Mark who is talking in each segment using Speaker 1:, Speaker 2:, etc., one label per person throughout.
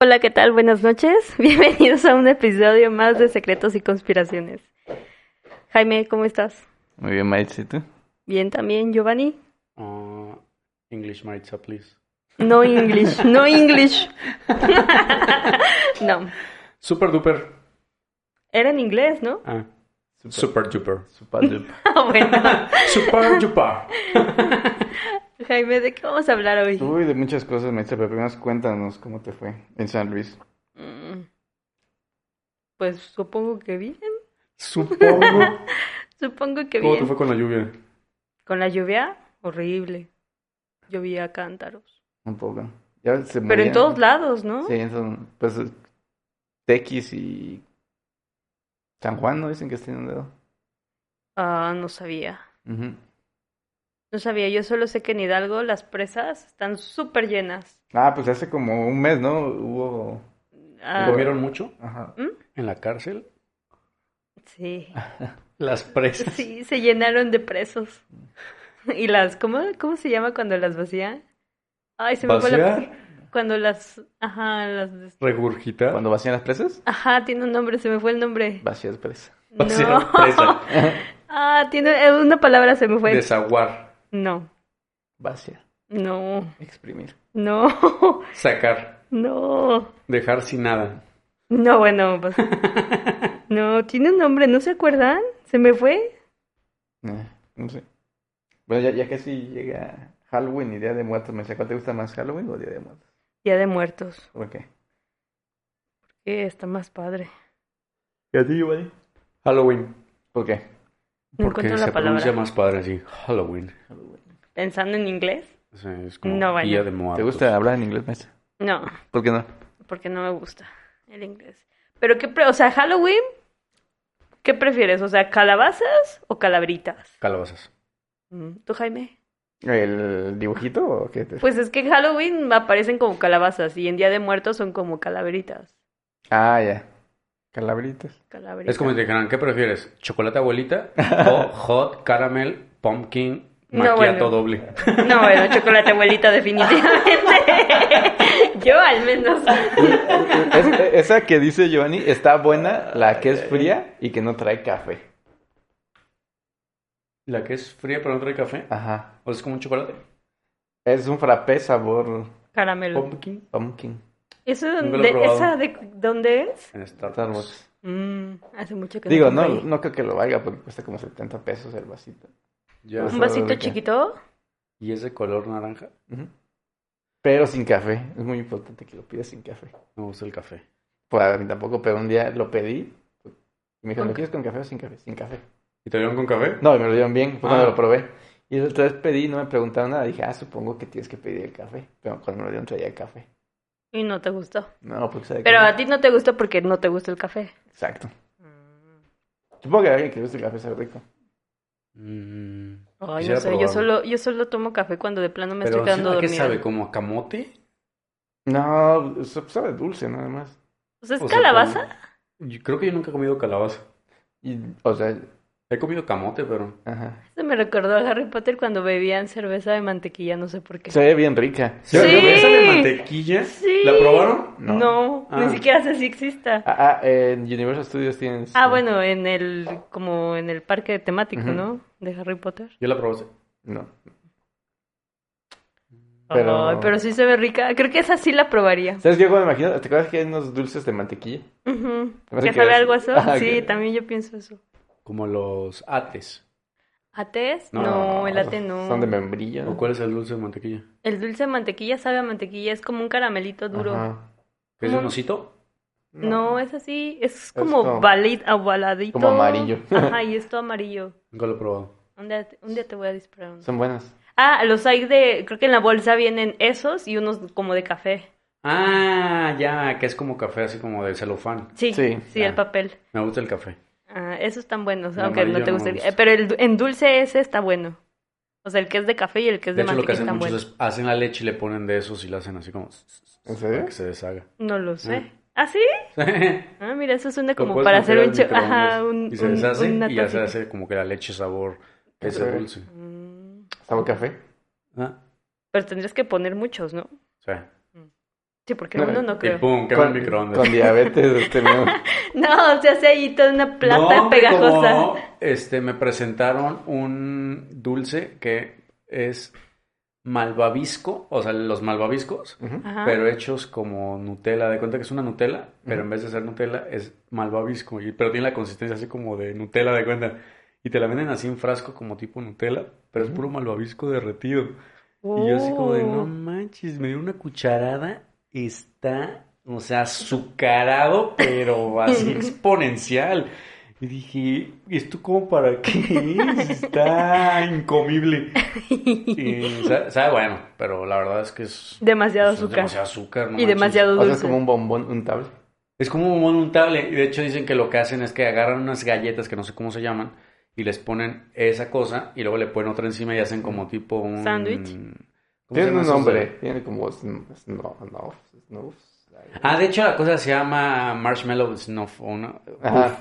Speaker 1: Hola, ¿qué tal? Buenas noches. Bienvenidos a un episodio más de Secretos y Conspiraciones. Jaime, ¿cómo estás?
Speaker 2: Muy bien, Maitz, ¿y tú?
Speaker 1: Bien también, Giovanni.
Speaker 3: Uh, English Maritza, please.
Speaker 1: No English, no English. no,
Speaker 3: Super duper.
Speaker 1: era en inglés, ¿no?
Speaker 3: Ah, super duper.
Speaker 2: Super duper.
Speaker 1: Ah, bueno.
Speaker 3: Super duper.
Speaker 1: Jaime, ¿de qué vamos a hablar hoy?
Speaker 2: Uy, de muchas cosas, Maitz, pero primero cuéntanos cómo te fue en San Luis.
Speaker 1: Mm, Pues supongo que bien.
Speaker 3: Supongo.
Speaker 1: Supongo que
Speaker 3: ¿Cómo te
Speaker 1: bien.
Speaker 3: fue con la lluvia?
Speaker 1: Con la lluvia, horrible. Llovía cántaros.
Speaker 2: Un poco. Ya se
Speaker 1: Pero en todos lados, ¿no?
Speaker 2: Sí, son, pues, Tequis y San Juan, ¿no? Dicen que está inundado.
Speaker 1: Ah, no sabía.
Speaker 2: Ujú.
Speaker 1: No sabía, yo solo sé que en Hidalgo las presas están súper llenas.
Speaker 2: Ah, pues hace como un mes, ¿no? Hubo...
Speaker 1: Ah,
Speaker 3: ¿Comieron mucho
Speaker 2: Ajá.
Speaker 3: en la cárcel?
Speaker 1: sí,
Speaker 3: Las presas.
Speaker 1: sí, se llenaron de presos. Y las, ¿cómo, cómo se llama cuando las vacían? Ay, se me fue la...
Speaker 3: ¿Vaciar?
Speaker 1: Cuando las, ajá, las... des-
Speaker 3: ¿Regurgitar?
Speaker 2: ¿Cuando vacían las presas?
Speaker 1: Ajá, tiene un nombre, se me fue el nombre.
Speaker 2: Vacías presas.
Speaker 3: Vaciar
Speaker 1: No.
Speaker 3: presa.
Speaker 1: Ah, tiene eh, una palabra, se me fue.
Speaker 3: Desaguar.
Speaker 1: No,
Speaker 2: Vaciar.
Speaker 1: no,
Speaker 2: Exprimir.
Speaker 1: no,
Speaker 3: Sacar.
Speaker 1: no.
Speaker 3: Dejar sin nada.
Speaker 1: No, bueno, pues... No, tiene un nombre, ¿no se acuerdan? Se me fue.
Speaker 2: Eh, no sé. Bueno, ya, ya casi llega Halloween y Día de Muertos. Me ¿cuál te gusta más, Halloween o Día de Muertos?
Speaker 1: Día de Muertos.
Speaker 2: ¿Por qué?
Speaker 1: que está más padre.
Speaker 2: ¿Y a ti, Giovanni?
Speaker 3: Halloween.
Speaker 2: ¿Por qué?
Speaker 1: No
Speaker 3: Porque
Speaker 1: encuentro
Speaker 3: se
Speaker 1: la palabra.
Speaker 3: pronuncia más padre así. Halloween.
Speaker 1: ¿Pensando en inglés?
Speaker 3: O sea, es como
Speaker 1: No, bueno.
Speaker 3: día de muertos.
Speaker 2: ¿Te gusta hablar en inglés, maestra?
Speaker 1: No,
Speaker 2: ¿Por qué no?
Speaker 1: porque no me gusta el inglés. Pero qué, pre- o sea, Halloween, ¿qué prefieres? O sea, calabazas o calabritas?
Speaker 3: Calabazas.
Speaker 1: Mm, ¿Tú, Jaime?
Speaker 2: ¿El dibujito o qué? te-
Speaker 1: Pues es que en Halloween aparecen como calabazas y en Día de Muertos son como calabritas.
Speaker 2: Ah, ya. Calabritas.
Speaker 1: Calabritas.
Speaker 3: Es como si te dijeran, ¿qué prefieres? ¿Chocolate abuelita o hot caramel pumpkin
Speaker 1: No,
Speaker 3: macchiato
Speaker 1: bueno.
Speaker 3: doble?
Speaker 1: No, bueno, chocolate abuelita definitivamente. Yo al menos.
Speaker 2: Es- esa que dice Giovanni está buena, la que es fría y que no trae café.
Speaker 3: ¿La que es fría pero no trae café?
Speaker 2: Ajá.
Speaker 3: ¿O es como un chocolate?
Speaker 2: Es un frappé sabor
Speaker 1: Caramelo.
Speaker 3: ¿Pumpkin?
Speaker 2: pumpkin.
Speaker 1: ¿Eso
Speaker 3: Nunca lo
Speaker 1: dónde,
Speaker 3: he probado.
Speaker 1: ¿Esa de dónde es?
Speaker 3: En Starbucks.
Speaker 2: Starbucks.
Speaker 1: Mm, hace mucho que
Speaker 2: Digo,
Speaker 1: compro
Speaker 2: no,
Speaker 1: ahí.
Speaker 2: no creo que lo valga porque cuesta como 70 pesos el vasito.
Speaker 3: Ya.
Speaker 2: Pues,
Speaker 1: Un
Speaker 2: Está
Speaker 1: vasito
Speaker 2: rica.
Speaker 1: chiquito.
Speaker 3: ¿Y es de color naranja?
Speaker 2: Ujú. Pero sin café. Es muy importante que lo pidas sin café.
Speaker 3: Me gusta el café.
Speaker 2: Pues a mí tampoco, pero un día lo pedí. Y me dijeron,
Speaker 1: Con
Speaker 2: ¿lo quieres con café o sin café? Sin café.
Speaker 3: ¿Y te dieron con café?
Speaker 2: No, y me lo dieron bien, fue cuando
Speaker 3: Ah.
Speaker 2: lo probé. Y la otra vez pedí, y no me preguntaron nada. Dije, ah, supongo que tienes que pedir el café. Pero cuando me lo dieron traía el café.
Speaker 1: Y no te gustó.
Speaker 2: No, porque sabe que
Speaker 1: Pero
Speaker 2: no.
Speaker 1: a ti no te gustó porque no te gusta el café.
Speaker 2: Exacto. Supongo que a alguien que le gusta el café sabe rico.
Speaker 3: Mm,
Speaker 1: Ay,
Speaker 3: Quisiera
Speaker 1: no sé, yo
Speaker 3: probarlo.
Speaker 1: solo, yo solo tomo café cuando de plano me
Speaker 3: Pero
Speaker 1: estoy quedando
Speaker 3: ¿a qué
Speaker 1: dormida.
Speaker 3: sabe? ¿Como a camote?
Speaker 2: No, so- sabe dulce nada más.
Speaker 1: O sea, ¿es
Speaker 3: O sea,
Speaker 1: calabaza?
Speaker 3: como- Yo creo que yo nunca he comido calabaza.
Speaker 2: Y, o sea,
Speaker 3: He comido camote, pero...
Speaker 2: ajá.
Speaker 1: Eso me recordó a Harry Potter cuando bebían cerveza de mantequilla, no sé por qué.
Speaker 2: Se ve bien rica.
Speaker 1: Sí.
Speaker 3: ¿La cerveza de mantequilla?
Speaker 1: Sí.
Speaker 3: ¿La probaron?
Speaker 1: No,
Speaker 3: Ah.
Speaker 1: ni siquiera sé si exista. Ah,
Speaker 2: Ah, ah, en Universal Studios tienes... eh,
Speaker 1: bueno, en el, como en el parque temático,
Speaker 2: Ujú.
Speaker 1: ¿no? De Harry Potter.
Speaker 3: Yo la probé.
Speaker 2: No.
Speaker 1: Pero...
Speaker 2: Pero-
Speaker 1: Ay, pero sí se ve rica. Creo que esa sí la probaría.
Speaker 2: ¿Sabes qué? Como me imagino, ¿te acuerdas que hay unos dulces de mantequilla?
Speaker 1: Ujú.
Speaker 2: Parece
Speaker 1: ¿Ya
Speaker 2: que
Speaker 1: sabe
Speaker 2: es-
Speaker 1: algo a eso?
Speaker 2: Ah, ok.
Speaker 1: Sí, también yo pienso eso.
Speaker 3: Como los ates.
Speaker 1: ¿Ates? No,
Speaker 3: No,
Speaker 1: el ate no.
Speaker 2: Ah, Son de membrillo.
Speaker 3: ¿O cuál es el dulce de mantequilla?
Speaker 1: El dulce de mantequilla sabe a mantequilla, es como un caramelito duro.
Speaker 2: Ajá.
Speaker 3: ¿Es de
Speaker 1: Como-
Speaker 3: un osito?
Speaker 1: No, es así, es como,
Speaker 2: como-
Speaker 1: vali- ovaladito.
Speaker 2: como amarillo.
Speaker 1: Ajá, y es todo amarillo.
Speaker 3: Nunca lo he probado.
Speaker 1: Un día, un día te voy a disparar uno.
Speaker 2: Son buenas.
Speaker 1: Ah, los hay de, creo que en la bolsa vienen esos y unos como de café.
Speaker 3: Ah, ya, que es como café, así como de celofán.
Speaker 1: Sí, sí,
Speaker 2: Sí,
Speaker 1: el
Speaker 3: ah.
Speaker 1: papel.
Speaker 3: Me gusta el café.
Speaker 1: Ah, esos están buenos,
Speaker 3: El
Speaker 1: aunque no
Speaker 3: amarillo
Speaker 1: te
Speaker 3: no me
Speaker 1: guste. el-
Speaker 3: gusta.
Speaker 1: eh, pero el du- en dulce ese está bueno. O sea, el que es de café y el que es
Speaker 3: De
Speaker 1: de,
Speaker 3: hecho, lo que
Speaker 1: mantequilla
Speaker 3: hacen
Speaker 1: están
Speaker 3: muchos
Speaker 1: buenos.
Speaker 3: es hacen la leche y le ponen de esos y la hacen así como
Speaker 2: ¿En
Speaker 3: para
Speaker 2: serio?
Speaker 3: que se deshaga.
Speaker 1: No lo sé.
Speaker 3: Ah.
Speaker 1: ¿Ah, sí? Ah, mira, eso suena
Speaker 3: Lo
Speaker 1: como
Speaker 3: puedes
Speaker 1: para hacer
Speaker 3: meter
Speaker 1: un...
Speaker 3: al
Speaker 1: cho- Ajá,
Speaker 3: microondas
Speaker 1: un,
Speaker 3: y se
Speaker 1: un-
Speaker 3: deshace
Speaker 1: una
Speaker 3: y ya se
Speaker 1: tortita.
Speaker 3: hace como que la leche sabor ese
Speaker 2: Ok.
Speaker 3: dulce.
Speaker 1: Mm.
Speaker 2: Sabor café.
Speaker 3: Ah,
Speaker 1: Pero tendrías que poner muchos, ¿no?
Speaker 3: o sea,
Speaker 1: Sí, porque uno no creo.
Speaker 3: Y pum, quema el microondas.
Speaker 2: Con diabetes, este, no.
Speaker 1: No, se hace ahí toda una plata
Speaker 3: No,
Speaker 1: pegajosa.
Speaker 3: como, este, me presentaron un dulce que es malvavisco, o sea, los malvaviscos,
Speaker 2: Ujú.
Speaker 1: Ajá.
Speaker 3: pero hechos como Nutella. De cuenta que es una Nutella, pero en vez de ser Nutella es malvavisco, y, pero tiene la consistencia así como de Nutella, de cuenta. Y te la venden así en frasco como tipo Nutella, pero es puro malvavisco derretido. Y yo así como
Speaker 1: Oh.
Speaker 3: de, no manches, me dio una cucharada, está, o sea, azucarado, pero así exponencial. Y dije, ¿y esto como para qué? es? Está incomible. Y sa- sabe bueno, pero la verdad es que es,
Speaker 1: Demasiado
Speaker 3: es
Speaker 1: azúcar.
Speaker 3: demasiado azúcar, no
Speaker 1: y
Speaker 3: manches.
Speaker 1: demasiado
Speaker 2: O sea, es
Speaker 1: dulce.
Speaker 2: como un bombón untable.
Speaker 3: Es como un untable. Y de hecho dicen que lo que hacen es que agarran unas galletas que no sé cómo se llaman y les ponen esa cosa y luego le ponen otra encima y hacen como tipo un...
Speaker 1: Sándwich.
Speaker 3: ¿Cómo se
Speaker 2: Tiene
Speaker 3: llaman
Speaker 2: un
Speaker 3: esos de-
Speaker 2: nombre, tiene como sn- sno- snuff, snuffs, algo.
Speaker 3: Ah, de hecho la cosa se llama Marshmallow Snuff o una,
Speaker 2: Ajá.
Speaker 3: puff,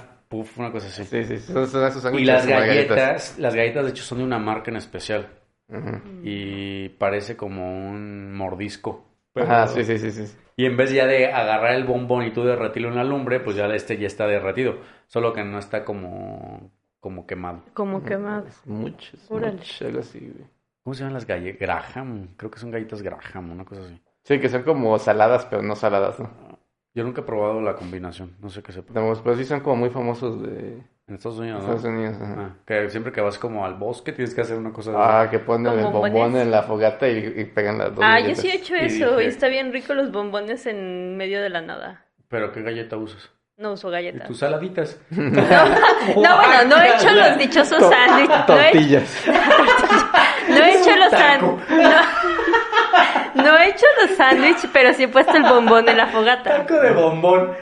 Speaker 3: puff, una cosa así.
Speaker 2: Sí, sí, son, son esos
Speaker 3: Y
Speaker 2: sándwiches
Speaker 3: las
Speaker 2: como de
Speaker 3: galletas, las galletas de hecho son de una marca en especial
Speaker 2: Ujú.
Speaker 1: Mm.
Speaker 3: y parece como un mordisco.
Speaker 2: Ajá, sí, sí, sí, sí.
Speaker 3: Y en vez ya de agarrar el bombón y tú derretirlo en la lumbre, pues ya este ya está derretido, solo que no está como como quemado.
Speaker 1: Como quemado.
Speaker 2: Muchos,
Speaker 1: Oh, Órale.
Speaker 2: muchos, algo así, güey.
Speaker 3: ¿Cómo se llaman las galletas? Graham, creo que son galletas Graham, una cosa así.
Speaker 2: Sí, que son como saladas, pero no saladas, ¿no?
Speaker 3: Yo nunca he probado la combinación, no sé qué sepa.
Speaker 2: Digamos, Pero sí son como muy famosos de
Speaker 3: En Estados Unidos, ¿no?
Speaker 2: Estados Unidos. ajá.
Speaker 3: Ah, que siempre que vas como al bosque tienes que hacer una cosa de
Speaker 2: Ah, que ponen
Speaker 1: Con
Speaker 2: el bombón
Speaker 1: bombones.
Speaker 2: en la fogata y, y pegan las dos
Speaker 1: Ah, yo
Speaker 2: galletas.
Speaker 1: sí he hecho
Speaker 3: Y
Speaker 1: eso.
Speaker 3: dije-
Speaker 1: Y está bien rico los bombones en medio de la nada.
Speaker 3: ¿Pero qué galleta usas?
Speaker 1: No uso
Speaker 3: ¿Y
Speaker 1: galletas.
Speaker 3: tus saladitas?
Speaker 1: No, bueno, no he hecho los dichosos
Speaker 2: To-
Speaker 1: sándwiches. No, he-
Speaker 2: Tortillas.
Speaker 1: no he hecho los
Speaker 3: taco.
Speaker 1: sándwiches. No, no he hecho los sándwiches, pero sí he puesto el bombón en la fogata.
Speaker 3: Taco de bombón.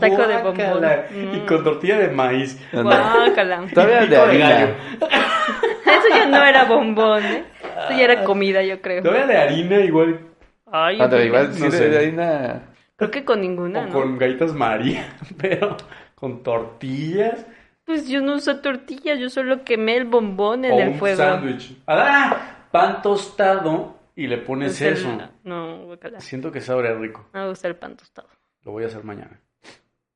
Speaker 1: Taco de bombón.
Speaker 3: Guácala. Y con tortilla de maíz.
Speaker 1: Guácala.
Speaker 2: Todavía de
Speaker 3: Pico de gallo.
Speaker 2: harina.
Speaker 1: Eso ya no era bombón, ¿eh? Eso ya
Speaker 3: Ah.
Speaker 1: era comida, yo creo.
Speaker 3: Todavía de harina igual.
Speaker 1: Ay,
Speaker 2: Ah, pero
Speaker 1: creo
Speaker 2: igual
Speaker 1: que-
Speaker 2: sí
Speaker 3: No
Speaker 2: de-
Speaker 3: sé.
Speaker 2: de harina.
Speaker 1: creo que con ninguna,
Speaker 3: o
Speaker 1: ¿no?
Speaker 3: con galletas María. Pero con tortillas.
Speaker 1: Pues yo no usé tortillas, yo solo quemé el bombón en
Speaker 3: o
Speaker 1: el
Speaker 3: un
Speaker 1: fuego.
Speaker 3: sándwich. ¡Ah! Pan tostado y le pones
Speaker 1: Entonces,
Speaker 3: eso.
Speaker 1: No, guacala.
Speaker 3: Siento que sabe rico.
Speaker 1: No me gusta el pan tostado.
Speaker 3: Lo voy a hacer mañana.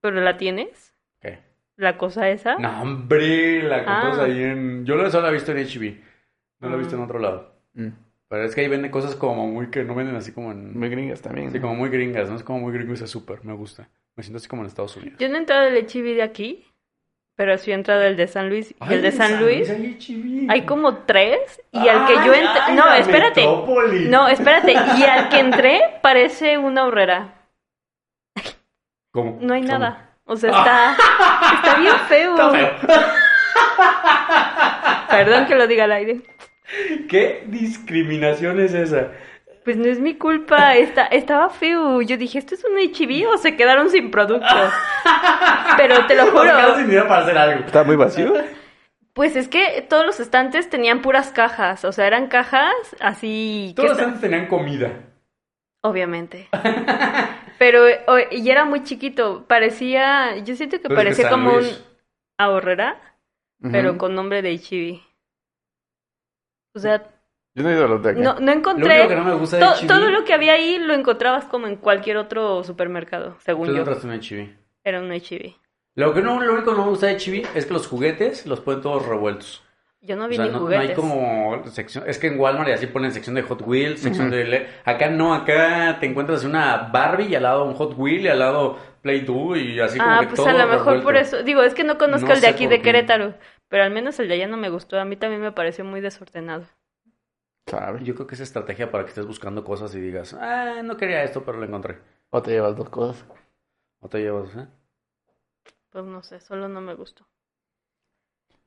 Speaker 1: ¿Pero la tienes?
Speaker 3: ¿Qué?
Speaker 1: ¿La cosa esa?
Speaker 3: No, hombre, la compras
Speaker 1: Ah.
Speaker 3: ahí en... Yo solo la he visto en HB. No la he visto en
Speaker 1: Ah.
Speaker 3: otro lado.
Speaker 2: Mm,
Speaker 3: Pero es que ahí venden cosas como muy que no venden así como en...
Speaker 2: Muy gringas también.
Speaker 3: Sí,
Speaker 2: ¿no?
Speaker 3: como muy gringas, ¿no? Es como muy gringo ese súper, me gusta. Me siento así como en Estados Unidos.
Speaker 1: Yo no he entrado al HIV de aquí, pero sí he entrado al de San Luis. Y el de San Luis hay como tres, y al que yo entré... No, espérate. No, espérate. Y al que entré parece una horrera.
Speaker 3: ¿Cómo?
Speaker 1: No hay
Speaker 3: ¿Cómo?
Speaker 1: nada. O sea, está, está bien feo.
Speaker 3: Está
Speaker 1: Perdón que lo diga al aire.
Speaker 3: feo. ¿Qué discriminación es esa?
Speaker 1: Pues no es mi culpa, esta- estaba feo. Yo dije, ¿esto es un HIV o se quedaron sin productos? Pero te lo
Speaker 3: Nos quedamos sin
Speaker 1: juro,
Speaker 3: dinero para hacer algo.
Speaker 2: Está muy vacío.
Speaker 1: pues es que todos los estantes tenían puras cajas, o sea, eran cajas así... que
Speaker 3: Todos
Speaker 1: esta-
Speaker 3: antes tenían comida.
Speaker 1: Obviamente. Pero, eh, o- y era muy chiquito, parecía, yo siento que
Speaker 3: Pero Pues es que
Speaker 1: parecía
Speaker 3: San
Speaker 1: como
Speaker 3: Luis-
Speaker 1: un ahorrera, pero
Speaker 2: Ujú.
Speaker 1: con nombre de HIV. O sea,
Speaker 2: Yo no he ido a los de acá.
Speaker 1: no, no
Speaker 3: Lo único
Speaker 1: encontré...
Speaker 3: que no me gusta de
Speaker 1: to-
Speaker 3: HB...
Speaker 1: todo lo que había ahí lo encontrabas como en cualquier otro supermercado,
Speaker 3: Tú
Speaker 1: según
Speaker 3: no
Speaker 1: yo.
Speaker 3: entraste en HB.
Speaker 1: Era un HIV.
Speaker 3: Lo, que no, lo único que no me gusta de HB es que los juguetes los ponen todos revueltos.
Speaker 1: Yo no
Speaker 3: O
Speaker 1: vi
Speaker 3: sea,
Speaker 1: ni
Speaker 3: no, no
Speaker 1: juguetes.
Speaker 3: hay como sección. Es que en Walmart y así ponen sección de Hot Wheels, sección de. le- Acá no, acá te encuentras una Barbie y al lado un Hot Wheel y al lado Play Doh y así como
Speaker 1: ah,
Speaker 3: que
Speaker 1: pues
Speaker 3: todo
Speaker 1: a lo mejor por
Speaker 3: revuelto.
Speaker 1: eso. Digo, es que no conozco
Speaker 3: No
Speaker 1: el de
Speaker 3: sé
Speaker 1: aquí
Speaker 3: por
Speaker 1: de
Speaker 3: qué.
Speaker 1: Querétaro, pero al menos el de allá no me gustó. A mí también me pareció muy desordenado.
Speaker 2: Sabe.
Speaker 3: Yo creo que es estrategia para que estés buscando cosas y digas, ah, no quería esto, pero lo encontré.
Speaker 2: O te llevas dos cosas.
Speaker 3: O te llevas, ¿eh?
Speaker 1: Pues no sé, solo no me gustó.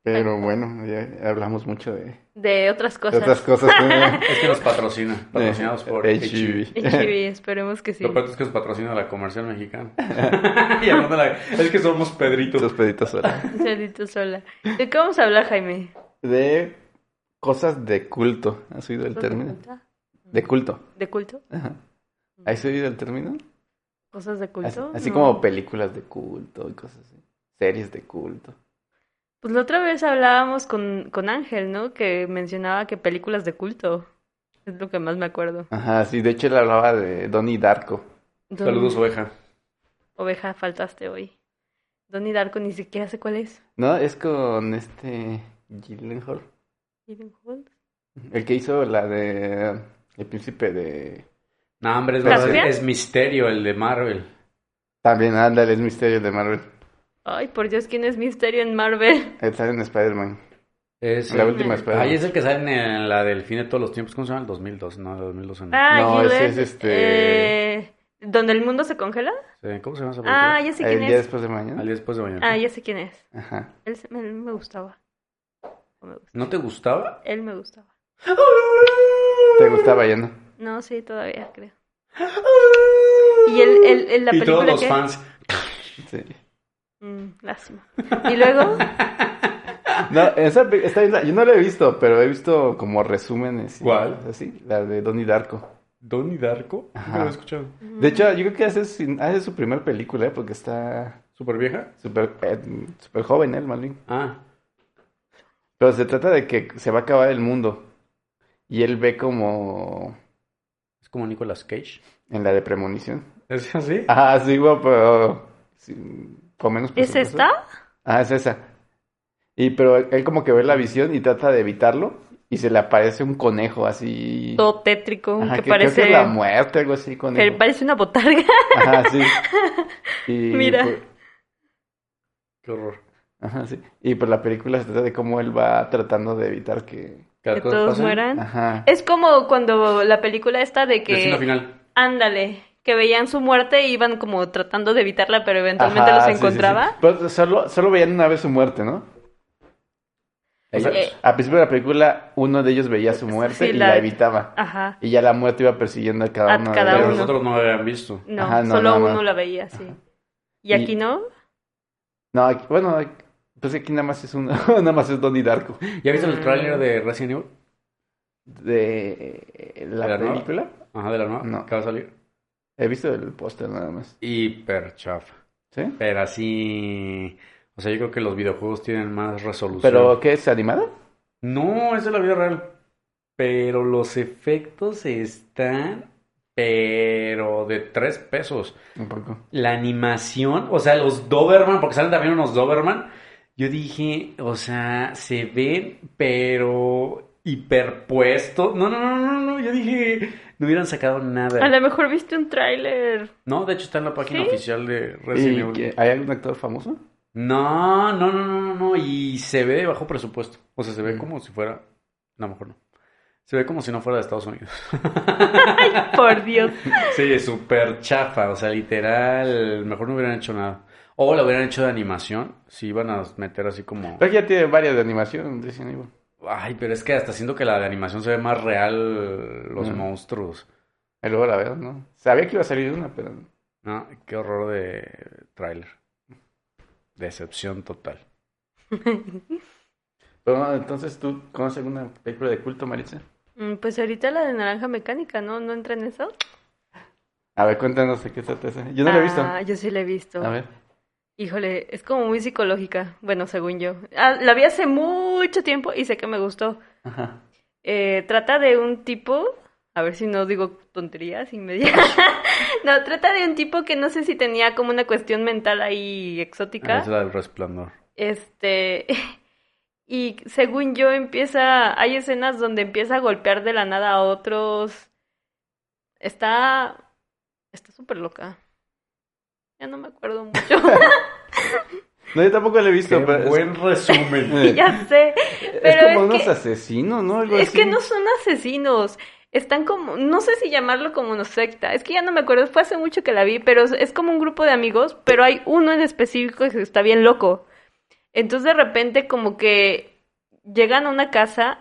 Speaker 2: Pero bueno, ya hablamos mucho de, de
Speaker 1: De otras cosas.
Speaker 2: otras cosas. ¿no?
Speaker 3: Es que nos patrocina. Patrocinados por
Speaker 2: Eh,
Speaker 3: HB.
Speaker 1: HIV, esperemos que sí.
Speaker 3: Lo peor es que nos patrocina la comercial mexicana. y hablando de la- Es que somos Pedritos.
Speaker 2: Tus peditos ahora.
Speaker 1: Solito sola. ¿De qué vamos a hablar, Jaime?
Speaker 2: De cosas de culto. ¿Has oído el
Speaker 1: ¿Cosas de
Speaker 2: término?
Speaker 1: culto?
Speaker 2: De culto.
Speaker 1: ¿De culto?
Speaker 2: Ajá. ¿Has oído el término?
Speaker 1: ¿Cosas de
Speaker 2: Así,
Speaker 1: culto?
Speaker 2: así
Speaker 1: No.
Speaker 2: como películas de culto y cosas así. Series de culto.
Speaker 1: Pues la otra vez hablábamos con, con Ángel, ¿no? Que mencionaba que películas de culto. Es lo que más me acuerdo.
Speaker 2: Ajá, sí, de hecho él hablaba de Donnie Darko.
Speaker 1: Don-
Speaker 3: Saludos, oveja.
Speaker 1: Oveja, faltaste hoy. Donnie Darko ni siquiera sé cuál es.
Speaker 2: No, es con este Gyllenhaal.
Speaker 1: Gyllenhaal.
Speaker 2: El que hizo la de eh, El Príncipe de...
Speaker 3: No, hombre, es,
Speaker 1: ¿Caspian?
Speaker 3: es misterio el de Marvel.
Speaker 2: También, ándale, es Misterio de Marvel.
Speaker 1: Ay, por Dios, ¿quién es Misterio en Marvel?
Speaker 2: Él sale en Spider-Man.
Speaker 3: Es
Speaker 2: La
Speaker 3: el-
Speaker 2: última Spider-Man.
Speaker 3: Ahí es el que sale en, el- la del fin de todos los tiempos. ¿Cómo se llama? El 2002. No, el 2002. no.
Speaker 1: Ah,
Speaker 2: No, ese
Speaker 1: Gyllen-
Speaker 2: es este-
Speaker 1: eh, ¿Donde el mundo se congela?
Speaker 3: Sí, ¿Cómo se llama esa película?
Speaker 1: Ah, ya sé
Speaker 2: El
Speaker 1: quién
Speaker 2: día
Speaker 1: es.
Speaker 2: Eh, después de
Speaker 3: Al
Speaker 2: mañana.
Speaker 3: día después de mañana.
Speaker 1: Ah, ya sé quién es.
Speaker 2: Ajá.
Speaker 1: Él, se- él me gustaba. No me gusta.
Speaker 3: ¿No te gustaba?
Speaker 1: Él me gustaba.
Speaker 2: ¿Te gustaba ya, no?
Speaker 1: No, sí, todavía creo. Y el, el, el- la
Speaker 3: y todos
Speaker 1: película
Speaker 3: los
Speaker 1: que...
Speaker 3: fans.
Speaker 2: Sí.
Speaker 1: Mm, lástima. Y luego,
Speaker 2: No, esa pe- está bien, la- yo no la he visto, pero he visto como resúmenes. y
Speaker 3: ¿Cuál?
Speaker 2: cosas Así, la de Donnie Darko.
Speaker 3: Donnie Darko.
Speaker 2: Ajá.
Speaker 3: Nunca lo he escuchado.
Speaker 2: De hecho, yo creo que hace, su- hace su primer película, ¿eh? porque está
Speaker 3: ¿Súper vieja?
Speaker 2: súper eh, súper joven él, más bien.
Speaker 3: Ah.
Speaker 2: Pero se trata de que se va a acabar el mundo. Y él ve como
Speaker 3: Es como Nicolas Cage.
Speaker 2: en la de premonición.
Speaker 3: ¿Es así?
Speaker 2: Ah, sí, güey, pero sí, con menos
Speaker 1: mm, ¿es
Speaker 2: presupuesto.
Speaker 1: esta?
Speaker 2: Ah, es esa. Y pero él, él como que ve la visión y trata de evitarlo y se le aparece un conejo así.
Speaker 1: Todo tétrico,
Speaker 2: Ajá,
Speaker 1: que,
Speaker 2: que creo
Speaker 1: parece...
Speaker 2: que es la muerte, algo así con
Speaker 1: que parece una botarga.
Speaker 2: Ajá, sí. Y,
Speaker 1: Mira.
Speaker 2: pues,
Speaker 3: Qué horror.
Speaker 2: ajá, sí. Y pues la película se trata de cómo él va tratando de evitar que.
Speaker 3: Cada
Speaker 1: que
Speaker 3: cosa
Speaker 1: todos
Speaker 3: pasa.
Speaker 1: mueran.
Speaker 2: Ajá.
Speaker 1: Es como cuando la película esta de que,
Speaker 3: Destino final.
Speaker 1: ándale, que veían su muerte e iban como tratando de evitarla, pero eventualmente
Speaker 2: Ajá, sí,
Speaker 1: los
Speaker 2: sí, sí.
Speaker 1: encontraba.
Speaker 2: Pero solo, solo veían una vez su muerte, ¿no? O sea,
Speaker 1: Eh.
Speaker 2: al principio de la película, uno de ellos veía su muerte
Speaker 1: Sí,
Speaker 2: y
Speaker 1: la-
Speaker 2: la evitaba.
Speaker 1: Ajá.
Speaker 2: Y ya la muerte iba persiguiendo a cada
Speaker 1: A
Speaker 2: uno de
Speaker 1: cada
Speaker 2: ellos.
Speaker 3: Pero
Speaker 1: uno.
Speaker 3: los otros no lo habían visto.
Speaker 1: No,
Speaker 2: Ajá, no,
Speaker 1: solo
Speaker 2: no, no.
Speaker 1: uno la veía, sí. ¿Y
Speaker 2: Y-
Speaker 1: aquí no?
Speaker 2: No, aquí- bueno, aquí- pues aquí nada más es uno, nada más es Donnie Darko.
Speaker 3: ¿Ya viste el
Speaker 1: Mm.
Speaker 3: tráiler de Resident Evil?
Speaker 2: De eh, la
Speaker 3: ¿Era nueva?
Speaker 2: película,
Speaker 3: Ajá, de la nueva.
Speaker 2: No.
Speaker 3: Que va a salir.
Speaker 2: he visto el póster nada más.
Speaker 3: Hiper chafa.
Speaker 2: ¿Sí?
Speaker 3: Pero así. O sea, yo creo que los videojuegos tienen más resolución.
Speaker 2: ¿Pero qué es animada?
Speaker 3: No, es de la vida real. Pero los efectos están. Pero de tres pesos.
Speaker 2: Un poco.
Speaker 3: La animación, o sea, los Doberman, porque salen también unos Doberman. Yo dije, o sea, se ven, pero hiperpuestos. No, no, no, no, no. Yo dije, no hubieran sacado
Speaker 1: A
Speaker 3: nada.
Speaker 1: lo mejor viste un tráiler.
Speaker 3: No, de hecho está en la página
Speaker 1: ¿Sí?
Speaker 3: oficial de
Speaker 2: ¿Y
Speaker 3: Resident
Speaker 2: qué-
Speaker 3: Evil.
Speaker 2: hay algún actor famoso?
Speaker 3: No, no, no, no, no, no. Y se ve de bajo presupuesto. O sea, se ve
Speaker 2: Mm.
Speaker 3: como si fuera. No, a lo mejor no. Se ve como si no fuera de Estados Unidos.
Speaker 1: Por Dios.
Speaker 3: Sí, súper chafa, o sea, literal, mejor no hubieran hecho nada. O lo hubieran hecho de animación, si iban a meter así como...
Speaker 2: Pero aquí ya tiene varias de animación, Resident Evil.
Speaker 3: Ay, pero es que hasta siento que la de animación se ve más real los
Speaker 2: Mm.
Speaker 3: monstruos.
Speaker 2: Y luego la veo, ¿no? Sabía que iba a salir una, pero...
Speaker 3: No, qué horror de tráiler. Decepción total.
Speaker 2: pero no, entonces, ¿tú conoces alguna película de culto, Maritza?
Speaker 1: Mm, Pues ahorita la de Naranja Mecánica, ¿no? ¿No entra en eso?
Speaker 2: A ver, cuéntanos de qué trata esa. Yo no la he visto.
Speaker 1: Ah, yo sí la he visto.
Speaker 2: A ver.
Speaker 1: Híjole, es como muy psicológica. Bueno, según yo. Ah, la vi hace mucho tiempo y sé que me gustó.
Speaker 2: Ajá.
Speaker 1: Eh, trata de un tipo, a ver si no digo tonterías y media. no, trata de un tipo que no sé si tenía como una cuestión mental ahí
Speaker 3: Esa
Speaker 1: exótica.
Speaker 3: es la del resplandor.
Speaker 1: Este, y según yo empieza, hay escenas donde empieza a golpear de la nada a otros. Está, está súper loca. Ya no me acuerdo mucho,
Speaker 2: No, yo tampoco la he visto,
Speaker 3: Qué
Speaker 2: pero... es-
Speaker 3: buen resumen.
Speaker 2: Eh,
Speaker 1: ya sé.
Speaker 2: es
Speaker 1: pero
Speaker 2: como
Speaker 1: es
Speaker 2: unos
Speaker 1: que-
Speaker 2: asesinos, ¿no? Algo
Speaker 1: Es que
Speaker 2: así.
Speaker 1: no son asesinos. Están como, no sé si llamarlo como una secta. Es que ya no me acuerdo, fue hace mucho que la vi, pero es- es como un grupo de amigos, pero hay uno en específico que está bien loco. Entonces de repente como que llegan a una casa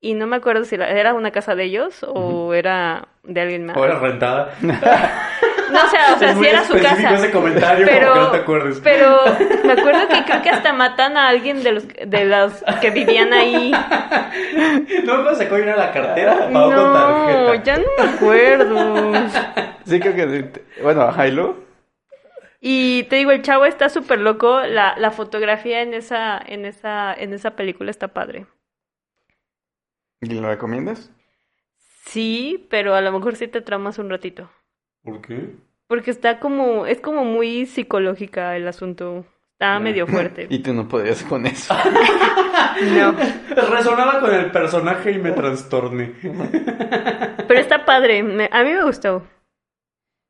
Speaker 1: y no me acuerdo si la- era una casa de ellos o era de alguien más.
Speaker 3: Ahora rentada.
Speaker 1: No, o sea, o sea,
Speaker 3: Es
Speaker 1: sí
Speaker 3: muy
Speaker 1: era su
Speaker 3: específico
Speaker 1: casa.
Speaker 3: ese comentario, como
Speaker 1: Pero-
Speaker 3: que no te acuerdes.
Speaker 1: Pero me acuerdo que creo que hasta matan a alguien de los de los que vivían ahí.
Speaker 3: No me sacó bien a la cartera, pagó con
Speaker 1: No,
Speaker 3: tarjeta.
Speaker 1: ya no me acuerdo.
Speaker 2: Sí, creo que... Bueno, Jailo.
Speaker 1: Y te digo, el chavo está súper loco. La, la fotografía en esa, en esa, en esa película está padre.
Speaker 2: ¿Y lo recomiendas?
Speaker 1: Sí, pero a lo mejor sí te tramas un ratito.
Speaker 3: ¿Por qué?
Speaker 1: Porque está como, es como muy psicológica el asunto. Está
Speaker 3: Ya.
Speaker 1: medio fuerte.
Speaker 2: Y tú no podías con eso.
Speaker 1: No.
Speaker 3: Resonaba con el personaje y me trastorné.
Speaker 1: Pero está padre. me- a mí me gustó.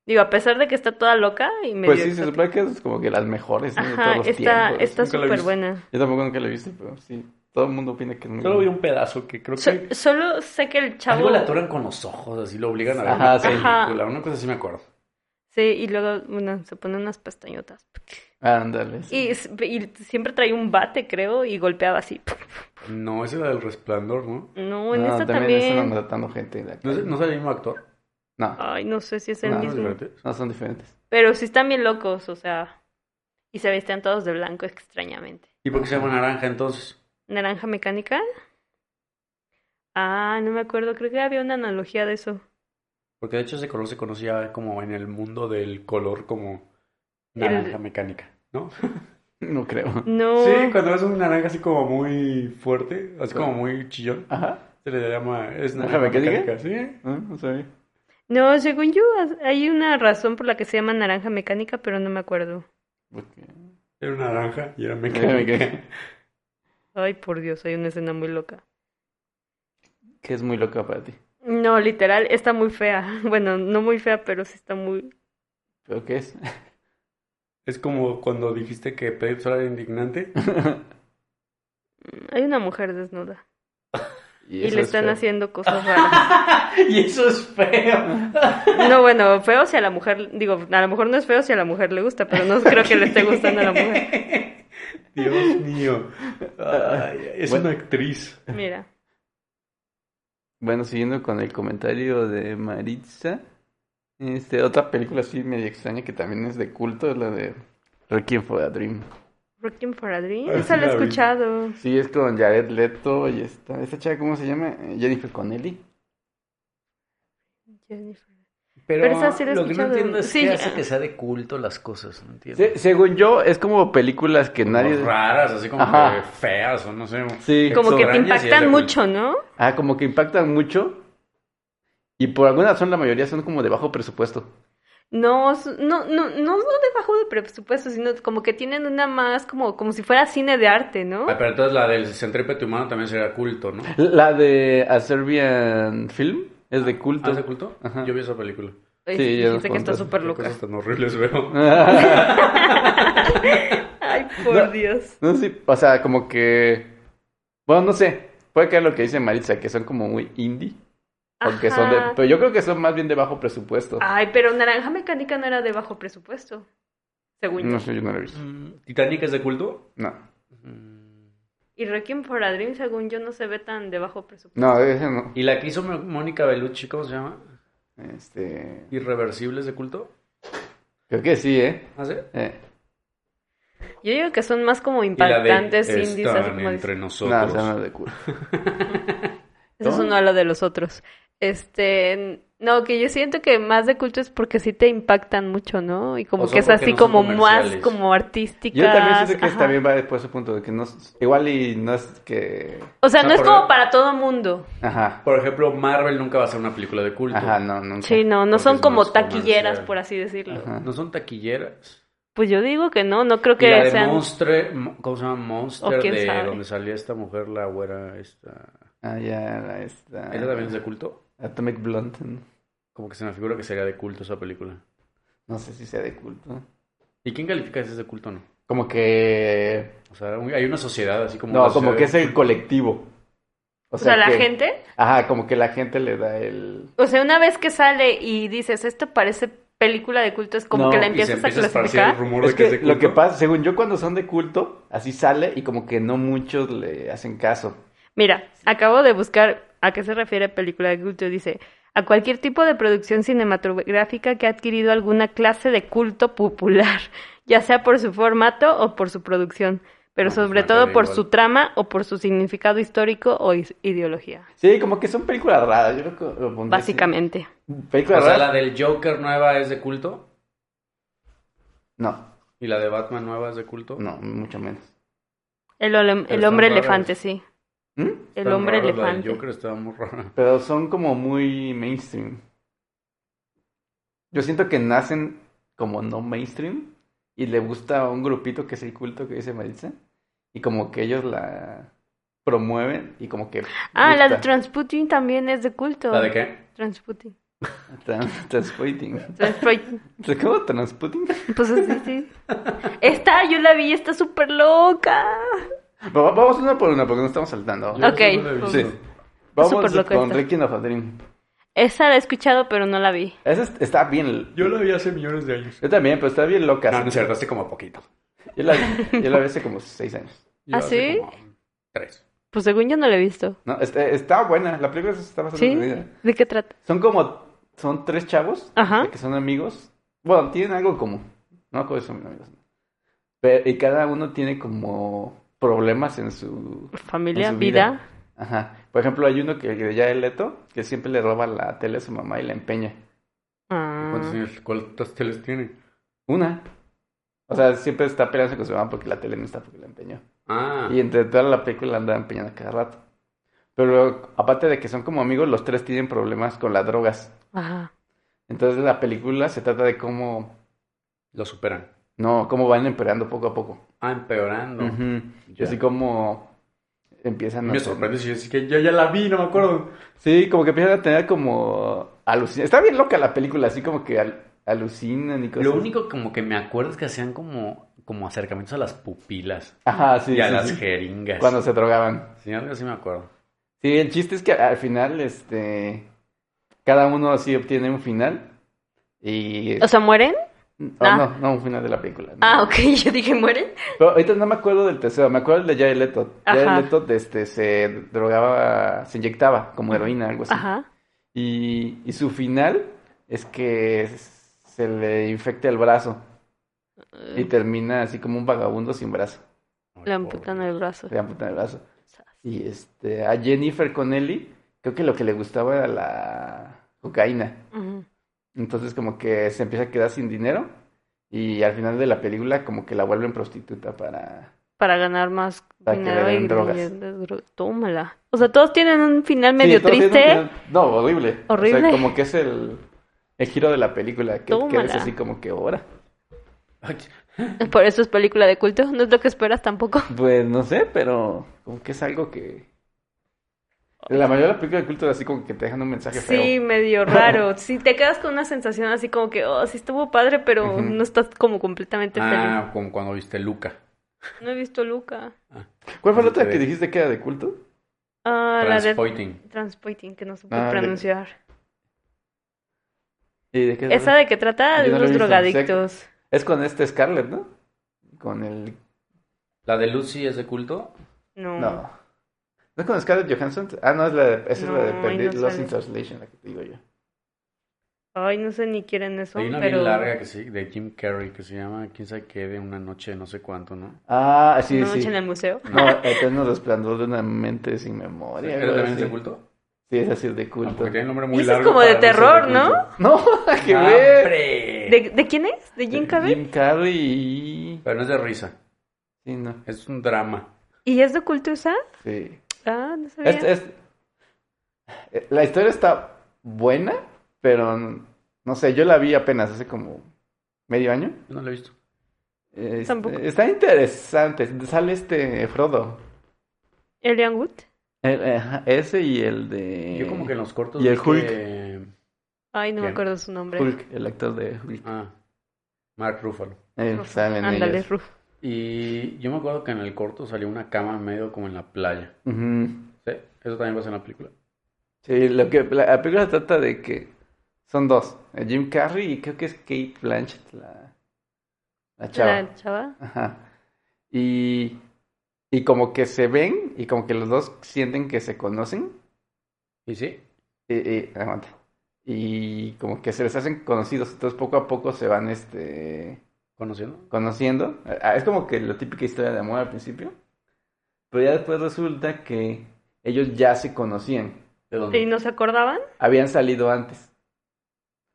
Speaker 1: Digo, a pesar de que está toda loca y medio.
Speaker 2: Pues sí, se
Speaker 1: exótica.
Speaker 2: supone que es como que las mejores ¿no? de
Speaker 1: Ajá,
Speaker 2: todos los
Speaker 1: está
Speaker 2: tiempos.
Speaker 1: está
Speaker 3: Nunca la he
Speaker 1: súper
Speaker 3: visto.
Speaker 1: buena.
Speaker 2: Yo tampoco nunca lo he visto, pero sí. Todo el mundo opina que es muy
Speaker 3: Solo vi
Speaker 2: bueno.
Speaker 3: un pedazo que creo
Speaker 1: So-
Speaker 3: que
Speaker 1: solo sé que el chavo.
Speaker 3: algo le atoran con los ojos, así lo obligan a ver
Speaker 2: Ajá,
Speaker 3: una
Speaker 2: sí.
Speaker 3: película. Una cosa así me acuerdo.
Speaker 1: Sí, y luego bueno, se pone unas pestañotas.
Speaker 2: Ándale.
Speaker 1: Y, s- y siempre traía un bate, creo, y golpeaba así.
Speaker 3: No, esa era del resplandor, ¿no?
Speaker 1: No, en
Speaker 2: no,
Speaker 1: esta
Speaker 2: también
Speaker 1: también.
Speaker 2: están matando gente. en la
Speaker 3: No,
Speaker 2: calle.
Speaker 3: es- no es el mismo actor. Ah,
Speaker 2: No,
Speaker 1: Ay, no sé si es el
Speaker 2: No, no
Speaker 1: mismo.
Speaker 3: Diferente.
Speaker 2: no, son diferentes.
Speaker 1: Pero sí están bien locos, o sea. Y se vestían todos de blanco extrañamente.
Speaker 3: ¿Y por qué se llama naranja entonces?
Speaker 1: ¿Naranja mecánica? Ah, no me acuerdo, creo que había una analogía de eso.
Speaker 3: Porque de hecho ese color se conocía como en el mundo del color como naranja mecánica, ¿no?
Speaker 2: No creo.
Speaker 1: No.
Speaker 3: Sí, cuando es un naranja así como muy fuerte, así como muy chillón,
Speaker 2: Ajá.
Speaker 3: se le llama... Es
Speaker 2: ¿Naranja
Speaker 3: naranja
Speaker 2: mecánica?
Speaker 3: mecánica, sí.
Speaker 2: No, no sabía.
Speaker 1: No, según yo, hay una razón por la que se llama naranja mecánica, pero no me acuerdo.
Speaker 2: Porque-
Speaker 3: Era una naranja y era
Speaker 2: Era mecánica.
Speaker 3: mecánica.
Speaker 1: Ay, por Dios, hay una escena muy loca.
Speaker 2: Que es muy loca para ti.
Speaker 1: No, literal, está muy fea. Bueno, no muy fea, pero sí está muy...
Speaker 2: ¿Pero qué es?
Speaker 3: Es como cuando dijiste que Peps era indignante.
Speaker 1: Hay una mujer desnuda. Y,
Speaker 2: eso
Speaker 1: le
Speaker 2: es
Speaker 1: están
Speaker 2: feo.
Speaker 1: haciendo cosas raras.
Speaker 3: y eso es feo.
Speaker 1: No, bueno, feo si a la mujer... Digo, a lo mejor no es feo si a la mujer le gusta, pero no creo que le esté gustando a la mujer.
Speaker 3: Dios mío. Ay, es
Speaker 2: Bueno.
Speaker 3: una actriz.
Speaker 1: Mira.
Speaker 2: Bueno, siguiendo con el comentario de Maritza, este, otra película así medio extraña que también es de culto es la de Requiem for a Dream.
Speaker 1: Rocking for a Dream.
Speaker 3: Ah, sí
Speaker 1: Esa la he
Speaker 3: la vi.
Speaker 1: escuchado.
Speaker 2: Sí, es con Jared Leto y esta, esta chava, ¿cómo se llama? Eh, Jennifer Connelly.
Speaker 1: Jennifer. Pero esa sí la he
Speaker 3: lo que no
Speaker 1: escuchado.
Speaker 3: entiendo es
Speaker 1: Sí,
Speaker 3: que
Speaker 1: ya.
Speaker 3: hace que sea de culto las cosas. No entiendo.
Speaker 2: Se- según yo, es como películas que
Speaker 3: Como
Speaker 2: nadie...
Speaker 3: raras, así como
Speaker 2: Ajá.
Speaker 3: que feas o no sé.
Speaker 2: Sí,
Speaker 1: Como que te
Speaker 3: extrañas y es de
Speaker 1: impactan
Speaker 3: culto.
Speaker 1: mucho, ¿no?
Speaker 2: Ah, como que impactan mucho y por alguna razón la mayoría son como de bajo presupuesto.
Speaker 1: No, s- no, no, no, no debajo de presupuesto, sino como que tienen una más como, como si fuera cine de arte, ¿no?
Speaker 3: Ah, pero entonces la del centrípeto humano también será culto, ¿no?
Speaker 2: La de A Serbian Film es de culto.
Speaker 3: Ah, ¿Hace culto?
Speaker 2: Ajá.
Speaker 3: Yo vi esa película.
Speaker 1: Ay,
Speaker 2: sí, ya nos
Speaker 1: dijiste que está
Speaker 2: contaste.
Speaker 1: súper
Speaker 3: Qué
Speaker 1: loca.
Speaker 3: cosas tan horribles veo.
Speaker 1: Ay, por
Speaker 2: No.
Speaker 1: Dios.
Speaker 2: No sé, si- o sea, como que. Bueno, no sé. Puede caer lo que dice Maritza, que son como muy indie. O que son de.
Speaker 1: Ajá. Ah,
Speaker 2: Pero yo creo que son más bien de bajo presupuesto.
Speaker 1: Ay, pero Naranja Mecánica no era de bajo presupuesto, según
Speaker 2: No
Speaker 1: yo.
Speaker 2: sé, yo no lo he visto.
Speaker 3: Mm, ¿Titanic es de culto?
Speaker 2: No.
Speaker 3: Mm.
Speaker 1: Y Requiem for a Dream, según yo, no se ve tan de bajo presupuesto.
Speaker 2: No, ese no.
Speaker 3: ¿Y la que hizo Mo- Mónica Bellucci, cómo se llama?
Speaker 2: Este.
Speaker 3: ¿Irreversibles de culto?
Speaker 2: Creo que sí, ¿eh?
Speaker 3: ¿Ah, sí?
Speaker 2: Eh,
Speaker 1: Yo digo que son más como
Speaker 3: Y la de
Speaker 1: impactantes indies,
Speaker 3: Están
Speaker 1: así como
Speaker 3: entre
Speaker 1: dices.
Speaker 2: No, o
Speaker 3: nosotros.
Speaker 2: sea, no es de culto.
Speaker 1: Eso es uno a lo de los otros. Este, no, que yo siento que más de culto es porque sí te impactan mucho, ¿no? Y como
Speaker 3: O sea,
Speaker 1: que es
Speaker 3: porque
Speaker 1: así
Speaker 3: no son
Speaker 1: como más
Speaker 3: comerciales.
Speaker 1: como
Speaker 2: Yo
Speaker 1: artísticas.
Speaker 2: también siento que
Speaker 1: ajá.
Speaker 2: también va después ese punto de que no. Igual y no es que.
Speaker 1: O sea,
Speaker 3: No,
Speaker 1: no es
Speaker 3: pero-
Speaker 1: como para todo mundo.
Speaker 2: Ajá.
Speaker 3: Por ejemplo, Marvel nunca va a ser una película de culto.
Speaker 2: Ajá, no, nunca.
Speaker 1: Sí, no, no
Speaker 3: Porque
Speaker 1: son
Speaker 3: es
Speaker 1: como
Speaker 3: más
Speaker 1: taquilleras,
Speaker 3: comercial.
Speaker 1: por así decirlo.
Speaker 2: Ajá.
Speaker 3: No son taquilleras.
Speaker 1: Pues yo digo que no, no creo
Speaker 3: Y la
Speaker 1: que
Speaker 3: de
Speaker 1: sean.
Speaker 3: Monstre- Mo- ¿cómo se llama?
Speaker 1: O
Speaker 3: Monster,
Speaker 1: quién
Speaker 3: de
Speaker 1: sabe.
Speaker 3: donde salía esta mujer, la güera, esta.
Speaker 2: Ah, ya, la esta.
Speaker 3: ¿Ella también es de culto?
Speaker 2: Atomic Blunt. ¿no?
Speaker 3: Como que se me figura que sería de culto esa película.
Speaker 2: No sé si sea de culto.
Speaker 3: ¿Y quién califica si es de culto o no?
Speaker 2: Como que.
Speaker 3: O sea, un- hay una sociedad así como.
Speaker 2: No,
Speaker 3: una
Speaker 2: como que es
Speaker 3: sociedad-
Speaker 2: el colectivo.
Speaker 1: O sea, la
Speaker 2: que-
Speaker 1: gente.
Speaker 2: Ajá, como que la gente le da el.
Speaker 1: O sea, una vez que sale y dices, esto parece película de culto, es como
Speaker 2: No,
Speaker 1: que la
Speaker 3: Y se
Speaker 1: empiezas a
Speaker 3: empieza a esparcir el
Speaker 1: clasificar.
Speaker 3: rumor
Speaker 2: es
Speaker 3: de
Speaker 2: que,
Speaker 3: que es de culto.
Speaker 2: lo que pasa, según yo, cuando son de culto, así sale y como que no muchos le hacen caso.
Speaker 1: Mira, acabo de buscar a qué se refiere película de culto. Dice, a cualquier tipo de producción cinematográfica que ha adquirido alguna clase de culto popular, ya sea por su formato o por su producción, pero
Speaker 3: No, pues,
Speaker 1: sobre
Speaker 3: no,
Speaker 1: todo
Speaker 3: queda
Speaker 1: por
Speaker 3: igual.
Speaker 1: su trama o por su significado histórico o is- ideología,
Speaker 2: Sí, como que son películas raras, yo creo que lo pondría así.
Speaker 1: básicamente.
Speaker 2: Películas
Speaker 3: O sea,
Speaker 2: raras.
Speaker 3: la del Joker nueva es de culto.
Speaker 2: No,
Speaker 3: ¿Y la de Batman nueva es de culto?
Speaker 2: no, mucho menos.
Speaker 1: El, olem- el
Speaker 3: Pero están
Speaker 1: hombre
Speaker 3: raras.
Speaker 1: elefante, sí.
Speaker 2: ¿Mm?
Speaker 1: El hombre
Speaker 3: raros, la del
Speaker 1: elefante.
Speaker 3: Joker estaba muy rara.
Speaker 2: Pero son como muy mainstream. Yo siento que nacen como no mainstream y le gusta a un grupito que es el culto que dice Maritza y como que ellos la promueven y como que...
Speaker 1: Ah, la de
Speaker 2: gusta.
Speaker 1: Transputin también es de culto.
Speaker 3: ¿La de qué?
Speaker 1: Transputin.
Speaker 2: Tran- Transputing.
Speaker 1: Transputin.
Speaker 2: ¿Cómo Transputing?
Speaker 1: Pues sí, sí. Esta yo la vi, está súper loca.
Speaker 2: Va- Vamos una por una porque no estamos saltando.
Speaker 3: Yo
Speaker 1: Ok.
Speaker 3: sí no la he visto.
Speaker 2: Sí. Vamos
Speaker 1: Súper loco
Speaker 2: con
Speaker 1: esto.
Speaker 2: Requiem of a Dream.
Speaker 1: Esa la he escuchado, pero no la vi.
Speaker 2: Esa es- está bien.
Speaker 3: Yo la vi hace millones de años.
Speaker 2: Yo también, pero está bien loca.
Speaker 3: Ah, No, no es cierto, hace como poquito.
Speaker 2: Yo la, yo la vi hace como seis años.
Speaker 3: Yo
Speaker 1: ¿Ah,
Speaker 3: hace
Speaker 1: sí?
Speaker 3: como Tres.
Speaker 1: Pues según yo no la he visto.
Speaker 2: No, este- está buena. La película está bastante
Speaker 1: ¿Sí?
Speaker 2: entretenida.
Speaker 1: ¿De qué trata?
Speaker 2: Son como, son tres chavos
Speaker 1: Ajá.
Speaker 2: este, que son amigos. Bueno, tienen algo en común. No creo que son amigos. Pero, y cada uno tiene como problemas en su...
Speaker 1: Familia,
Speaker 2: en su
Speaker 1: vida.
Speaker 2: Ajá. Por ejemplo, hay uno que que ya es Leto, que siempre le roba la tele a su mamá y la empeña.
Speaker 1: Ah.
Speaker 3: ¿Cuántos años? ¿Cuántas teles tiene?
Speaker 2: Una. O sea, siempre está peleando con su mamá porque la tele no está porque la empeñó.
Speaker 3: Ah.
Speaker 2: Y entre toda la película la andan empeñando cada rato. Pero aparte de que son como amigos, los tres tienen problemas con las drogas.
Speaker 1: Ajá.
Speaker 2: Entonces la película se trata de cómo
Speaker 3: Lo superan.
Speaker 2: No, cómo van empeorando poco a poco.
Speaker 3: Ah, empeorando.
Speaker 2: Ujú. Y
Speaker 3: Ya.
Speaker 2: así como empiezan a...
Speaker 3: Me sorprende si es que yo ya la vi, no me acuerdo.
Speaker 2: Sí, como que empiezan a tener como alucin... Está bien loca la película, así como que al- alucinan y cosas.
Speaker 3: Lo único como que me acuerdo es que hacían como, como acercamientos a las pupilas
Speaker 2: Ajá, sí,
Speaker 3: y a
Speaker 2: sí,
Speaker 3: las
Speaker 2: sí.
Speaker 3: jeringas.
Speaker 2: Cuando se drogaban.
Speaker 3: Sí, algo así me acuerdo.
Speaker 2: Sí, el chiste es que al final, este... Cada uno así obtiene un final. Y...
Speaker 1: O sea, ¿mueren?
Speaker 2: Oh,
Speaker 1: ah.
Speaker 2: no, no, un final de la película. no.
Speaker 1: Ah, ok, yo dije, ¿mueren?
Speaker 2: Pero ahorita no me acuerdo del tercero, me acuerdo del de Jared Leto.
Speaker 1: Ajá.
Speaker 2: Jared Leto este, se drogaba, se inyectaba como heroína, algo así.
Speaker 1: Ajá.
Speaker 2: Y, y su final es que s- se le infecta el brazo y termina así como un vagabundo sin brazo.
Speaker 1: Le
Speaker 3: Ay, pobre.
Speaker 1: amputan el brazo.
Speaker 2: Le amputan el brazo. Y este, a Jennifer Connelly, creo que lo que le gustaba era la cocaína.
Speaker 1: Ujú.
Speaker 2: Entonces como que se empieza a quedar sin dinero y al final de la película como que la vuelven prostituta para...
Speaker 1: Para ganar más
Speaker 2: Para que
Speaker 1: dinero
Speaker 2: le den
Speaker 1: y
Speaker 2: drogas.
Speaker 1: y- dro- Tómala. O sea, todos tienen un final
Speaker 2: Sí,
Speaker 1: medio
Speaker 2: entonces,
Speaker 1: triste.
Speaker 2: No, no, horrible. O sea,
Speaker 1: Horrible.
Speaker 2: como que es el, el giro de la película, que, que es
Speaker 1: Tómala.
Speaker 2: así como que ahora.
Speaker 3: Ay,
Speaker 1: Por eso es película de culto. No es lo que esperas tampoco.
Speaker 2: Pues no sé, pero como que es algo que. La mayoría de las películas de culto es así como que te dejan un mensaje
Speaker 1: Sí,
Speaker 2: Ah, feo.
Speaker 1: medio raro. Sí, te quedas con una sensación así como que, oh, sí estuvo padre, pero
Speaker 2: Ujú.
Speaker 1: no estás como completamente feliz.
Speaker 3: Ah, como cuando viste Luca.
Speaker 1: No he visto Luca.
Speaker 2: ¿Cuál fue la
Speaker 3: Sí,
Speaker 2: otra
Speaker 3: te
Speaker 2: que
Speaker 3: ve.
Speaker 2: dijiste que era de culto?
Speaker 1: Ah, la de
Speaker 3: Transpoiting.
Speaker 1: Transpoiting, que no supe
Speaker 2: Ah, de-
Speaker 1: pronunciar.
Speaker 2: ¿Y de qué es?
Speaker 1: Esa de que trata de
Speaker 2: Yo no la
Speaker 1: unos
Speaker 2: he visto.
Speaker 1: drogadictos.
Speaker 2: Es con este Scarlett, ¿no? Con el.
Speaker 3: La de Lucy es de culto.
Speaker 1: No.
Speaker 2: No. ¿No es con Scarlett Johansson? Ah, no, es la de... esa es la de
Speaker 1: No,
Speaker 2: Perdi-
Speaker 1: ahí no
Speaker 2: Lost
Speaker 1: sale.
Speaker 2: in Translation, la que te digo yo.
Speaker 1: Ay, no sé ni quién es eso,
Speaker 3: Hay una
Speaker 1: pero...
Speaker 3: bien larga que sí, de Jim Carrey, que se llama quién sabe qué, de una noche, no sé cuánto, ¿no?
Speaker 2: Ah, sí,
Speaker 1: Una noche
Speaker 2: sí.
Speaker 1: en el museo.
Speaker 2: No, Eterno Resplandor de una mente sin memoria.
Speaker 3: ¿Pero
Speaker 2: algo
Speaker 3: también es
Speaker 2: así.
Speaker 3: de culto?
Speaker 2: Sí, esa sí es de
Speaker 3: Ah,
Speaker 2: culto.
Speaker 3: porque tiene un nombre
Speaker 1: Y ese
Speaker 3: muy
Speaker 1: es
Speaker 3: largo.
Speaker 1: como de
Speaker 3: para no ser
Speaker 1: terror,
Speaker 3: culto.
Speaker 1: ¿no?
Speaker 2: No, que
Speaker 3: Ah,
Speaker 2: ver.
Speaker 3: hombre.
Speaker 1: ¿De, de quién es? ¿De Jim Carrey?
Speaker 2: Jim Carrey y...
Speaker 3: Pero no es de risa,
Speaker 2: Sí, no.
Speaker 3: es un drama.
Speaker 1: ¿Y es de culto esa?
Speaker 2: Sí.
Speaker 1: Ah, no sabía.
Speaker 2: Este Es- es- eh, La historia está buena, pero n- no sé, yo la vi apenas hace como medio año.
Speaker 3: Yo no lo he visto.
Speaker 2: Eh, es-
Speaker 1: Tampoco.
Speaker 2: Está interesante. Sale este Frodo.
Speaker 1: Elian Wood.
Speaker 2: El- eh, ajá, ese y el de
Speaker 3: Yo como que en los cortos.
Speaker 2: y el
Speaker 3: vi que-
Speaker 1: Ay, no me
Speaker 3: ¿Quién?
Speaker 1: acuerdo su nombre.
Speaker 2: Hulk, el actor de Hulk.
Speaker 3: Ah, Mark Ruffalo.
Speaker 2: Eh,
Speaker 1: Ruf.
Speaker 2: saben
Speaker 1: Ándale,
Speaker 2: ellos.
Speaker 1: Ruf.
Speaker 3: Y yo me acuerdo que en el corto salió una cama medio como en la playa.
Speaker 2: Ujú.
Speaker 3: ¿Sí? Eso también pasa en la película.
Speaker 2: Sí, lo que la, la película trata de que son dos, eh, Jim Carrey y creo que es Kate Blanchett, la, la chava.
Speaker 1: La chava.
Speaker 2: Ajá. Y, y como que se ven y como que los dos sienten que se conocen.
Speaker 3: ¿Y sí?
Speaker 2: Y, y- aguanta. Y como que se les hacen conocidos. Entonces poco a poco se van este,
Speaker 3: ¿Conociendo?
Speaker 2: conociendo. Ah, Es como que la típica historia de amor al principio. Pero ya después resulta que ellos ya se conocían.
Speaker 3: ¿De dónde?
Speaker 1: ¿Y no se acordaban?
Speaker 2: Habían salido antes.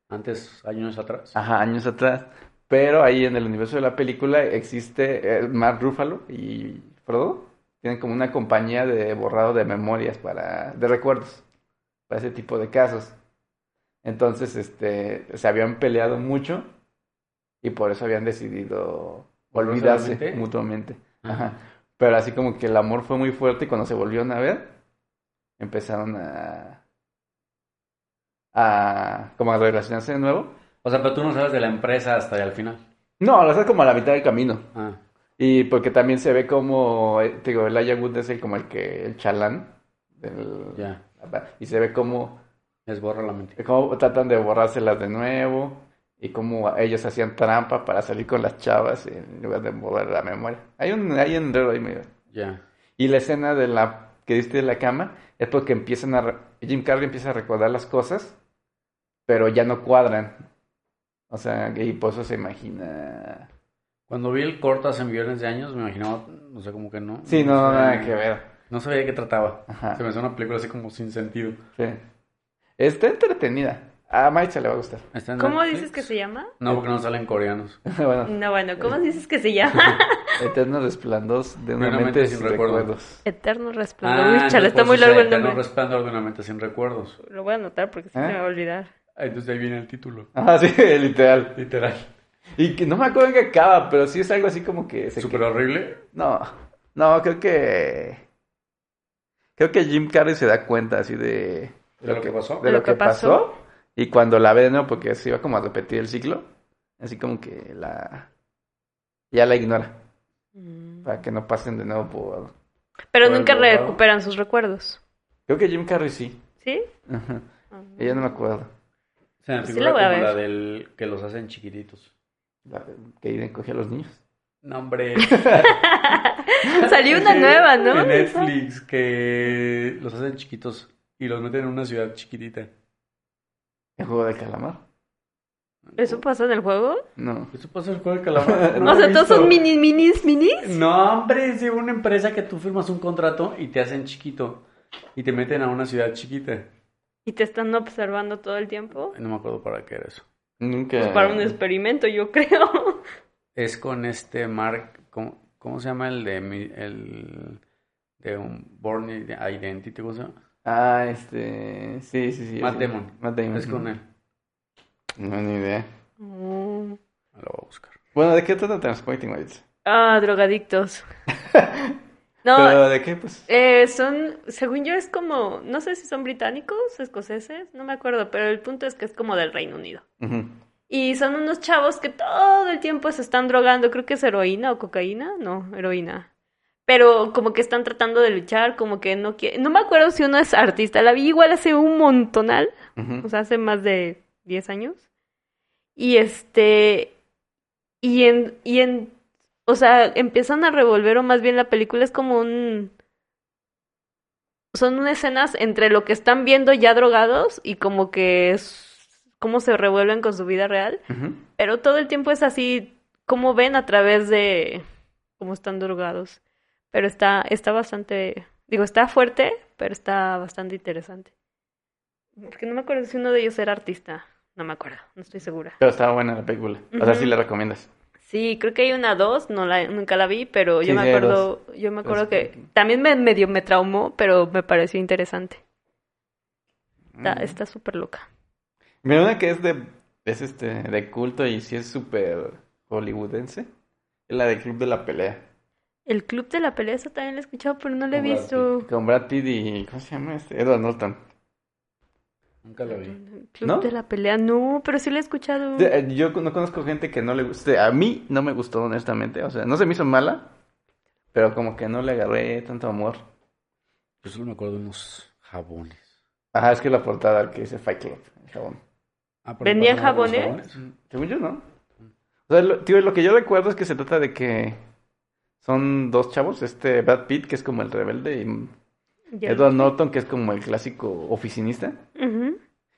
Speaker 3: Antes, años atrás.
Speaker 2: Ajá, años atrás. Pero ahí en el universo de la película existe eh, Mark Ruffalo y Frodo. tienen como una compañía de borrado de memorias para, de recuerdos, para ese tipo de casos. Entonces, este, se habían peleado mucho y por eso habían decidido olvidarse
Speaker 3: ¿Solamente?
Speaker 2: mutuamente.
Speaker 3: Ah.
Speaker 2: Ajá. Pero así como que el amor fue muy fuerte y cuando se volvieron a ver, empezaron a, a como a relacionarse de nuevo.
Speaker 3: O sea, pero tú no sabes de la empresa hasta el final.
Speaker 2: No, lo haces como a la mitad del camino.
Speaker 3: Ah.
Speaker 2: Y porque también se ve como, eh, te digo, Elijah Wood es el, como el que, el chalán. del-
Speaker 3: Ya.
Speaker 2: Y se ve como,
Speaker 3: Les borra la mentira.
Speaker 2: cómo tratan de borrárselas de nuevo y cómo ellos hacían trampa para salir con las chavas en lugar de borrar la memoria. Hay un, hay un enredo ahí medio.
Speaker 3: Ya.
Speaker 2: Y la escena de la que diste de la cama es porque empiezan a re- Jim Carrey empieza a recordar las cosas, pero ya no cuadran. O sea, y por eso se imagina.
Speaker 3: Cuando vi el corto hace millones de años, me imaginaba, no sé, como que no.
Speaker 2: Sí, no,
Speaker 3: sabía-
Speaker 2: nada que ver.
Speaker 3: No sabía de qué trataba.
Speaker 2: Ajá.
Speaker 3: Se me hizo una película así como sin sentido.
Speaker 2: Sí. Está entretenida. A Maicha le va a gustar.
Speaker 3: Está en
Speaker 1: ¿Cómo
Speaker 3: Netflix.
Speaker 1: dices que se llama?
Speaker 3: No, porque no salen coreanos.
Speaker 2: bueno,
Speaker 1: No, bueno, ¿cómo dices que se llama?
Speaker 2: Eterno Resplandor de una
Speaker 3: Una
Speaker 2: mente,
Speaker 3: mente
Speaker 2: sin
Speaker 3: sin recuerdo.
Speaker 2: recuerdos.
Speaker 1: Eterno Resplandor. Uy, Ah, chale,
Speaker 3: entonces,
Speaker 1: está
Speaker 3: pues,
Speaker 1: muy
Speaker 3: o sea,
Speaker 1: largo el
Speaker 3: Eterno
Speaker 1: nombre.
Speaker 3: resplandor de una mente sin recuerdos.
Speaker 1: Lo voy a anotar porque si no
Speaker 2: ¿Eh?
Speaker 1: me va a olvidar.
Speaker 3: Ah, Entonces ahí viene el título.
Speaker 2: Ah, sí, literal.
Speaker 3: Literal.
Speaker 2: Y que no me acuerdo en qué acaba, pero sí es algo así como que se
Speaker 3: Súper horrible.
Speaker 2: No, no, creo que. Creo que Jim Carrey se da cuenta así de.
Speaker 3: ¿De lo que pasó?
Speaker 2: De lo que pasó. Y cuando la ve de nuevo, porque se iba como a repetir el ciclo, así como que la. Ya la ignora,
Speaker 1: Mm.
Speaker 2: para que no pasen de nuevo por.
Speaker 1: Pero
Speaker 3: Bueno,
Speaker 1: nunca
Speaker 3: borrado.
Speaker 1: recuperan sus recuerdos.
Speaker 2: Creo que Jim Carrey sí.
Speaker 1: ¿Sí?
Speaker 2: Ajá. Ella no me acuerdo.
Speaker 3: Se me
Speaker 1: Sí,
Speaker 3: figura
Speaker 1: la voy a
Speaker 3: como
Speaker 1: ver.
Speaker 3: la del que los hacen chiquititos.
Speaker 2: La- que Irene coge a los niños.
Speaker 3: No, hombre.
Speaker 1: Salió una
Speaker 3: Sí,
Speaker 1: nueva, ¿no?
Speaker 3: En Netflix, que los hacen chiquitos y los meten en una ciudad chiquitita.
Speaker 2: ¿El juego de calamar?
Speaker 1: ¿Eso pasa en el juego?
Speaker 2: No.
Speaker 3: Eso pasa en el juego de calamar.
Speaker 2: No
Speaker 1: o sea,
Speaker 3: he
Speaker 1: todos
Speaker 3: visto.
Speaker 1: son minis, minis, minis.
Speaker 3: No, hombre, es de una empresa que tú firmas un contrato y te hacen chiquito. Y te meten a una ciudad chiquita.
Speaker 1: Y te están observando todo el tiempo.
Speaker 3: No me acuerdo para qué era eso.
Speaker 2: Nunca.
Speaker 1: Pues para un experimento, yo creo.
Speaker 3: Es con este Mark. ¿Cómo, cómo se llama el de. mi- el de un Born Identity? ¿Cómo se llama?
Speaker 2: Ah, este. Sí, sí, sí. sí.
Speaker 3: Matt Damon.
Speaker 2: Matt Damon.
Speaker 3: Es con él.
Speaker 2: No, ni idea.
Speaker 1: Mm.
Speaker 3: Lo voy a buscar.
Speaker 2: Bueno, ¿de qué trata Transporting Maritza?
Speaker 1: Ah, drogadictos. No,
Speaker 2: ¿Pero de qué, pues?
Speaker 1: eh, son, según yo es como, no sé si son británicos, escoceses, no me acuerdo, pero el punto es que es como del Reino Unido.
Speaker 2: Ujú.
Speaker 1: Y son unos chavos que todo el tiempo se están drogando, creo que es heroína o cocaína, no, heroína. Pero como que están tratando de luchar, como que no quiere, no me acuerdo si uno es artista, la vi igual hace un montonal,
Speaker 2: Ujú.
Speaker 1: o sea, hace más de 10 años. Y este, y en, y en, o sea, empiezan a revolver, o más bien la película es como un, son unas escenas entre lo que están viendo ya drogados y como que es, cómo se revuelven con su vida real.
Speaker 2: Ujú.
Speaker 1: Pero todo el tiempo es así, como ven a través de cómo están drogados. Pero está, está bastante, digo, está fuerte, pero está bastante interesante. Porque no me acuerdo si uno de ellos era artista. No me acuerdo, no estoy segura.
Speaker 2: Pero estaba buena la película. O sea, sí
Speaker 1: Ujú.
Speaker 2: la recomiendas.
Speaker 1: Sí, creo que hay una dos, no la, nunca la vi, pero
Speaker 2: Sí,
Speaker 1: yo me
Speaker 2: sí hay Pues,
Speaker 1: acuerdo, yo me acuerdo
Speaker 2: Entonces,
Speaker 1: que también me medio me traumó, pero me pareció interesante. Está,
Speaker 2: Mm.
Speaker 1: está súper loca.
Speaker 2: Mira, una que es de... Es este... De culto y sí es súper hollywoodense. Es la del Club de la Pelea.
Speaker 1: El club de la pelea, esa también la he escuchado, pero no la he
Speaker 3: Con Brad
Speaker 1: visto.
Speaker 2: Con Brad Pitt y... ¿Cómo se llama este? Edward Norton.
Speaker 3: Nunca lo vi.
Speaker 1: Club
Speaker 2: ¿No?
Speaker 1: de la pelea, no, pero sí la he escuchado.
Speaker 2: De- eh, Yo no conozco gente que no le guste. A mí no me gustó, honestamente. O sea, no se me hizo mala. Pero como que no le agarré tanto amor.
Speaker 3: Yo solo me acuerdo de unos jabones.
Speaker 2: Ajá, es que la portada que dice Fight Club. El jabón.
Speaker 3: Ah, ¿pero
Speaker 1: ¿Vendían
Speaker 3: pasaban los
Speaker 1: jabones?
Speaker 2: Según yo, ¿no? O sea, lo, tío, lo que yo recuerdo es que se trata de que son dos chavos, este Brad Pitt, que es como el rebelde, y
Speaker 1: Ya.
Speaker 2: Edward Norton, que es como el clásico oficinista,
Speaker 1: Ujú.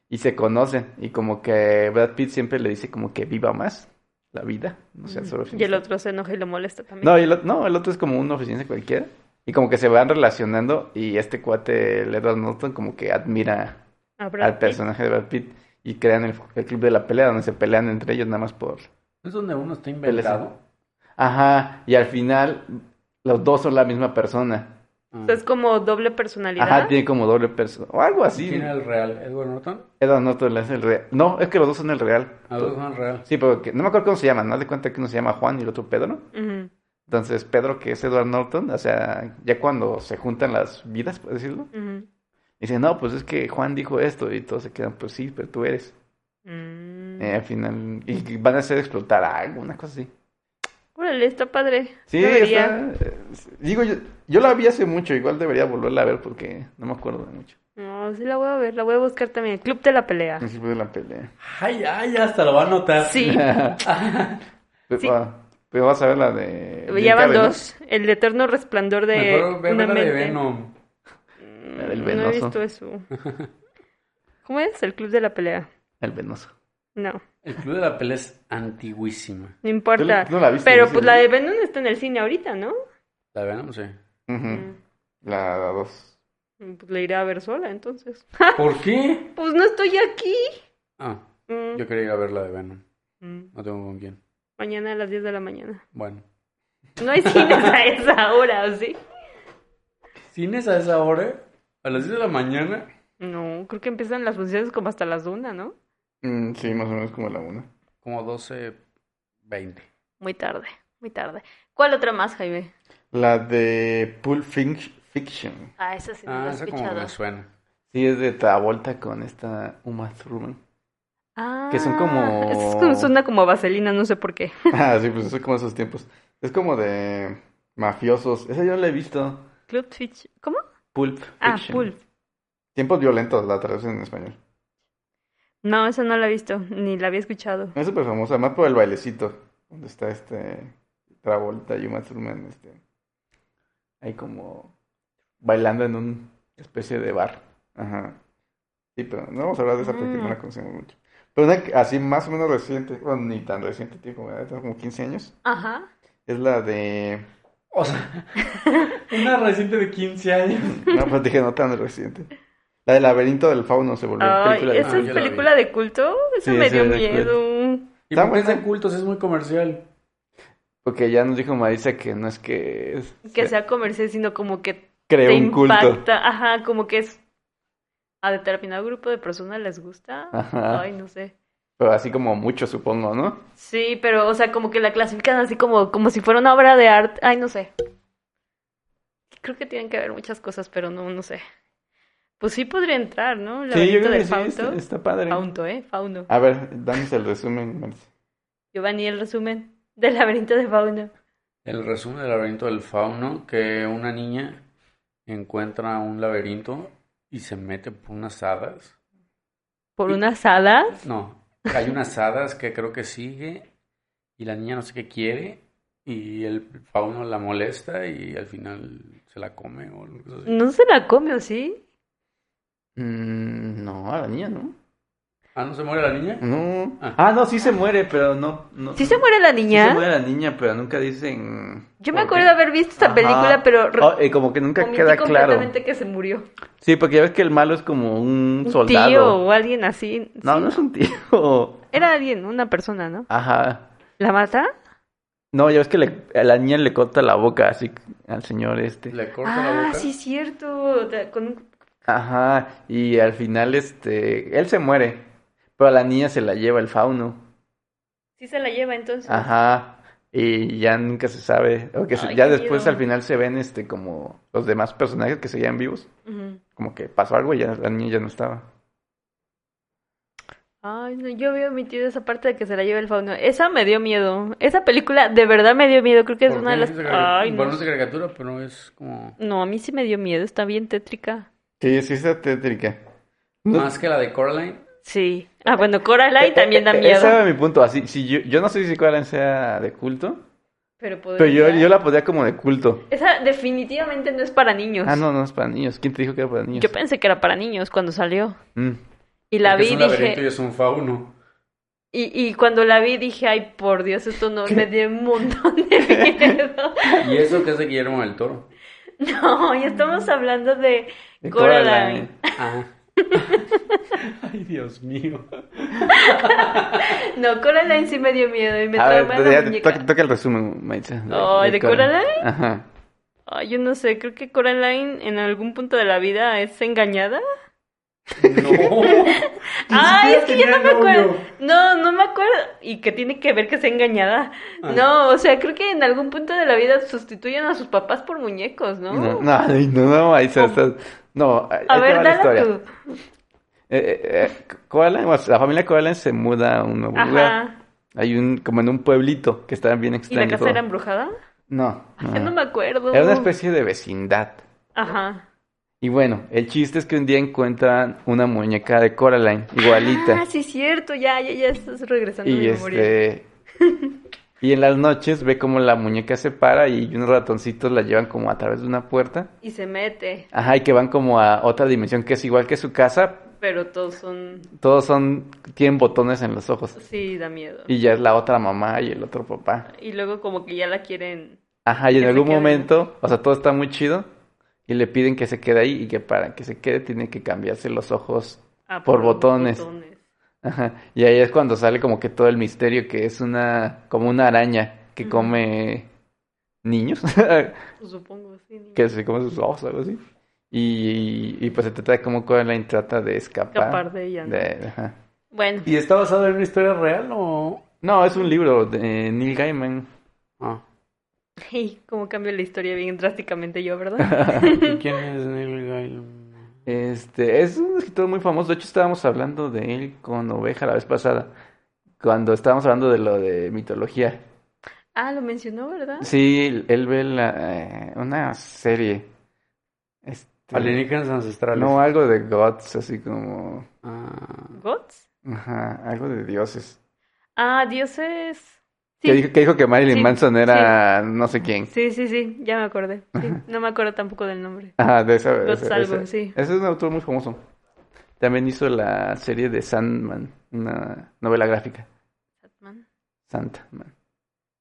Speaker 2: y se conocen, y como que Brad Pitt siempre le dice como que viva más la vida, no sea solo
Speaker 1: Y el
Speaker 2: oficinista.
Speaker 1: otro se enoja y lo molesta también.
Speaker 2: No, y el otro, no, el otro es como un oficinista cualquiera, y como que se van relacionando, y este cuate, el Edward Norton, como que admira
Speaker 1: A Brad
Speaker 2: al
Speaker 1: Pitt.
Speaker 2: personaje de Brad Pitt, y crean el, el club de la pelea, donde se pelean entre ellos nada más por...
Speaker 3: ¿Es donde uno está inventado?
Speaker 2: Ajá, y al final los dos son la misma persona.
Speaker 3: Ah.
Speaker 1: O sea, es como doble personalidad.
Speaker 2: Ajá, tiene como doble persona. O algo así.
Speaker 3: ¿Quién era el real? ¿Edward Norton?
Speaker 2: Edward Norton es el real. No, es que los dos son el real.
Speaker 3: A dos son real.
Speaker 2: Sí, pero que- no me acuerdo cómo se llaman. No de cuenta que uno se llama Juan y el otro Pedro.
Speaker 1: Ujú.
Speaker 2: Entonces, Pedro, que es Edward Norton, o sea, ya cuando se juntan las vidas, por decirlo,
Speaker 1: Ujú.
Speaker 2: dicen, no, pues es que Juan dijo esto. Y todos se quedan, pues sí, pero tú eres.
Speaker 1: Mm.
Speaker 2: Eh, al final, y van a hacer explotar algo, una cosa así.
Speaker 1: Órale, está padre.
Speaker 2: Sí,
Speaker 1: Debería.
Speaker 2: está- eh, digo, yo, yo la vi hace mucho, igual debería volverla a ver porque no me acuerdo de mucho.
Speaker 1: No, sí la voy a ver, la voy a buscar también. Club de la pelea.
Speaker 2: Principio de la pelea.
Speaker 3: Ay, ay, hasta lo va a notar.
Speaker 1: Sí,
Speaker 2: Pero, ah,
Speaker 1: Sí.
Speaker 2: pero vas a ver la de. Jim
Speaker 1: ya van
Speaker 2: Carrey, ¿no?
Speaker 1: dos. El eterno resplandor de
Speaker 3: Mejor ve
Speaker 1: una
Speaker 3: la de
Speaker 1: mente.
Speaker 3: Venom.
Speaker 1: Mm,
Speaker 2: La del
Speaker 1: No he
Speaker 2: venoso.
Speaker 1: visto eso. ¿Cómo es? El club de la pelea.
Speaker 2: El venoso.
Speaker 1: No,
Speaker 3: El Club de la Pelea es antiguísima.
Speaker 1: no importa.
Speaker 2: Tú no la viste,
Speaker 1: Pero
Speaker 2: dices,
Speaker 1: pues
Speaker 2: ¿no?
Speaker 1: la de Venom está en el cine ahorita, ¿no?
Speaker 3: La de Venom, sí.
Speaker 2: Ujú. La, la dos.
Speaker 1: Mm, Pues la iré a ver sola, entonces.
Speaker 3: ¿Por qué?
Speaker 1: Pues no estoy aquí.
Speaker 3: Ah,
Speaker 1: Mm,
Speaker 3: yo quería ir a ver la de Venom.
Speaker 1: mm.
Speaker 3: No tengo con quién.
Speaker 1: Mañana a las 10 de la mañana.
Speaker 3: Bueno.
Speaker 1: No hay cines a esa hora, ¿o sí?
Speaker 3: ¿Cines a esa hora? ¿A las 10 de la mañana?
Speaker 1: No, creo que empiezan las funciones como hasta las 1, ¿no?
Speaker 2: Mm, sí, más o menos como la una.
Speaker 3: Como 12, 20.
Speaker 1: Muy tarde, muy tarde. ¿Cuál otra más, Jaime?
Speaker 2: La de Pulp Finch- Fiction.
Speaker 1: Ah, esa sí no la
Speaker 3: Ah,
Speaker 1: he
Speaker 3: esa como
Speaker 1: escuchado.
Speaker 3: me suena.
Speaker 2: Sí, es de Travolta con esta Uma Thurman.
Speaker 1: Ah,
Speaker 2: Que son como-
Speaker 1: es como- suena como vaselina, no sé por qué.
Speaker 2: ah, sí, pues es como esos tiempos. Es como de mafiosos. Esa yo la he visto.
Speaker 1: Club Twitch. ¿Cómo?
Speaker 2: Pulp
Speaker 1: Ah,
Speaker 2: Fiction.
Speaker 1: Pulp.
Speaker 2: Tiempos violentos, la traducen en español.
Speaker 1: No, esa no la he visto, ni la había escuchado.
Speaker 2: Es súper famosa, más por el bailecito. Donde está este Travolta y Uma Thurman. Este, ahí como bailando en una especie de bar. Ajá. Sí, pero no vamos a hablar de esa porque no la
Speaker 1: Ah.
Speaker 2: conocemos mucho. Pero una que- así más o menos reciente, bueno, ni tan reciente, tiene como, tiene como 15 años.
Speaker 1: Ajá.
Speaker 2: Es la de...
Speaker 3: O sea, una reciente de 15 años.
Speaker 2: No, pues dije no tan reciente. La del laberinto del fauno se volvió
Speaker 1: Ay,
Speaker 2: película de
Speaker 1: ¿Esa
Speaker 3: Ah,
Speaker 1: es
Speaker 3: yo la vi.
Speaker 1: película de culto? Esa
Speaker 2: Sí,
Speaker 1: me
Speaker 2: esa
Speaker 1: dio
Speaker 2: es de
Speaker 1: miedo.
Speaker 3: Y
Speaker 2: Está
Speaker 3: porque es
Speaker 2: buena.
Speaker 3: de cultos, es muy comercial.
Speaker 2: Porque ya nos dijo Marisa que no es que... es-
Speaker 1: Que sea comercial, sino como que
Speaker 2: cree
Speaker 1: te
Speaker 2: un culto.
Speaker 1: impacta. Ajá, como que es... A determinado grupo de personas les gusta.
Speaker 2: Ajá.
Speaker 1: Ay, no sé.
Speaker 2: Pero así como mucho, supongo, ¿no?
Speaker 1: Sí, pero, o sea, como que la clasifican así como, como si fuera una obra de arte. Ay, no sé. Creo que tienen que ver muchas cosas, pero no, no sé. Pues sí podría entrar, ¿no? El
Speaker 2: Sí,
Speaker 1: laberinto
Speaker 2: yo creo que
Speaker 1: del
Speaker 2: sí, está,
Speaker 1: Fauno.
Speaker 2: está padre.
Speaker 1: Fauno, ¿eh? Fauno.
Speaker 2: A ver, danos el resumen, Marisa.
Speaker 1: Giovanni, el resumen del laberinto de Fauno.
Speaker 3: El resumen del laberinto del fauno, que una niña encuentra un laberinto y se mete por unas hadas.
Speaker 1: Por unas hadas.
Speaker 3: No, hay unas hadas que creo que sigue y la niña no sé qué quiere y el fauno la molesta y al final se la come o algo así.
Speaker 1: No se la come, ¿o sí?
Speaker 2: Mm, no, a la niña, ¿no?
Speaker 3: Ah, ¿no se muere la niña?
Speaker 2: No.
Speaker 3: Ah.
Speaker 2: Ah, no, sí se muere, pero no. no
Speaker 1: ¿Sí se muere la niña?
Speaker 2: Sí se muere la niña, pero nunca dicen.
Speaker 1: Yo me
Speaker 2: por
Speaker 1: acuerdo
Speaker 2: qué.
Speaker 1: de haber visto esta
Speaker 2: Ajá.
Speaker 1: película, pero re-
Speaker 2: Oh, eh, como que nunca
Speaker 1: omití
Speaker 2: queda claro.
Speaker 1: completamente que se murió.
Speaker 2: Sí, porque ya ves que el malo es como un
Speaker 1: Un
Speaker 2: soldado.
Speaker 1: tío o alguien así.
Speaker 2: No,
Speaker 1: Sí,
Speaker 2: no es un tío.
Speaker 1: Era alguien, una persona, ¿no?
Speaker 2: Ajá.
Speaker 1: ¿La mata?
Speaker 2: No, ya ves que le- a la niña le corta la boca así al señor este.
Speaker 3: Le corta la
Speaker 1: Ah,
Speaker 3: boca.
Speaker 1: sí, cierto. da- Con un-
Speaker 2: Ajá, y al final este, él se muere, pero a la niña se la lleva el fauno.
Speaker 1: Sí se la lleva entonces.
Speaker 2: Ajá, y ya nunca se sabe, o que se-
Speaker 1: Ay,
Speaker 2: ya
Speaker 1: qué
Speaker 2: después
Speaker 1: miedo.
Speaker 2: al final se ven este como los demás personajes que seguían vivos,
Speaker 1: Ujú.
Speaker 2: como que pasó algo y ya la niña ya no estaba.
Speaker 1: Ay, no, yo había omitido esa parte de que se la lleva el fauno. Esa me dio miedo. Esa película de verdad me dio miedo. Creo que es
Speaker 3: ¿Por
Speaker 1: una
Speaker 3: qué?
Speaker 1: de las...
Speaker 3: Es de caricatura.
Speaker 1: Ay,
Speaker 3: Bueno,
Speaker 1: no.
Speaker 3: no es de caricatura, pero es como...
Speaker 1: No, a mí sí me dio miedo. Está bien tétrica.
Speaker 2: Sí, sí está tétrica.
Speaker 1: Mm.
Speaker 2: No-
Speaker 3: Más que la de Coraline.
Speaker 1: Sí. Ah, bueno, Coraline
Speaker 2: Eh,
Speaker 1: también da
Speaker 2: eh,
Speaker 1: miedo.
Speaker 2: Ese era mi punto, así, si yo, yo no sé si Coraline sea de culto,
Speaker 1: Pero,
Speaker 2: pero yo,
Speaker 1: podría-
Speaker 2: yo la podía como de culto.
Speaker 1: Esa definitivamente no es para niños.
Speaker 2: Ah, no, no es para niños, ¿quién te dijo que era para niños?
Speaker 1: Yo pensé que era para niños cuando salió.
Speaker 2: Mm.
Speaker 1: Y la
Speaker 3: porque
Speaker 1: vi
Speaker 3: es
Speaker 1: y
Speaker 3: un laberinto y
Speaker 1: dije...
Speaker 3: es un fauno.
Speaker 1: Y, y cuando la vi dije, ay, por Dios, esto no... Me dio un montón de miedo.
Speaker 3: Y eso que es de Guillermo del Toro.
Speaker 1: No, ya estamos hablando de
Speaker 2: Mm. De
Speaker 1: Coraline.
Speaker 3: Ah. Ay, Dios mío.
Speaker 1: No, Coraline sí me dio miedo y me
Speaker 2: A ver, pues
Speaker 1: trauma la
Speaker 2: ya,
Speaker 1: muñeca.
Speaker 2: toca, toca el resumen, Maitza.
Speaker 1: Ay, ¿de Coraline?
Speaker 2: Ajá.
Speaker 1: Ay, yo no sé, creo que Coraline en algún punto de la vida es engañada.
Speaker 3: No.
Speaker 1: Ay, es que yo
Speaker 2: tenía
Speaker 1: no me acuerdo.
Speaker 2: novio.
Speaker 1: No, no me acuerdo. ¿Y qué tiene que ver que sea engañada?
Speaker 2: Ah.
Speaker 1: No, o sea, creo que en algún punto de la vida sustituyen a sus papás por muñecos, ¿no? Oh.
Speaker 2: No, no, ay, no, no, ahí se- se- no, ahí-
Speaker 1: a
Speaker 2: ahí te
Speaker 1: ver,
Speaker 2: va la
Speaker 1: dale
Speaker 2: historia.
Speaker 1: tú.
Speaker 2: Eh, eh, eh, Koala, o sea, la familia Koala se muda a un nuevo lugar.
Speaker 1: Ajá.
Speaker 2: Hay un, como en un pueblito que está bien
Speaker 1: ¿Y
Speaker 2: extraño.
Speaker 1: la casa
Speaker 2: todo.
Speaker 1: era embrujada?
Speaker 2: No,
Speaker 1: Ay,
Speaker 2: no.
Speaker 1: Yo no me acuerdo.
Speaker 2: Ah. Era una especie de vecindad.
Speaker 1: Ajá.
Speaker 2: Y bueno, el chiste es que un día encuentran una muñeca de Coraline, igualita.
Speaker 1: Ah, sí, cierto, ya, ya, ya estás regresando a
Speaker 2: y
Speaker 1: mi memoria.
Speaker 2: este. Y en las noches ve como la muñeca se para y unos ratoncitos la llevan como a través de una puerta.
Speaker 1: Y se mete,
Speaker 2: Ajá, y que van como a otra dimensión que es igual que su casa.
Speaker 1: pero todos son...
Speaker 2: Todos son, tienen botones en los ojos.
Speaker 1: Sí, da miedo.
Speaker 2: Y ya es la otra mamá y el otro papá.
Speaker 1: Y luego como que ya la quieren...
Speaker 2: Ajá, y en
Speaker 1: Que se
Speaker 2: algún
Speaker 1: quede, ¿no?
Speaker 2: momento, o sea, todo está muy chido. Y le piden que se quede ahí y que para que se quede tiene que cambiarse los ojos
Speaker 1: a
Speaker 2: Por botones. Ajá. Y ahí es cuando sale como que todo el misterio que es una, como una araña que
Speaker 1: Ujú.
Speaker 2: come niños,
Speaker 1: Pues supongo, sí. ni-
Speaker 2: que se come sus ojos o algo así. Y, y, pues se trata de cómo Coraline trata de escapar.
Speaker 1: Escapar de ella, ¿no?
Speaker 2: de- ajá.
Speaker 1: Bueno,
Speaker 3: ¿Y está basado en una historia real o...?
Speaker 2: No, es un libro de Neil Gaiman.
Speaker 3: Ah.
Speaker 1: hey, cómo cambia la historia bien drásticamente yo, ¿verdad?
Speaker 3: ¿Y quién es Neil Gaiman?
Speaker 2: Este, es un escritor muy famoso. De hecho, estábamos hablando de él con Oveja la vez pasada. Cuando estábamos hablando de lo de mitología.
Speaker 1: Ah, lo mencionó, ¿verdad?
Speaker 2: Sí, él ve la, eh, una serie. Este,
Speaker 3: Alienígenas ancestrales.
Speaker 2: No, algo de gods, así como...
Speaker 3: Ah.
Speaker 1: ¿Gods?
Speaker 2: Ajá, algo de dioses.
Speaker 1: Ah, dioses.
Speaker 2: Que
Speaker 1: Sí,
Speaker 2: dijo, que dijo que Marilyn
Speaker 1: Sí,
Speaker 2: Manson era no sé quién.
Speaker 1: sí, sí, sí, ya me acordé. Sí, no me acuerdo tampoco del nombre.
Speaker 2: Ajá, de esa... de
Speaker 1: Gods
Speaker 2: esa- de
Speaker 1: algo,
Speaker 2: esa.
Speaker 1: sí.
Speaker 2: Ese es un autor muy famoso. También hizo la serie de Sandman, una novela gráfica.
Speaker 1: Batman.
Speaker 2: Sandman.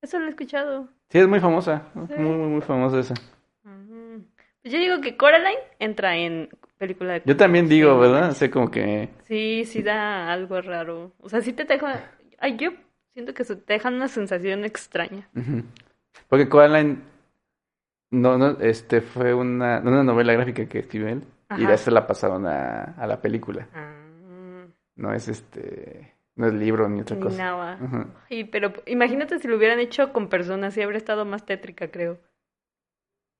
Speaker 1: Eso lo he escuchado.
Speaker 2: Sí, es muy famosa.
Speaker 1: Sí.
Speaker 2: Muy, muy, muy famosa esa.
Speaker 1: Ujú. Pues yo digo que Coraline entra en película de...
Speaker 2: Yo también digo,
Speaker 1: Sí.
Speaker 2: ¿verdad? Sé como que...
Speaker 1: Sí, sí da algo raro. O sea, sí te deja... Ay, yo siento que se te dejan una sensación extraña.
Speaker 2: Ujú. Porque Coraline no, no, este fue una, una novela gráfica que escribió él y
Speaker 1: Ajá.
Speaker 2: de esa la pasaron a, a la película.
Speaker 1: Ah,
Speaker 2: No es este, no es libro ni otra
Speaker 1: ni
Speaker 2: cosa. Ah.
Speaker 1: nada.
Speaker 2: Ujú.
Speaker 1: Ay, pero imagínate si lo hubieran hecho con personas, sí habría estado más tétrica, creo.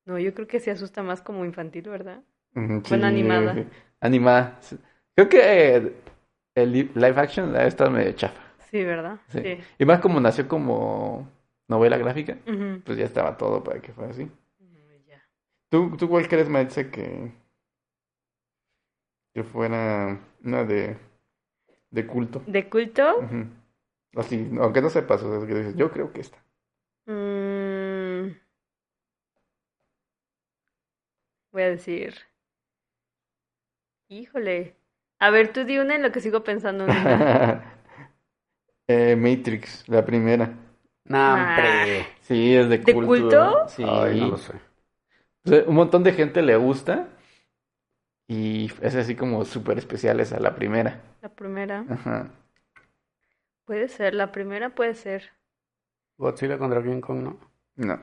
Speaker 1: No, yo creo que se asusta más como infantil, ¿verdad?
Speaker 2: Ujú,
Speaker 1: Bueno, animada.
Speaker 2: ujú. Animada. sí. Creo que eh, el li- live action ha estado medio chafa.
Speaker 1: Sí, ¿verdad?
Speaker 2: sí. Y más como nació como novela gráfica,
Speaker 1: Ujú.
Speaker 2: pues ya estaba todo para que fuera así.
Speaker 1: Mm, ya.
Speaker 2: ¿Tú, tú cuál crees, Maritza, que, que fuera una de, de culto?
Speaker 1: De culto,
Speaker 2: Ujú. Así, aunque no sepas, o sea, que dices, yo creo que esta.
Speaker 1: mm, voy a decir, híjole, a ver, tú di una en lo que sigo pensando. Nina.
Speaker 2: Eh, Matrix, la primera.
Speaker 3: Nah,
Speaker 1: Nah.
Speaker 3: hombre.
Speaker 2: Sí, es de
Speaker 1: ¿De
Speaker 2: culto.
Speaker 1: culto?
Speaker 2: Sí.
Speaker 3: Ay, no lo sé.
Speaker 2: O sea, un montón de gente le gusta y es así como súper especial esa, la primera.
Speaker 1: La primera,
Speaker 2: Ajá.
Speaker 1: puede ser, la primera puede ser.
Speaker 3: Godzilla contra King Kong, ¿no?
Speaker 2: No.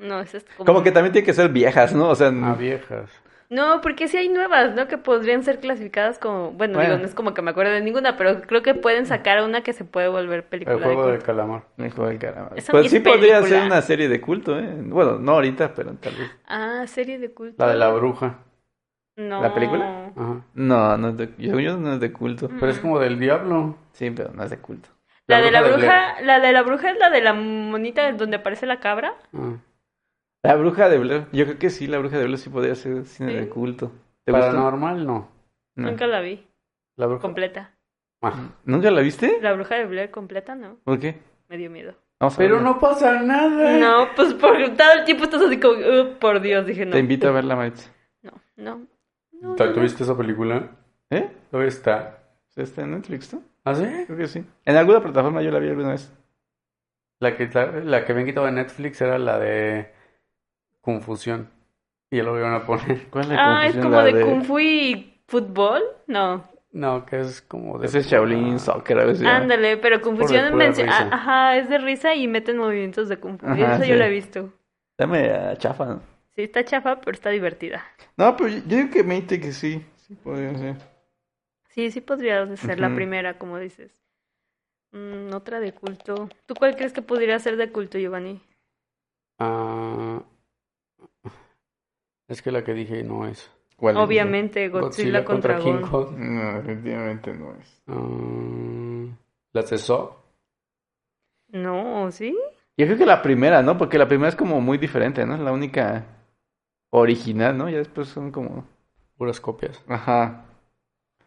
Speaker 1: No, esa es este como...
Speaker 2: Como que también tiene que ser viejas, ¿no? O sea,
Speaker 3: Ah, viejas.
Speaker 1: No, porque sí hay nuevas, ¿no? Que podrían ser clasificadas como, bueno,
Speaker 2: Bueno.
Speaker 1: digo, no es como que me acuerdo de ninguna, pero creo que pueden sacar una que se puede volver película
Speaker 3: El
Speaker 1: de
Speaker 3: juego del
Speaker 1: culto.
Speaker 3: calamar.
Speaker 2: me juego el caramba.
Speaker 1: Esa
Speaker 2: Pues
Speaker 1: es
Speaker 2: sí podría
Speaker 1: película.
Speaker 2: ser una serie de culto, ¿eh? Bueno, no ahorita, pero tal vez.
Speaker 1: Ah, serie de culto.
Speaker 3: La de la bruja.
Speaker 1: No.
Speaker 2: ¿La película?
Speaker 3: Ajá.
Speaker 2: No, no es de, yo, yo no es de culto.
Speaker 1: Mm.
Speaker 3: Pero es como del diablo.
Speaker 2: Sí, pero no es de culto.
Speaker 1: La de la
Speaker 3: Blair.
Speaker 1: bruja, la de la bruja es la de la monita donde aparece la cabra.
Speaker 3: Ah.
Speaker 2: La bruja de Blair. Yo creo que sí, la bruja de Blair sí podría ser cine
Speaker 1: ¿Sí?
Speaker 2: de culto. ¿Te gustó?
Speaker 3: Paranormal, no.
Speaker 2: No.
Speaker 1: Nunca la vi
Speaker 3: La bruja.
Speaker 1: completa.
Speaker 3: Ah.
Speaker 2: ¿Nunca la viste?
Speaker 1: La bruja de Blair completa, no.
Speaker 2: ¿Por qué?
Speaker 1: Me dio miedo.
Speaker 2: Vamos a
Speaker 3: Pero
Speaker 2: verla.
Speaker 3: no pasa nada.
Speaker 1: No, pues por todo el tiempo estás así como, "Uh, por Dios, dije no.
Speaker 2: Te invito a verla, Maritza.
Speaker 1: No, no. No,
Speaker 3: ¿Tú
Speaker 1: no, no.
Speaker 3: viste esa película?
Speaker 2: ¿Eh? Pues
Speaker 3: ¿Dónde está?
Speaker 2: ¿Está en Netflix, no?
Speaker 3: ¿Ah, sí?
Speaker 2: Creo que sí. En alguna plataforma yo la vi alguna vez.
Speaker 3: La que, la, la que habían quitado de Netflix era la de Confusión. Y ya lo iban a poner.
Speaker 2: ¿Cuál es
Speaker 1: Ah, es
Speaker 2: confusión?
Speaker 1: como
Speaker 2: La
Speaker 1: de kung fu y fútbol, no.
Speaker 3: No, que es como de...
Speaker 2: Ese es
Speaker 3: Ah.
Speaker 2: Shaolin Soccer, algo así.
Speaker 1: Ándale, pero
Speaker 3: Por
Speaker 1: confusión
Speaker 3: pura
Speaker 1: mencio-
Speaker 3: risa.
Speaker 1: a- Ajá, es de risa y meten movimientos de confusión.
Speaker 2: Ajá,
Speaker 1: Eso yo
Speaker 2: sí.
Speaker 1: lo he visto.
Speaker 2: Dame a chafa, ¿no?
Speaker 1: Sí, está chafa, pero está divertida.
Speaker 2: No, pero yo, yo digo que Maytag que sí. Sí, podría ser.
Speaker 1: Sí, sí podría ser la
Speaker 2: Ujú.
Speaker 1: primera, como dices. Mm, otra de culto. ¿Tú cuál crees que podría ser de culto, Giovanni?
Speaker 3: Ah, es que la que dije no es.
Speaker 2: ¿Cuál es?
Speaker 1: Obviamente, Godzilla, contra, King Kong.
Speaker 2: No, definitivamente no es.
Speaker 3: Kong. Ah, la cesó.
Speaker 1: No, ¿sí?
Speaker 2: Yo creo que la primera, ¿no? Porque la primera es como muy diferente, ¿no? Es la única original, ¿no? Ya después son como...
Speaker 3: Puras copias.
Speaker 2: Ajá.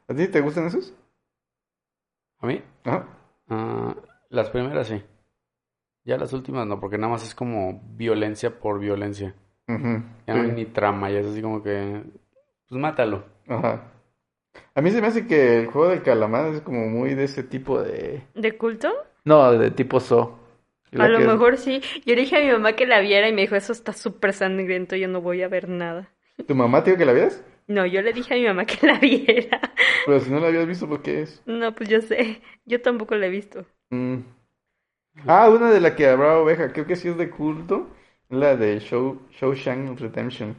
Speaker 2: ¿A ti te gustan esos?
Speaker 3: ¿A mí?
Speaker 2: Ajá.
Speaker 3: Ah, las primeras sí. Ya las últimas no, porque nada más es como violencia por violencia.
Speaker 2: Ujú,
Speaker 3: Ya no hay
Speaker 2: sí.
Speaker 3: ni trama, ya es así como que. Pues mátalo.
Speaker 2: Ajá. A mí se me hace que el juego del calamar es como muy de ese tipo de...
Speaker 1: ¿De culto?
Speaker 2: No, de tipo zoo. Creo
Speaker 1: A lo
Speaker 2: que es-
Speaker 1: mejor sí. Yo le dije a mi mamá que la viera y me dijo, eso está súper sangriento, yo no voy a ver nada.
Speaker 2: ¿Tu mamá te dijo que la vieras?
Speaker 1: No, yo le dije a mi mamá que la viera.
Speaker 2: Pero si no la habías visto, ¿por qué es?
Speaker 1: No, pues yo sé. Yo tampoco la he visto.
Speaker 2: Mm. Ah, una de la que habrá oveja, creo que sí es de culto, la de Show, Shawshank Redemption.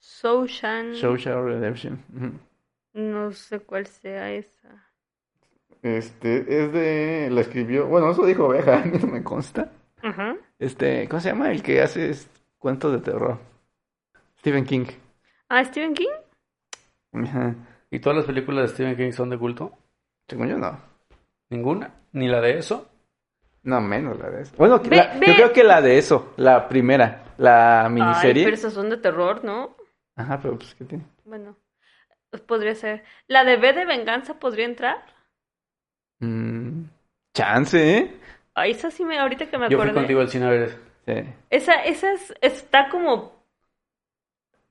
Speaker 1: Soushan.
Speaker 2: Shawshank Redemption. ujú.
Speaker 1: No sé cuál sea esa.
Speaker 2: Este, es de, la escribió, bueno, eso dijo oveja, a mí no me consta.
Speaker 1: Ajá.
Speaker 2: Este, ¿cómo se llama? El que hace es- cuentos de terror. Stephen King.
Speaker 1: Ah, Stephen King.
Speaker 2: Ajá.
Speaker 3: ¿Y todas las películas de Stephen King son de culto?
Speaker 2: Según yo, no.
Speaker 3: Ninguna. Ni la de eso.
Speaker 2: No, menos la de eso. Bueno, que
Speaker 1: Ve-
Speaker 2: la-
Speaker 1: ve.
Speaker 2: yo creo que la de eso, la primera, la
Speaker 1: Ay,
Speaker 2: miniserie.
Speaker 1: pero esas son de terror, ¿no?
Speaker 2: Ajá, pero pues, ¿qué tiene?
Speaker 1: Bueno, podría ser. ¿La de B de Venganza podría entrar?
Speaker 2: Mm, chance, ¿eh?
Speaker 1: Ah, esa sí me, ahorita que me
Speaker 3: Yo fui
Speaker 1: acordé.
Speaker 3: contigo al cine a ver eso.
Speaker 2: Sí.
Speaker 1: Esa, esa es- está como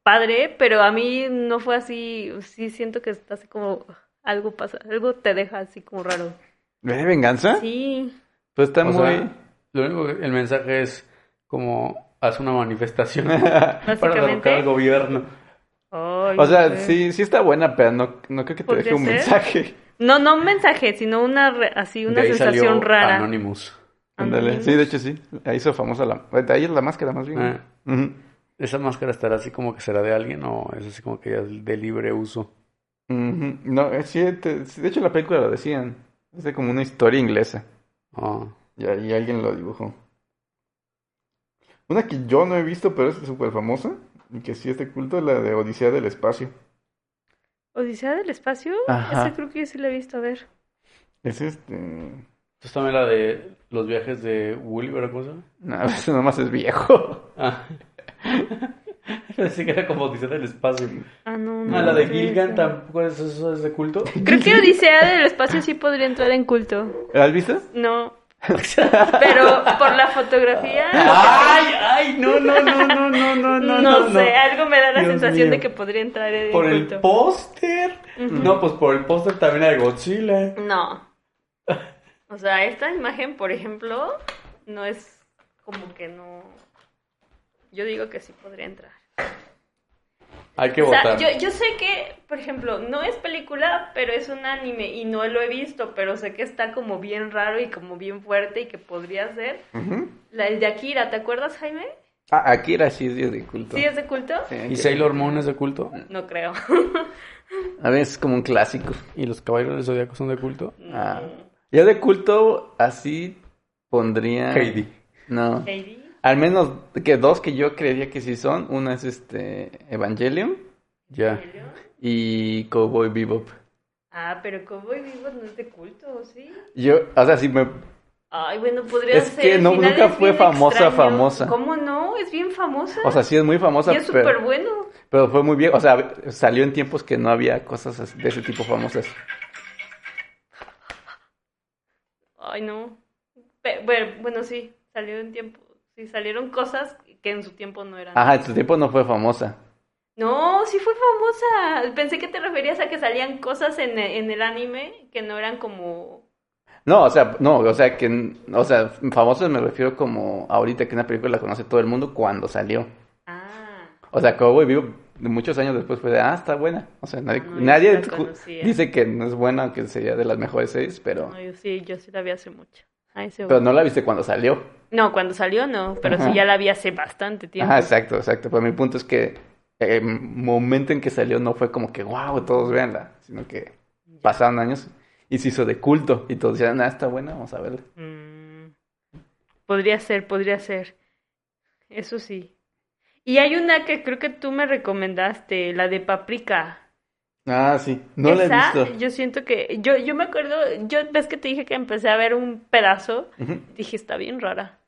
Speaker 1: padre, pero a mí no fue así. Sí siento que está así como algo pasa, algo te deja así como raro.
Speaker 2: ¿Ve de venganza?
Speaker 1: Sí.
Speaker 2: Pues está
Speaker 3: O
Speaker 2: muy.
Speaker 3: sea, lo único que el mensaje es como haz una manifestación para
Speaker 1: Básicamente.
Speaker 3: derrocar al gobierno.
Speaker 1: Ay,
Speaker 2: o sea,
Speaker 1: no sé.
Speaker 2: sí, sí está buena, pero no, no creo que te
Speaker 1: ¿Podría
Speaker 2: deje un
Speaker 1: ser?
Speaker 2: mensaje.
Speaker 1: No, no un mensaje, sino una re- así una
Speaker 3: de ahí
Speaker 1: sensación
Speaker 3: salió
Speaker 1: rara.
Speaker 3: Anonymous.
Speaker 2: Ándale.
Speaker 1: Anónimos.
Speaker 2: Sí, de hecho sí. La hizo famosa la. De ahí es la máscara más bien.
Speaker 3: Ah,
Speaker 2: Ujú.
Speaker 3: ¿Esa máscara estará así como que será de alguien o es así como que ya es de libre uso?
Speaker 2: Ujú. No, eh, sí, te- sí, de hecho la película lo decían. Es de como una historia inglesa.
Speaker 3: Ah,
Speaker 2: Y ahí alguien lo dibujó. Una que yo no he visto, pero es súper famosa. Y que sí es de culto, la de Odisea del Espacio.
Speaker 1: Odisea del espacio.
Speaker 2: Ajá.
Speaker 1: Esa creo que yo sí la he visto, a ver.
Speaker 2: Es este.
Speaker 3: Entonces también la de los viajes de Gulliver, ¿cómo se llama?
Speaker 2: No, eso nomás es viejo.
Speaker 3: Ah. Pensé que era como Odisea del espacio.
Speaker 1: Ah, no, no.
Speaker 3: Ah, la de
Speaker 1: sé,
Speaker 3: Gilgan
Speaker 1: sí.
Speaker 3: tampoco es, eso es de culto.
Speaker 1: Creo que Odisea del espacio sí podría entrar en culto.
Speaker 2: ¿La has visto?
Speaker 1: No. Pero por la fotografía.
Speaker 2: Ah,
Speaker 3: ¡Ay, ay! No, no, no, no, no, no, no.
Speaker 1: No, sé, algo me da la
Speaker 3: Dios
Speaker 1: sensación
Speaker 3: mío.
Speaker 1: de que podría entrar en
Speaker 3: ¿Por el
Speaker 1: culto.
Speaker 3: póster? No, pues por el póster también hay Godzilla.
Speaker 1: No. O sea, esta imagen, por ejemplo, no es como que no. Yo digo que sí podría entrar.
Speaker 3: Hay que
Speaker 1: O sea,
Speaker 3: votar.
Speaker 1: yo, yo sé que, por ejemplo, no es película, pero es un anime y no lo he visto, pero sé que está como bien raro y como bien fuerte y que podría ser.
Speaker 2: Ujú.
Speaker 1: La, el de Akira, ¿te acuerdas, Jaime?
Speaker 2: Ah, Akira sí es de culto.
Speaker 1: ¿Sí es de culto?
Speaker 3: ¿Y Sailor Moon es de culto?
Speaker 1: No creo.
Speaker 2: A ver, es como un clásico.
Speaker 3: ¿Y los caballeros del zodiaco son de culto?
Speaker 2: Ah. Yo de culto así pondría...
Speaker 3: Ah. Heidi.
Speaker 2: No.
Speaker 1: Heidi.
Speaker 2: Al menos que dos que yo creería que sí son. Una es este Evangelion
Speaker 3: Ya.
Speaker 2: y Cowboy Bebop.
Speaker 1: Ah, pero Cowboy Vivo no es de culto, ¿sí?
Speaker 2: Yo, o sea, si me...
Speaker 1: Ay, bueno, podría
Speaker 2: Es
Speaker 1: ser.
Speaker 2: que
Speaker 1: el
Speaker 2: no-
Speaker 1: final
Speaker 2: nunca
Speaker 1: es
Speaker 2: fue
Speaker 1: bien
Speaker 2: famosa, famosa.
Speaker 1: ¿Cómo no? Es bien famosa.
Speaker 2: O sea, sí es muy famosa,
Speaker 1: y es súper
Speaker 2: pero,
Speaker 1: bueno.
Speaker 2: pero fue muy bien. O sea, salió en tiempos que no había cosas así- de ese tipo famosas.
Speaker 1: Ay, no. Pe- bueno, bueno, sí, salió en tiempo. Sí, salieron cosas que en su tiempo no eran.
Speaker 2: Ajá, en su tiempo no fue famosa.
Speaker 1: No, sí fue famosa. Pensé que te referías a que salían cosas en, e- en el anime que no eran como...
Speaker 2: No, o sea, no, o sea, que, o sea, famosos me refiero como ahorita que una película la conoce todo el mundo cuando salió.
Speaker 1: Ah,
Speaker 2: O sea, Cowboy Bebop de muchos años después fue de, ah, está buena. O sea, nadie,
Speaker 1: No, yo
Speaker 2: nadie
Speaker 1: sí la
Speaker 2: cu-
Speaker 1: conocía.
Speaker 2: dice que no es buena, aunque sería de las mejores series, pero
Speaker 1: no, yo sí, yo sí la vi hace mucho. a ese
Speaker 2: Pero no la viste cuando salió.
Speaker 1: No, cuando salió no, pero
Speaker 2: Ajá.
Speaker 1: sí ya la vi hace bastante tiempo.
Speaker 2: Ajá, exacto, exacto. Pero mi punto es que el momento en que salió no fue como que, wow, todos véanla, sino que pasaron años y se hizo de culto y todos decían, ah, está buena, vamos a verla.
Speaker 1: Mm. Podría ser, podría ser. Eso sí. Y hay una que creo que tú me recomendaste, la de paprika.
Speaker 2: Ah, sí, no la
Speaker 1: Esa,
Speaker 2: he visto.
Speaker 1: Yo siento que, yo, yo me acuerdo, yo ves que te dije que empecé a ver un pedazo,
Speaker 2: Ujú,
Speaker 1: dije está bien rara.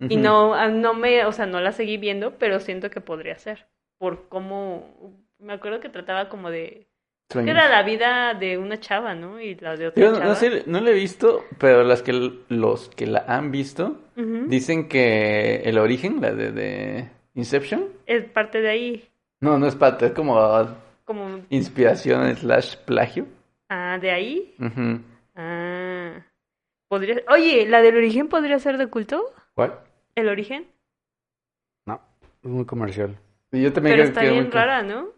Speaker 1: Y
Speaker 2: ujú.
Speaker 1: no, ah, no me, o sea, no la seguí viendo, pero siento que podría ser. Por cómo, me acuerdo que trataba como de, que
Speaker 2: Sueños.
Speaker 1: era la vida de una chava, ¿no? Y la de otra
Speaker 2: Yo no-
Speaker 1: chava.
Speaker 2: no sé, no la he visto, pero las que l- los que la han visto
Speaker 1: Ujú.
Speaker 2: dicen que el origen, la de, de Inception,
Speaker 1: Es parte de ahí,
Speaker 2: no, no es parte, es como
Speaker 1: como,
Speaker 2: inspiración slash plagio.
Speaker 1: ah, de ahí.
Speaker 2: Ujú.
Speaker 1: Ah. Podría... Oye, ¿la del origen podría ser de culto?
Speaker 2: ¿Cuál?
Speaker 1: ¿El origen?
Speaker 3: No, es muy comercial.
Speaker 2: Y Yo también
Speaker 1: Pero
Speaker 2: creo
Speaker 1: está
Speaker 2: que es
Speaker 1: bien
Speaker 2: muy-
Speaker 1: rara, ¿no?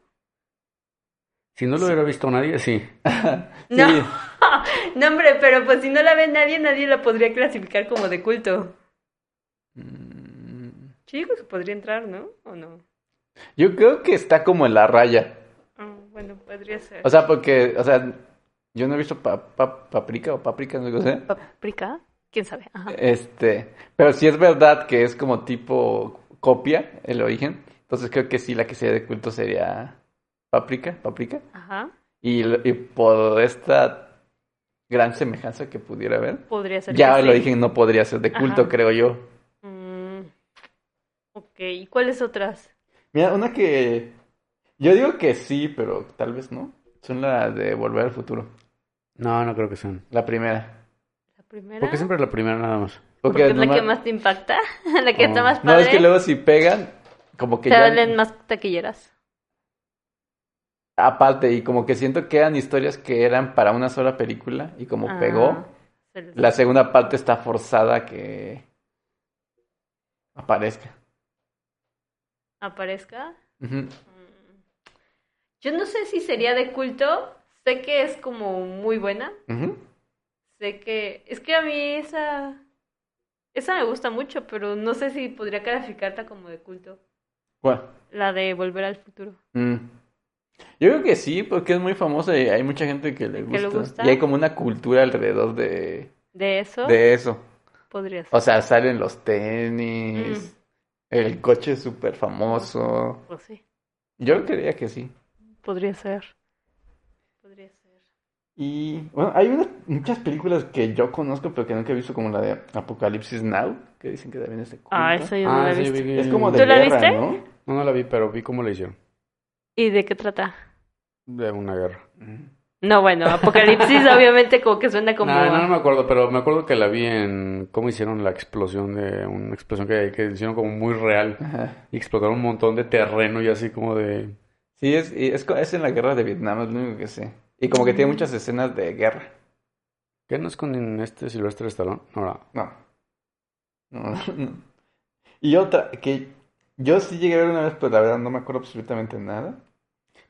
Speaker 3: Si no lo hubiera visto nadie, sí.
Speaker 2: Sí.
Speaker 1: No, no, hombre, pero pues si no la ve nadie, nadie la podría clasificar como de culto.
Speaker 2: Mm.
Speaker 1: Yo digo que podría entrar, ¿no? ¿O no?
Speaker 2: Yo creo que está como en la raya.
Speaker 1: Ah, bueno, podría ser.
Speaker 2: O sea, porque, o sea, yo no he visto pa- pa- paprika o paprika, no sé.
Speaker 1: ¿Paprika? ¿Quién sabe? Ajá.
Speaker 2: Este, pero si es verdad que es como tipo copia el origen, entonces creo que sí, la que sería de culto sería paprika, paprika.
Speaker 1: Ajá.
Speaker 2: Y, l- y por esta gran semejanza que pudiera haber,
Speaker 1: Podría ser.
Speaker 2: ya
Speaker 1: que
Speaker 2: el
Speaker 1: sí.
Speaker 2: origen no podría ser de culto,
Speaker 1: Ajá.
Speaker 2: creo yo.
Speaker 1: Mm. Ok, ¿y cuáles otras?
Speaker 2: Mira, una que yo digo que sí, pero tal vez no. Son las de Volver al Futuro,
Speaker 3: No, no creo que sean.
Speaker 2: la primera.
Speaker 1: La primera.
Speaker 3: Porque siempre es la primera nada más.
Speaker 1: Porque es la
Speaker 2: nomás-
Speaker 1: que más te impacta, la que está
Speaker 3: Oh.
Speaker 1: más
Speaker 2: No,
Speaker 1: padre.
Speaker 2: es que luego si pegan, como que
Speaker 1: Te
Speaker 2: ya...
Speaker 1: salen más taquilleras.
Speaker 2: Aparte, y como que siento que eran historias que eran para una sola película y como
Speaker 1: Ah,
Speaker 2: pegó,
Speaker 1: se les-
Speaker 2: la segunda parte está forzada a que aparezca.
Speaker 1: aparezca.
Speaker 2: Ujú.
Speaker 1: Mm. Yo no sé si sería de culto. Sé que es como muy buena.
Speaker 2: Ujú.
Speaker 1: Sé que. Es que a mí esa. Esa me gusta mucho, pero no sé si podría calificarla como de culto.
Speaker 2: Bueno,
Speaker 1: La de Volver al Futuro.
Speaker 2: mm. Yo creo que sí, porque es muy famosa y hay mucha gente que le
Speaker 1: Que le
Speaker 2: gusta.
Speaker 1: gusta.
Speaker 2: Y hay como una cultura alrededor de,
Speaker 1: De eso
Speaker 2: de eso.
Speaker 1: podría ser.
Speaker 2: O sea, salen los tenis,
Speaker 1: Mm.
Speaker 2: el coche súper famoso.
Speaker 1: Pues sí,
Speaker 2: Yo creía que sí.
Speaker 1: podría ser. Podría ser.
Speaker 2: Y bueno, hay unas, muchas películas que yo conozco, pero que nunca he visto, como la de Apocalipsis Now, que dicen que también es de
Speaker 1: Ah,
Speaker 2: culto.
Speaker 1: esa yo no la he
Speaker 3: sí,
Speaker 1: visto.
Speaker 3: vi que-
Speaker 2: Es como de
Speaker 1: ¿Tú la
Speaker 2: guerra,
Speaker 1: viste?
Speaker 2: ¿no?
Speaker 3: No, no la vi, pero vi cómo la hicieron.
Speaker 1: ¿Y de qué trata?
Speaker 3: De una guerra.
Speaker 1: No, bueno, Apocalipsis obviamente como que suena como...
Speaker 3: No, no, no me acuerdo, pero me acuerdo que la vi en cómo hicieron la explosión de una explosión que, que hicieron como muy real
Speaker 2: Ajá.
Speaker 3: y explotaron un montón de terreno y así como de
Speaker 2: Sí, es, y es, co- es en la guerra de Vietnam, es lo único que sé. Y como que
Speaker 1: Mm.
Speaker 2: tiene muchas escenas de guerra.
Speaker 3: ¿Qué no es con este Silvestre Stallone? No, no.
Speaker 2: No. No, no, no. Y otra, que yo sí llegué a ver una vez, pero la verdad no me acuerdo absolutamente nada.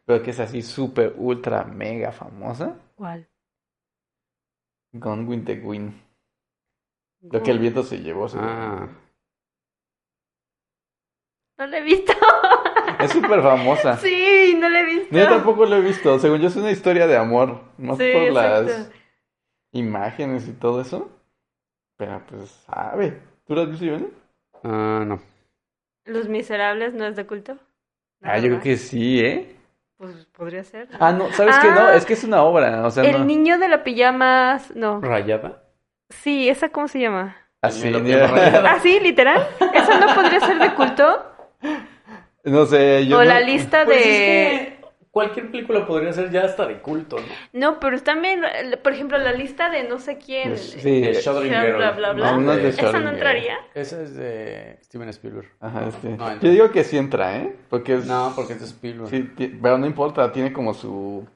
Speaker 2: Pero que es así súper, ultra, mega famosa.
Speaker 1: ¿Cuál?
Speaker 2: Gone with the Wind. Lo que el viento se llevó.
Speaker 3: Ah,
Speaker 2: seguramente.
Speaker 1: No la he visto.
Speaker 2: Es súper famosa.
Speaker 1: Sí, no la he visto.
Speaker 2: No, yo tampoco lo he visto. Según yo es una historia de amor, más
Speaker 1: Sí,
Speaker 2: por las
Speaker 1: exacto.
Speaker 2: imágenes y todo eso. Pero pues sabe. ¿Tú las viste, Iván?
Speaker 3: ah, no.
Speaker 1: Los Miserables no es de culto. No,
Speaker 2: Ah, yo creo
Speaker 1: ¿verdad?
Speaker 2: que sí, ¿eh?
Speaker 1: Pues podría ser. ¿no?
Speaker 2: Ah, no, ¿sabes qué? No,
Speaker 1: Ah,
Speaker 2: es que es una obra, o sea,
Speaker 1: el
Speaker 2: no.
Speaker 1: niño de la pijama. No.
Speaker 3: ¿Rayada?
Speaker 1: Sí, ¿esa cómo se llama?
Speaker 2: Así,
Speaker 3: Lo que llama rayada.
Speaker 1: ¿Ah, sí, literal? ¿Esa no podría ser de culto?
Speaker 2: no sé, yo
Speaker 1: o
Speaker 2: no-
Speaker 1: la lista de.
Speaker 3: Pues cualquier película podría ser ya hasta de culto, ¿no?
Speaker 1: No, pero también, por ejemplo, la lista de no sé quién.
Speaker 2: Pues, Sí,
Speaker 1: Bla, bla, bla.
Speaker 2: No, no es de
Speaker 1: ¿Esa no
Speaker 2: Schrödinger.
Speaker 1: entraría?
Speaker 3: Esa es de Steven Spielberg.
Speaker 2: ajá, sí.
Speaker 3: No, entonces-
Speaker 2: Yo digo que sí entra, ¿eh? Porque es...
Speaker 3: No, porque es de Spielberg.
Speaker 2: sí, ti- pero no importa, tiene como su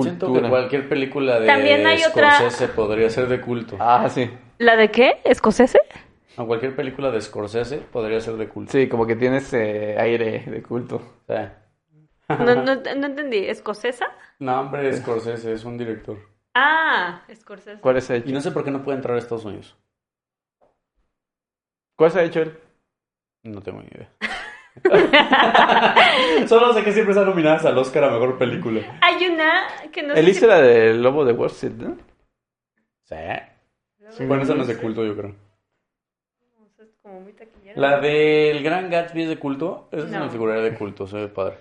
Speaker 3: Siento
Speaker 2: cultura.
Speaker 3: que cualquier película de
Speaker 1: También hay otra-
Speaker 3: Scorsese podría ser de culto.
Speaker 2: Ah, sí.
Speaker 1: ¿La de qué? ¿Escocese?
Speaker 3: No, cualquier película de Scorsese podría ser de culto.
Speaker 2: Sí, como que tiene ese aire de culto.
Speaker 3: O sea,
Speaker 1: No, no, no entendí. ¿Escocesa?
Speaker 3: no, hombre, Scorsese es un director.
Speaker 1: Ah, Scorsese.
Speaker 2: ¿Cuál se ha
Speaker 3: Y
Speaker 2: hecho?
Speaker 3: no sé por qué no puede entrar a Estados Unidos.
Speaker 2: ¿Cuál se ha hecho él?
Speaker 3: No tengo ni idea. Solo sé que siempre están nominadas al Oscar a Mejor Película.
Speaker 1: Hay una que no
Speaker 2: Él
Speaker 1: sé
Speaker 2: hizo la del Lobo de Wall Street, ¿no?
Speaker 3: Sí.
Speaker 1: si-
Speaker 3: Bueno, esa no es de culto, yo creo.
Speaker 1: No, eso es como muy taquillera.
Speaker 3: La del Gran Gatsby es de culto. Esa es
Speaker 1: No.
Speaker 3: una figura de culto, se ve padre.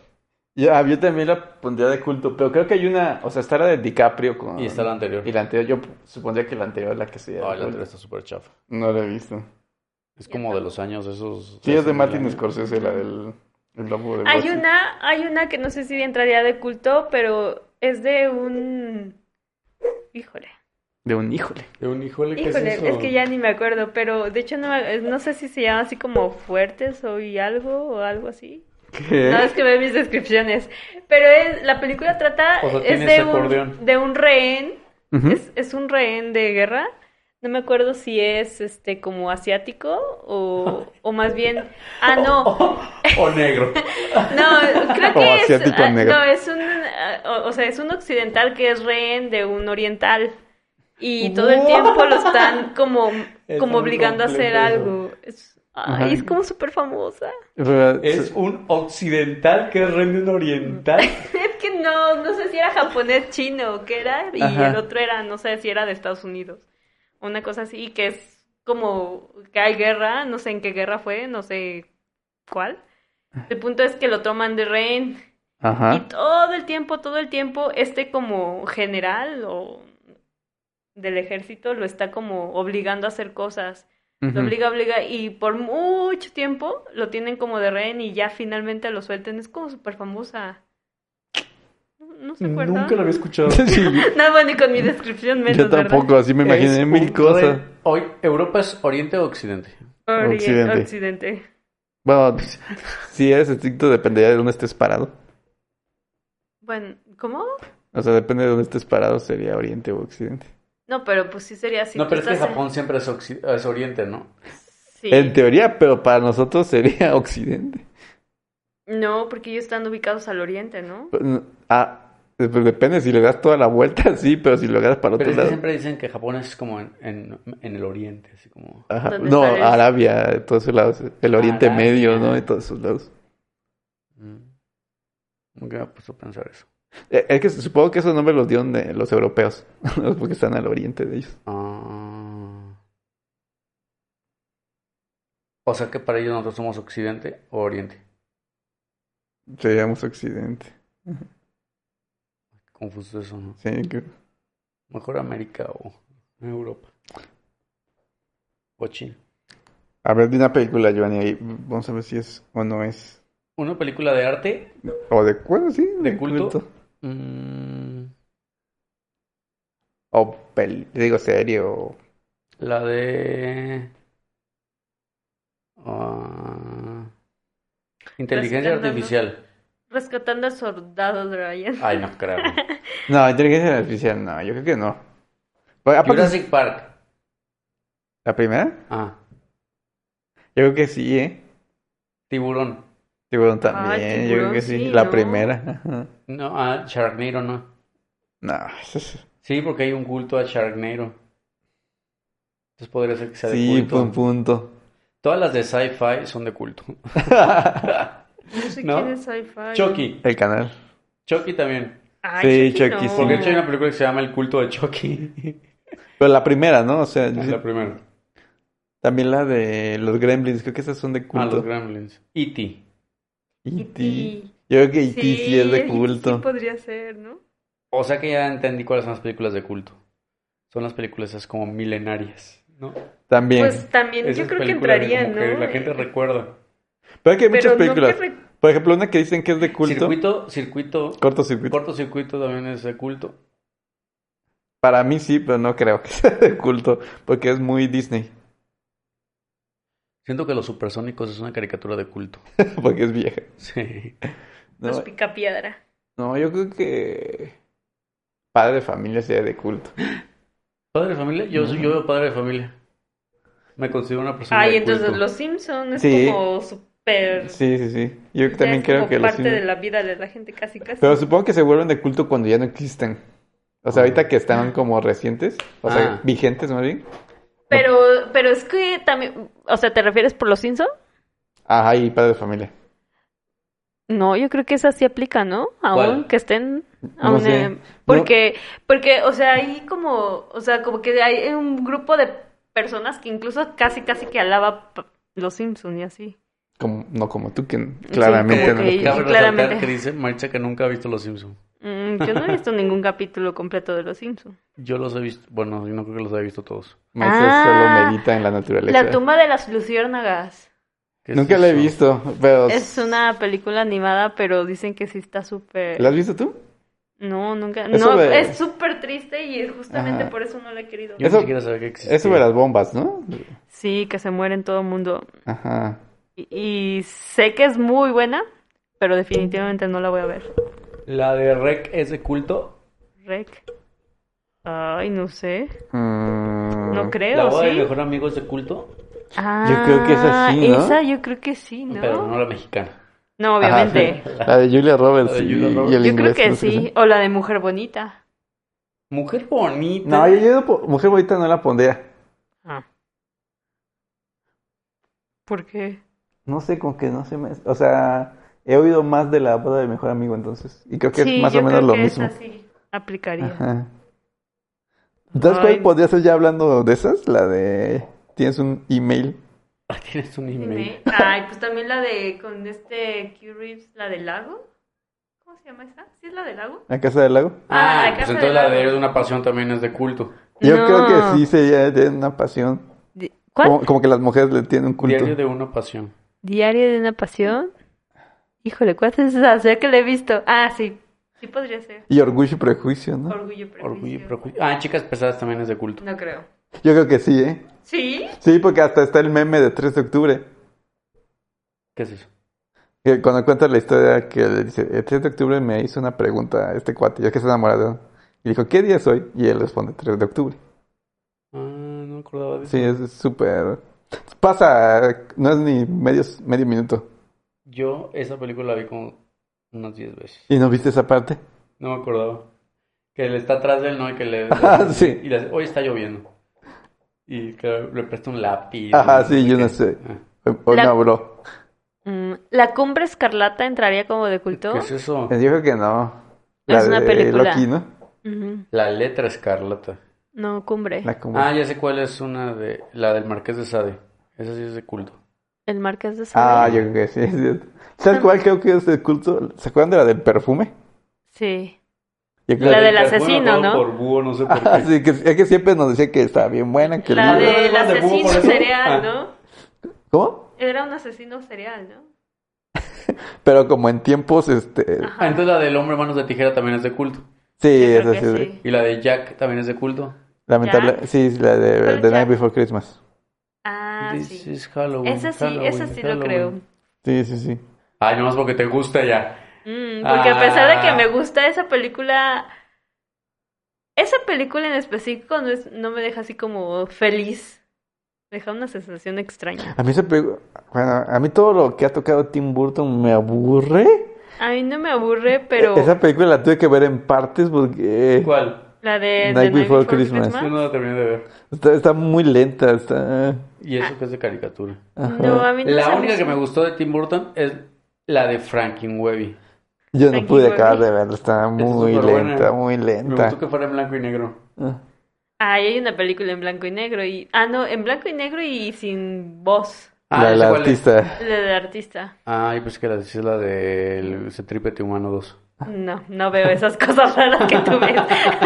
Speaker 2: Ya, yo también la pondría de culto, pero creo que hay una, o sea, está la de DiCaprio con...
Speaker 3: Y está la anterior.
Speaker 2: Ah, y la anterior, yo supondría que la anterior es la que sería
Speaker 3: Ay,
Speaker 2: de
Speaker 3: la
Speaker 2: culto.
Speaker 3: anterior está súper chafa.
Speaker 2: No la he visto.
Speaker 3: Es como de los años esos.
Speaker 2: Sí, es de Martin
Speaker 3: años.
Speaker 2: Scorsese, la del el Lobo de Wall
Speaker 1: Hay
Speaker 2: Street.
Speaker 1: una, hay una que no sé si entraría de culto, pero es de un... Híjole.
Speaker 2: De un híjole.
Speaker 3: De un híjole, ¿qué
Speaker 1: Híjole,
Speaker 3: es
Speaker 1: es,
Speaker 3: eso?
Speaker 1: que ya ni me acuerdo, pero de hecho no, me- no sé si se llama así como fuertes o y algo o algo así.
Speaker 2: ¿Qué?
Speaker 1: No, es que veo mis descripciones. Pero es, la película trata
Speaker 3: O sea,
Speaker 1: es
Speaker 3: tiene ese
Speaker 1: de un,
Speaker 3: acordeón.
Speaker 1: de un rehén,
Speaker 2: Ujú.
Speaker 1: es, es un rehén de guerra. No me acuerdo si es este como asiático o, o más bien... Ah,
Speaker 3: Oh,
Speaker 1: no,
Speaker 3: O negro.
Speaker 1: no, creo
Speaker 2: O
Speaker 1: que es...
Speaker 2: asiático
Speaker 1: ah,
Speaker 2: negro.
Speaker 1: No, es un... ah, o, o sea, es un occidental que es rehén de un oriental. Y todo el
Speaker 3: Wow.
Speaker 1: tiempo lo están como, como
Speaker 3: muy
Speaker 1: obligando a hacer
Speaker 3: complejo eso.
Speaker 1: algo. Es, ay,
Speaker 2: Ajá.
Speaker 1: es como súper famosa.
Speaker 2: Pero-
Speaker 3: Es un occidental que es rey de un oriental.
Speaker 1: Es que no, no sé si era japonés, chino, o qué era, y
Speaker 2: Ajá.
Speaker 1: el otro era, no sé si era de Estados Unidos. Una cosa así, que es como que hay guerra, no sé en qué guerra fue, no sé cuál. El punto es que lo toman de rehén y
Speaker 2: Ajá.
Speaker 1: todo el tiempo, todo el tiempo, este como general o del ejército lo está como obligando a hacer cosas. Lo
Speaker 2: Ujú.
Speaker 1: obliga, obliga, y por mucho tiempo lo tienen como de rehén y ya finalmente lo suelten. Es como súper famosa. No, no se acuerda.
Speaker 3: Nunca lo había escuchado.
Speaker 2: Sí,
Speaker 1: No, bueno, ni con mi descripción menos,
Speaker 2: yo
Speaker 1: ¿verdad?
Speaker 2: tampoco, así me imaginé
Speaker 3: Es
Speaker 2: mil
Speaker 3: un
Speaker 2: cosas.
Speaker 3: rey- Hoy, ¿Europa es Oriente o Occidente?
Speaker 1: Ori-
Speaker 2: Occidente.
Speaker 1: Occidente.
Speaker 2: Bueno, pues, si eres estricto, dependería de dónde estés parado.
Speaker 1: Bueno, ¿cómo?
Speaker 2: O sea, depende de dónde estés parado, sería oriente o occidente.
Speaker 1: No, pero pues sí sería así.
Speaker 3: no,
Speaker 1: tú
Speaker 3: pero es que
Speaker 1: estás en-
Speaker 3: Japón siempre es, occi- es Oriente, ¿no?
Speaker 1: Sí.
Speaker 2: En teoría, pero para nosotros sería occidente.
Speaker 1: No, porque ellos están ubicados al oriente, ¿no?
Speaker 2: Pues, no- Ah, pues depende, si le das toda la vuelta, sí, pero si lo das para el
Speaker 3: Pero
Speaker 2: otro
Speaker 3: es que
Speaker 2: lado.
Speaker 3: siempre dicen que Japón es como en, en- en el Oriente, así como...
Speaker 2: Ajá.
Speaker 1: ¿Dónde
Speaker 2: No,
Speaker 1: sales?
Speaker 2: Arabia, de todos esos lados. El Oriente
Speaker 3: Arabia.
Speaker 2: Medio, ¿no? De todos esos lados.
Speaker 3: mm. Nunca me he puesto a pensar eso.
Speaker 2: Eh, Es que supongo que esos nombres los dieron eh, los europeos, porque están al oriente de ellos.
Speaker 3: Ah. O sea que para ellos nosotros somos Occidente o Oriente.
Speaker 2: Seríamos occidente.
Speaker 3: Confuso eso, ¿no?
Speaker 2: Sí, que-
Speaker 3: Mejor América o Europa. O China.
Speaker 2: A ver, de una película, Giovanni, ahí vamos a ver si es o no es.
Speaker 3: Una película de arte.
Speaker 2: O de bueno, sí,
Speaker 3: ¿De culto? mm,
Speaker 2: O peli, digo serie o
Speaker 3: la de. ah, inteligencia
Speaker 1: Rescatando.
Speaker 3: artificial.
Speaker 1: Rescatando a soldados de Ryan.
Speaker 3: Ay, no creo.
Speaker 2: No, inteligencia artificial, no, yo creo que no. Bueno, aparte,
Speaker 3: Jurassic Park.
Speaker 2: ¿La primera?
Speaker 3: Ah,
Speaker 2: Yo creo que sí, ¿eh?
Speaker 3: Tiburón.
Speaker 2: Tiburón
Speaker 1: Ah, el
Speaker 2: también, yo creo
Speaker 1: tiburón,
Speaker 2: que sí.
Speaker 1: sí,
Speaker 2: la
Speaker 1: ¿no?
Speaker 2: primera. ajá.
Speaker 3: No, ah, Sharknado no.
Speaker 2: No, eso es-
Speaker 3: Sí, porque hay un culto a Sharknado. Entonces podría ser que sea de
Speaker 2: sí,
Speaker 3: culto.
Speaker 2: fue un punto.
Speaker 3: Todas las de sci-fi son de culto.
Speaker 1: No sé
Speaker 3: ¿No?
Speaker 1: quién es sci-fi.
Speaker 3: Chucky.
Speaker 2: El canal.
Speaker 3: Chucky también.
Speaker 1: Ay,
Speaker 2: Sí,
Speaker 1: Chucky,
Speaker 2: Chucky,
Speaker 1: no.
Speaker 2: sí.
Speaker 3: Porque de hecho hay una película que se llama El culto de Chucky.
Speaker 2: Pero la primera, ¿no? O sea, yo
Speaker 3: es
Speaker 2: sí-
Speaker 3: Ah, la primera.
Speaker 2: también la de los Gremlins, creo que esas son de
Speaker 3: Ah, los
Speaker 2: culto.
Speaker 3: Gremlins. E.T.
Speaker 2: E.T..
Speaker 1: E.T..
Speaker 2: Yo creo que E.T. sí es de
Speaker 1: E sí
Speaker 2: culto.
Speaker 1: podría ser, ¿no?
Speaker 3: O sea que ya entendí cuáles son las películas de culto. Son las películas esas como milenarias, ¿no?
Speaker 2: También.
Speaker 1: Pues también
Speaker 3: Esas
Speaker 1: yo creo que
Speaker 3: películas
Speaker 1: entraría,
Speaker 3: como
Speaker 1: ¿no?
Speaker 3: que la gente recuerda.
Speaker 2: Pero es que hay muchas
Speaker 1: Pero no
Speaker 2: películas.
Speaker 1: que re-
Speaker 2: Por ejemplo, una que dicen que es de culto.
Speaker 3: Circuito, circuito,
Speaker 2: Cortocircuito.
Speaker 3: cortocircuito también es de culto.
Speaker 2: Para mí sí, pero no creo que sea de culto. Porque es muy Disney.
Speaker 3: Siento que Los Supersónicos es una caricatura de culto.
Speaker 2: Porque es vieja.
Speaker 3: Sí.
Speaker 2: No,
Speaker 1: Los picapiedra.
Speaker 2: no, yo creo que. Padre de familia sería de culto.
Speaker 3: ¿Padre de familia? Yo, soy- yo veo padre de familia. Me considero una persona
Speaker 1: Ay,
Speaker 3: de
Speaker 1: entonces
Speaker 3: culto.
Speaker 1: los Simpson es
Speaker 2: Sí.
Speaker 1: como súper...
Speaker 2: Sí, sí, sí. Yo
Speaker 1: ya
Speaker 2: también
Speaker 1: es
Speaker 2: creo
Speaker 1: como
Speaker 2: que los
Speaker 1: parte
Speaker 2: Simpson-
Speaker 1: de la vida de la gente casi casi.
Speaker 2: Pero supongo que se vuelven de culto cuando ya no existen. O sea,
Speaker 1: Ah.
Speaker 2: ahorita que están como recientes, o sea,
Speaker 3: Ah.
Speaker 2: vigentes más bien.
Speaker 1: Pero, pero es que también, o sea, ¿te refieres por los Simpson?
Speaker 2: Ajá, y padre de familia.
Speaker 1: No, yo creo que esa sí aplica, ¿no? Aún
Speaker 3: ¿Cuál?
Speaker 1: que estén,
Speaker 2: No
Speaker 1: aún,
Speaker 2: sé.
Speaker 1: eh,
Speaker 2: No.
Speaker 1: porque, porque, o sea, hay como, o sea, como que hay un grupo de personas que incluso casi, casi que alaba p- los Simpson y así.
Speaker 2: Como, no como tú, que claramente
Speaker 1: como que-
Speaker 2: no. lo
Speaker 3: Cabe
Speaker 2: quieres.
Speaker 1: Sí,
Speaker 3: resaltar
Speaker 1: claramente.
Speaker 3: que dice Marcha que nunca ha visto Los Simpsons.
Speaker 1: Mm, yo no he visto ningún capítulo completo de los Simpson.
Speaker 3: Yo los he visto, bueno, yo no creo que los haya visto todos.
Speaker 2: Moisés
Speaker 1: Ah,
Speaker 2: solo medita en la naturaleza.
Speaker 1: La tumba de las luciérnagas
Speaker 3: ¿Qué es
Speaker 2: Nunca la he
Speaker 3: eso?
Speaker 2: visto, pero...
Speaker 1: es una película animada, pero dicen que sí está súper.
Speaker 2: ¿La has visto tú?
Speaker 1: No, nunca.
Speaker 2: Eso
Speaker 1: No,
Speaker 2: de-
Speaker 1: es súper triste y justamente
Speaker 2: Ajá.
Speaker 1: por eso no la he querido.
Speaker 3: Yo
Speaker 2: Eso-
Speaker 3: ni siquiera sabía que existía.
Speaker 2: Es sobre las bombas, ¿no?
Speaker 1: Sí, que se muere en todo el mundo.
Speaker 2: Ajá.
Speaker 1: Y, y sé que es muy buena, pero definitivamente no la voy a ver.
Speaker 3: La de Rec es de culto.
Speaker 1: Rec. Ay, no sé.
Speaker 2: Mm,
Speaker 1: No
Speaker 3: la
Speaker 1: creo,
Speaker 3: boda del
Speaker 1: ¿Eh, ¿sí?
Speaker 3: mejor amigo es de culto,
Speaker 1: Ah,
Speaker 2: creo que esa sí, ¿no?
Speaker 1: Esa yo creo que sí, ¿no?
Speaker 3: pero
Speaker 1: No,
Speaker 3: no la mexicana.
Speaker 2: ajá,
Speaker 1: obviamente.
Speaker 2: Ah, sí. La de Julia Roberts
Speaker 3: La de
Speaker 2: y-
Speaker 3: Julia
Speaker 2: y,
Speaker 3: Roberts.
Speaker 2: el
Speaker 1: Yo
Speaker 2: inglés.
Speaker 1: creo que
Speaker 2: no sé qué
Speaker 1: sí.
Speaker 2: sea.
Speaker 1: O la de Mujer Bonita.
Speaker 3: Mujer bonita.
Speaker 2: No, yo, yo po- Mujer Bonita no la pondría.
Speaker 1: Ah. ¿Por qué?
Speaker 2: No sé, con que no se me... O sea, he oído más de la boda del mejor amigo entonces. Y creo que
Speaker 1: sí,
Speaker 2: es más
Speaker 1: yo
Speaker 2: o menos
Speaker 1: creo
Speaker 2: lo
Speaker 1: que
Speaker 2: mismo.
Speaker 1: Esa sí aplicaría.
Speaker 2: Ajá. ¿Sabes
Speaker 1: Ay.
Speaker 2: cuál podría ser ya hablando de esas? La de... Tienes un email.
Speaker 3: Ah, Tienes un
Speaker 1: Dime.
Speaker 3: email.
Speaker 1: Ay, pues también la de con este Q Reeves, la del lago. ¿Cómo se llama esa? ¿Sí es la del lago?
Speaker 2: ¿A Casa del Lago?
Speaker 1: Ah,
Speaker 3: Ah,
Speaker 1: la
Speaker 3: pues
Speaker 1: casa
Speaker 3: entonces
Speaker 1: de
Speaker 3: la
Speaker 1: la-
Speaker 3: de Eres una pasión también es de culto.
Speaker 2: Yo
Speaker 1: No.
Speaker 2: creo que sí sería de una pasión.
Speaker 1: Di- ¿Cuál?
Speaker 2: Como, como que las mujeres le tienen un culto.
Speaker 3: Diario de una pasión.
Speaker 1: Diario de una pasión. Híjole, ¿cuál es esa? O sea, que la he visto. Ah, sí. Sí podría ser.
Speaker 2: Y orgullo y prejuicio, ¿no?
Speaker 1: Orgullo y prejuicio.
Speaker 3: Orgullo y prejuicio. Ah, chicas pesadas también es de culto.
Speaker 1: No creo.
Speaker 2: Yo creo que sí, ¿eh?
Speaker 1: ¿Sí?
Speaker 2: Sí, porque hasta está el meme de 3 de octubre.
Speaker 3: ¿Qué es eso?
Speaker 2: Que cuando cuenta la historia que le dice, el 3 de octubre me hizo una pregunta este cuate, yo que está enamorado. Y dijo, ¿qué día es hoy? Y él responde, 3 de octubre.
Speaker 3: Ah, no me acordaba de eso.
Speaker 2: Sí, es súper... Pasa, no es ni medio, medio minuto.
Speaker 3: Yo esa película la vi como unas 10 veces.
Speaker 2: ¿Y no viste esa parte?
Speaker 3: No me acordaba. Que él está atrás de él, ¿no? Y que le...
Speaker 2: Ajá, Ah, sí.
Speaker 3: Y le hace, hoy está lloviendo. Y que le presta un lápiz.
Speaker 2: Ajá,
Speaker 3: ¿no?
Speaker 2: sí, yo no sé.
Speaker 3: Ah,
Speaker 2: Hoy
Speaker 1: La-
Speaker 2: no habló.
Speaker 1: Mm, ¿La cumbre escarlata entraría como de culto?
Speaker 3: ¿Qué es eso?
Speaker 2: Yo creo que no.
Speaker 1: Es una película.
Speaker 2: Loki, ¿no?
Speaker 1: Ujú.
Speaker 3: La letra escarlata.
Speaker 1: No, cumbre.
Speaker 2: La como-
Speaker 3: Ah, ya sé cuál es una de... La del Marqués de Sade. Esa sí es de culto.
Speaker 1: El Marqués de Sade.
Speaker 2: Ah, yo creo que sí, es cierto. ¿Sabes cuál creo que es el culto? ¿Se acuerdan de la del perfume?
Speaker 1: Sí.
Speaker 2: Yo creo
Speaker 1: La
Speaker 2: que-
Speaker 1: del
Speaker 3: Bueno,
Speaker 1: asesino,
Speaker 3: todo
Speaker 1: ¿no?
Speaker 3: por búho, no sé por
Speaker 2: Ah,
Speaker 3: qué.
Speaker 2: sí, que, es que siempre nos decía que estaba bien buena, que el
Speaker 1: La
Speaker 3: no-
Speaker 2: libro-
Speaker 3: no
Speaker 1: del
Speaker 3: le vas de búho
Speaker 1: asesino
Speaker 3: por eso.
Speaker 1: serial,
Speaker 3: Ah.
Speaker 1: ¿no?
Speaker 2: ¿Cómo?
Speaker 1: Era un asesino serial, ¿no?
Speaker 2: Pero como en tiempos, este...
Speaker 1: Ajá.
Speaker 3: Ah, entonces la del hombre manos de tijera también es de culto.
Speaker 2: Sí,
Speaker 1: Yo
Speaker 2: es
Speaker 1: creo que
Speaker 2: así.
Speaker 1: sí.
Speaker 3: Y la de Jack también es de culto.
Speaker 2: Lamentable.
Speaker 1: Jack.
Speaker 2: Sí, sí, la de
Speaker 1: ¿Cuál
Speaker 2: The
Speaker 1: Jack?
Speaker 2: Night Before Christmas.
Speaker 1: Ah,
Speaker 3: This
Speaker 1: sí.
Speaker 3: is Halloween,
Speaker 1: Esa sí, esa
Speaker 3: Halloween,
Speaker 1: sí lo
Speaker 3: Halloween.
Speaker 1: creo.
Speaker 2: Sí, sí, sí.
Speaker 3: Ay, nomás porque te gusta ya.
Speaker 1: Mm, porque a pesar de
Speaker 3: Ah.
Speaker 1: que me gusta esa película, esa película en específico no, es, no me deja así como feliz. Me Deja una sensación extraña.
Speaker 2: A mí se pegó... Bueno, a mí todo lo que ha tocado Tim Burton me aburre.
Speaker 1: A mí no me aburre, pero
Speaker 2: Eh, Esa película la tuve que ver en partes porque... eh,
Speaker 3: ¿Cuál?
Speaker 1: la de
Speaker 2: Night
Speaker 1: The
Speaker 2: Before Christmas.
Speaker 3: Yo no la terminé de ver.
Speaker 2: Está, está muy lenta, está...
Speaker 3: Y eso que es de caricatura.
Speaker 2: Ajá.
Speaker 1: No, Ah. a mí no se
Speaker 3: La
Speaker 1: me
Speaker 3: única que
Speaker 1: hizo.
Speaker 3: me gustó de Tim Burton es la de Frankenweenie.
Speaker 2: Yo no
Speaker 1: Frankie
Speaker 2: pude acabar
Speaker 1: Beverly.
Speaker 2: de verla, está muy
Speaker 3: superbuena.
Speaker 2: lenta, muy
Speaker 3: Me
Speaker 2: lenta.
Speaker 3: gustó que fuera en blanco y negro.
Speaker 2: Ah.
Speaker 1: Ay, hay una película en blanco y negro y... Ah, no, en blanco y negro y sin voz.
Speaker 2: la
Speaker 3: ya
Speaker 2: de
Speaker 3: sé
Speaker 2: la
Speaker 3: Ah, cuál es.
Speaker 2: artista.
Speaker 1: La de artista.
Speaker 3: Ay, pues que la es la de Centrípete Humano 2.
Speaker 1: No, no veo esas cosas raras que tú ves.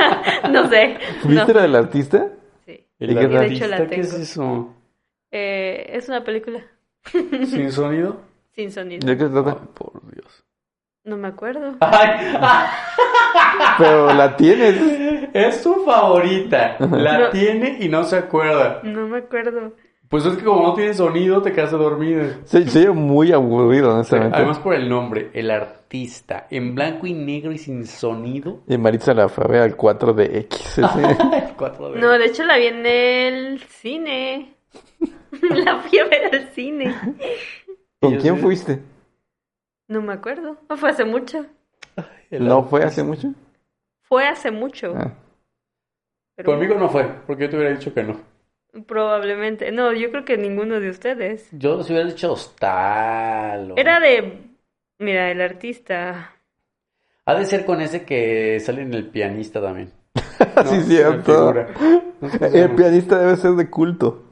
Speaker 1: no sé. No.
Speaker 2: ¿Viste la del artista?
Speaker 1: Sí.
Speaker 2: ¿Y qué
Speaker 1: de hecho la
Speaker 3: ¿Qué es
Speaker 1: tengo.
Speaker 3: eso?
Speaker 1: Eh, es una película
Speaker 3: ¿Sin sonido?
Speaker 1: sin sonido.
Speaker 2: ¿De qué se
Speaker 3: Ay,
Speaker 2: trata?
Speaker 3: por Dios.
Speaker 1: No me acuerdo.
Speaker 2: Pero la tienes.
Speaker 3: Es su favorita. La
Speaker 1: No.
Speaker 3: tiene y no se acuerda.
Speaker 1: No me acuerdo.
Speaker 3: Pues es que como no tiene sonido, te quedas dormida.
Speaker 2: Se, se oye muy aburrido, honestamente.
Speaker 3: Además por el nombre, el artista, en blanco y negro y sin sonido.
Speaker 2: Y Maritza la fue a ver al 4 de X.
Speaker 3: El 4D.
Speaker 1: No, de hecho la vi en el cine. la fui a ver al cine.
Speaker 2: ¿Con
Speaker 3: Yo
Speaker 2: quién
Speaker 3: sé.
Speaker 2: fuiste?
Speaker 1: No me acuerdo. No fue hace mucho.
Speaker 3: El
Speaker 2: ¿No
Speaker 3: ar-
Speaker 2: fue hace mucho?
Speaker 1: Fue hace mucho.
Speaker 2: Ah.
Speaker 1: Pero
Speaker 3: Conmigo no fue, porque yo te hubiera dicho que no.
Speaker 1: Probablemente. No, yo creo que ninguno de ustedes.
Speaker 4: Yo si hubiera dicho hostal. o-
Speaker 1: Era de. Mira, el artista.
Speaker 4: Ha de ser con ese que sale en el pianista también.
Speaker 3: No,
Speaker 2: sí,
Speaker 3: se me
Speaker 2: cierto.
Speaker 3: figura. No sé cómo se
Speaker 2: El
Speaker 3: llama.
Speaker 2: pianista debe ser de culto.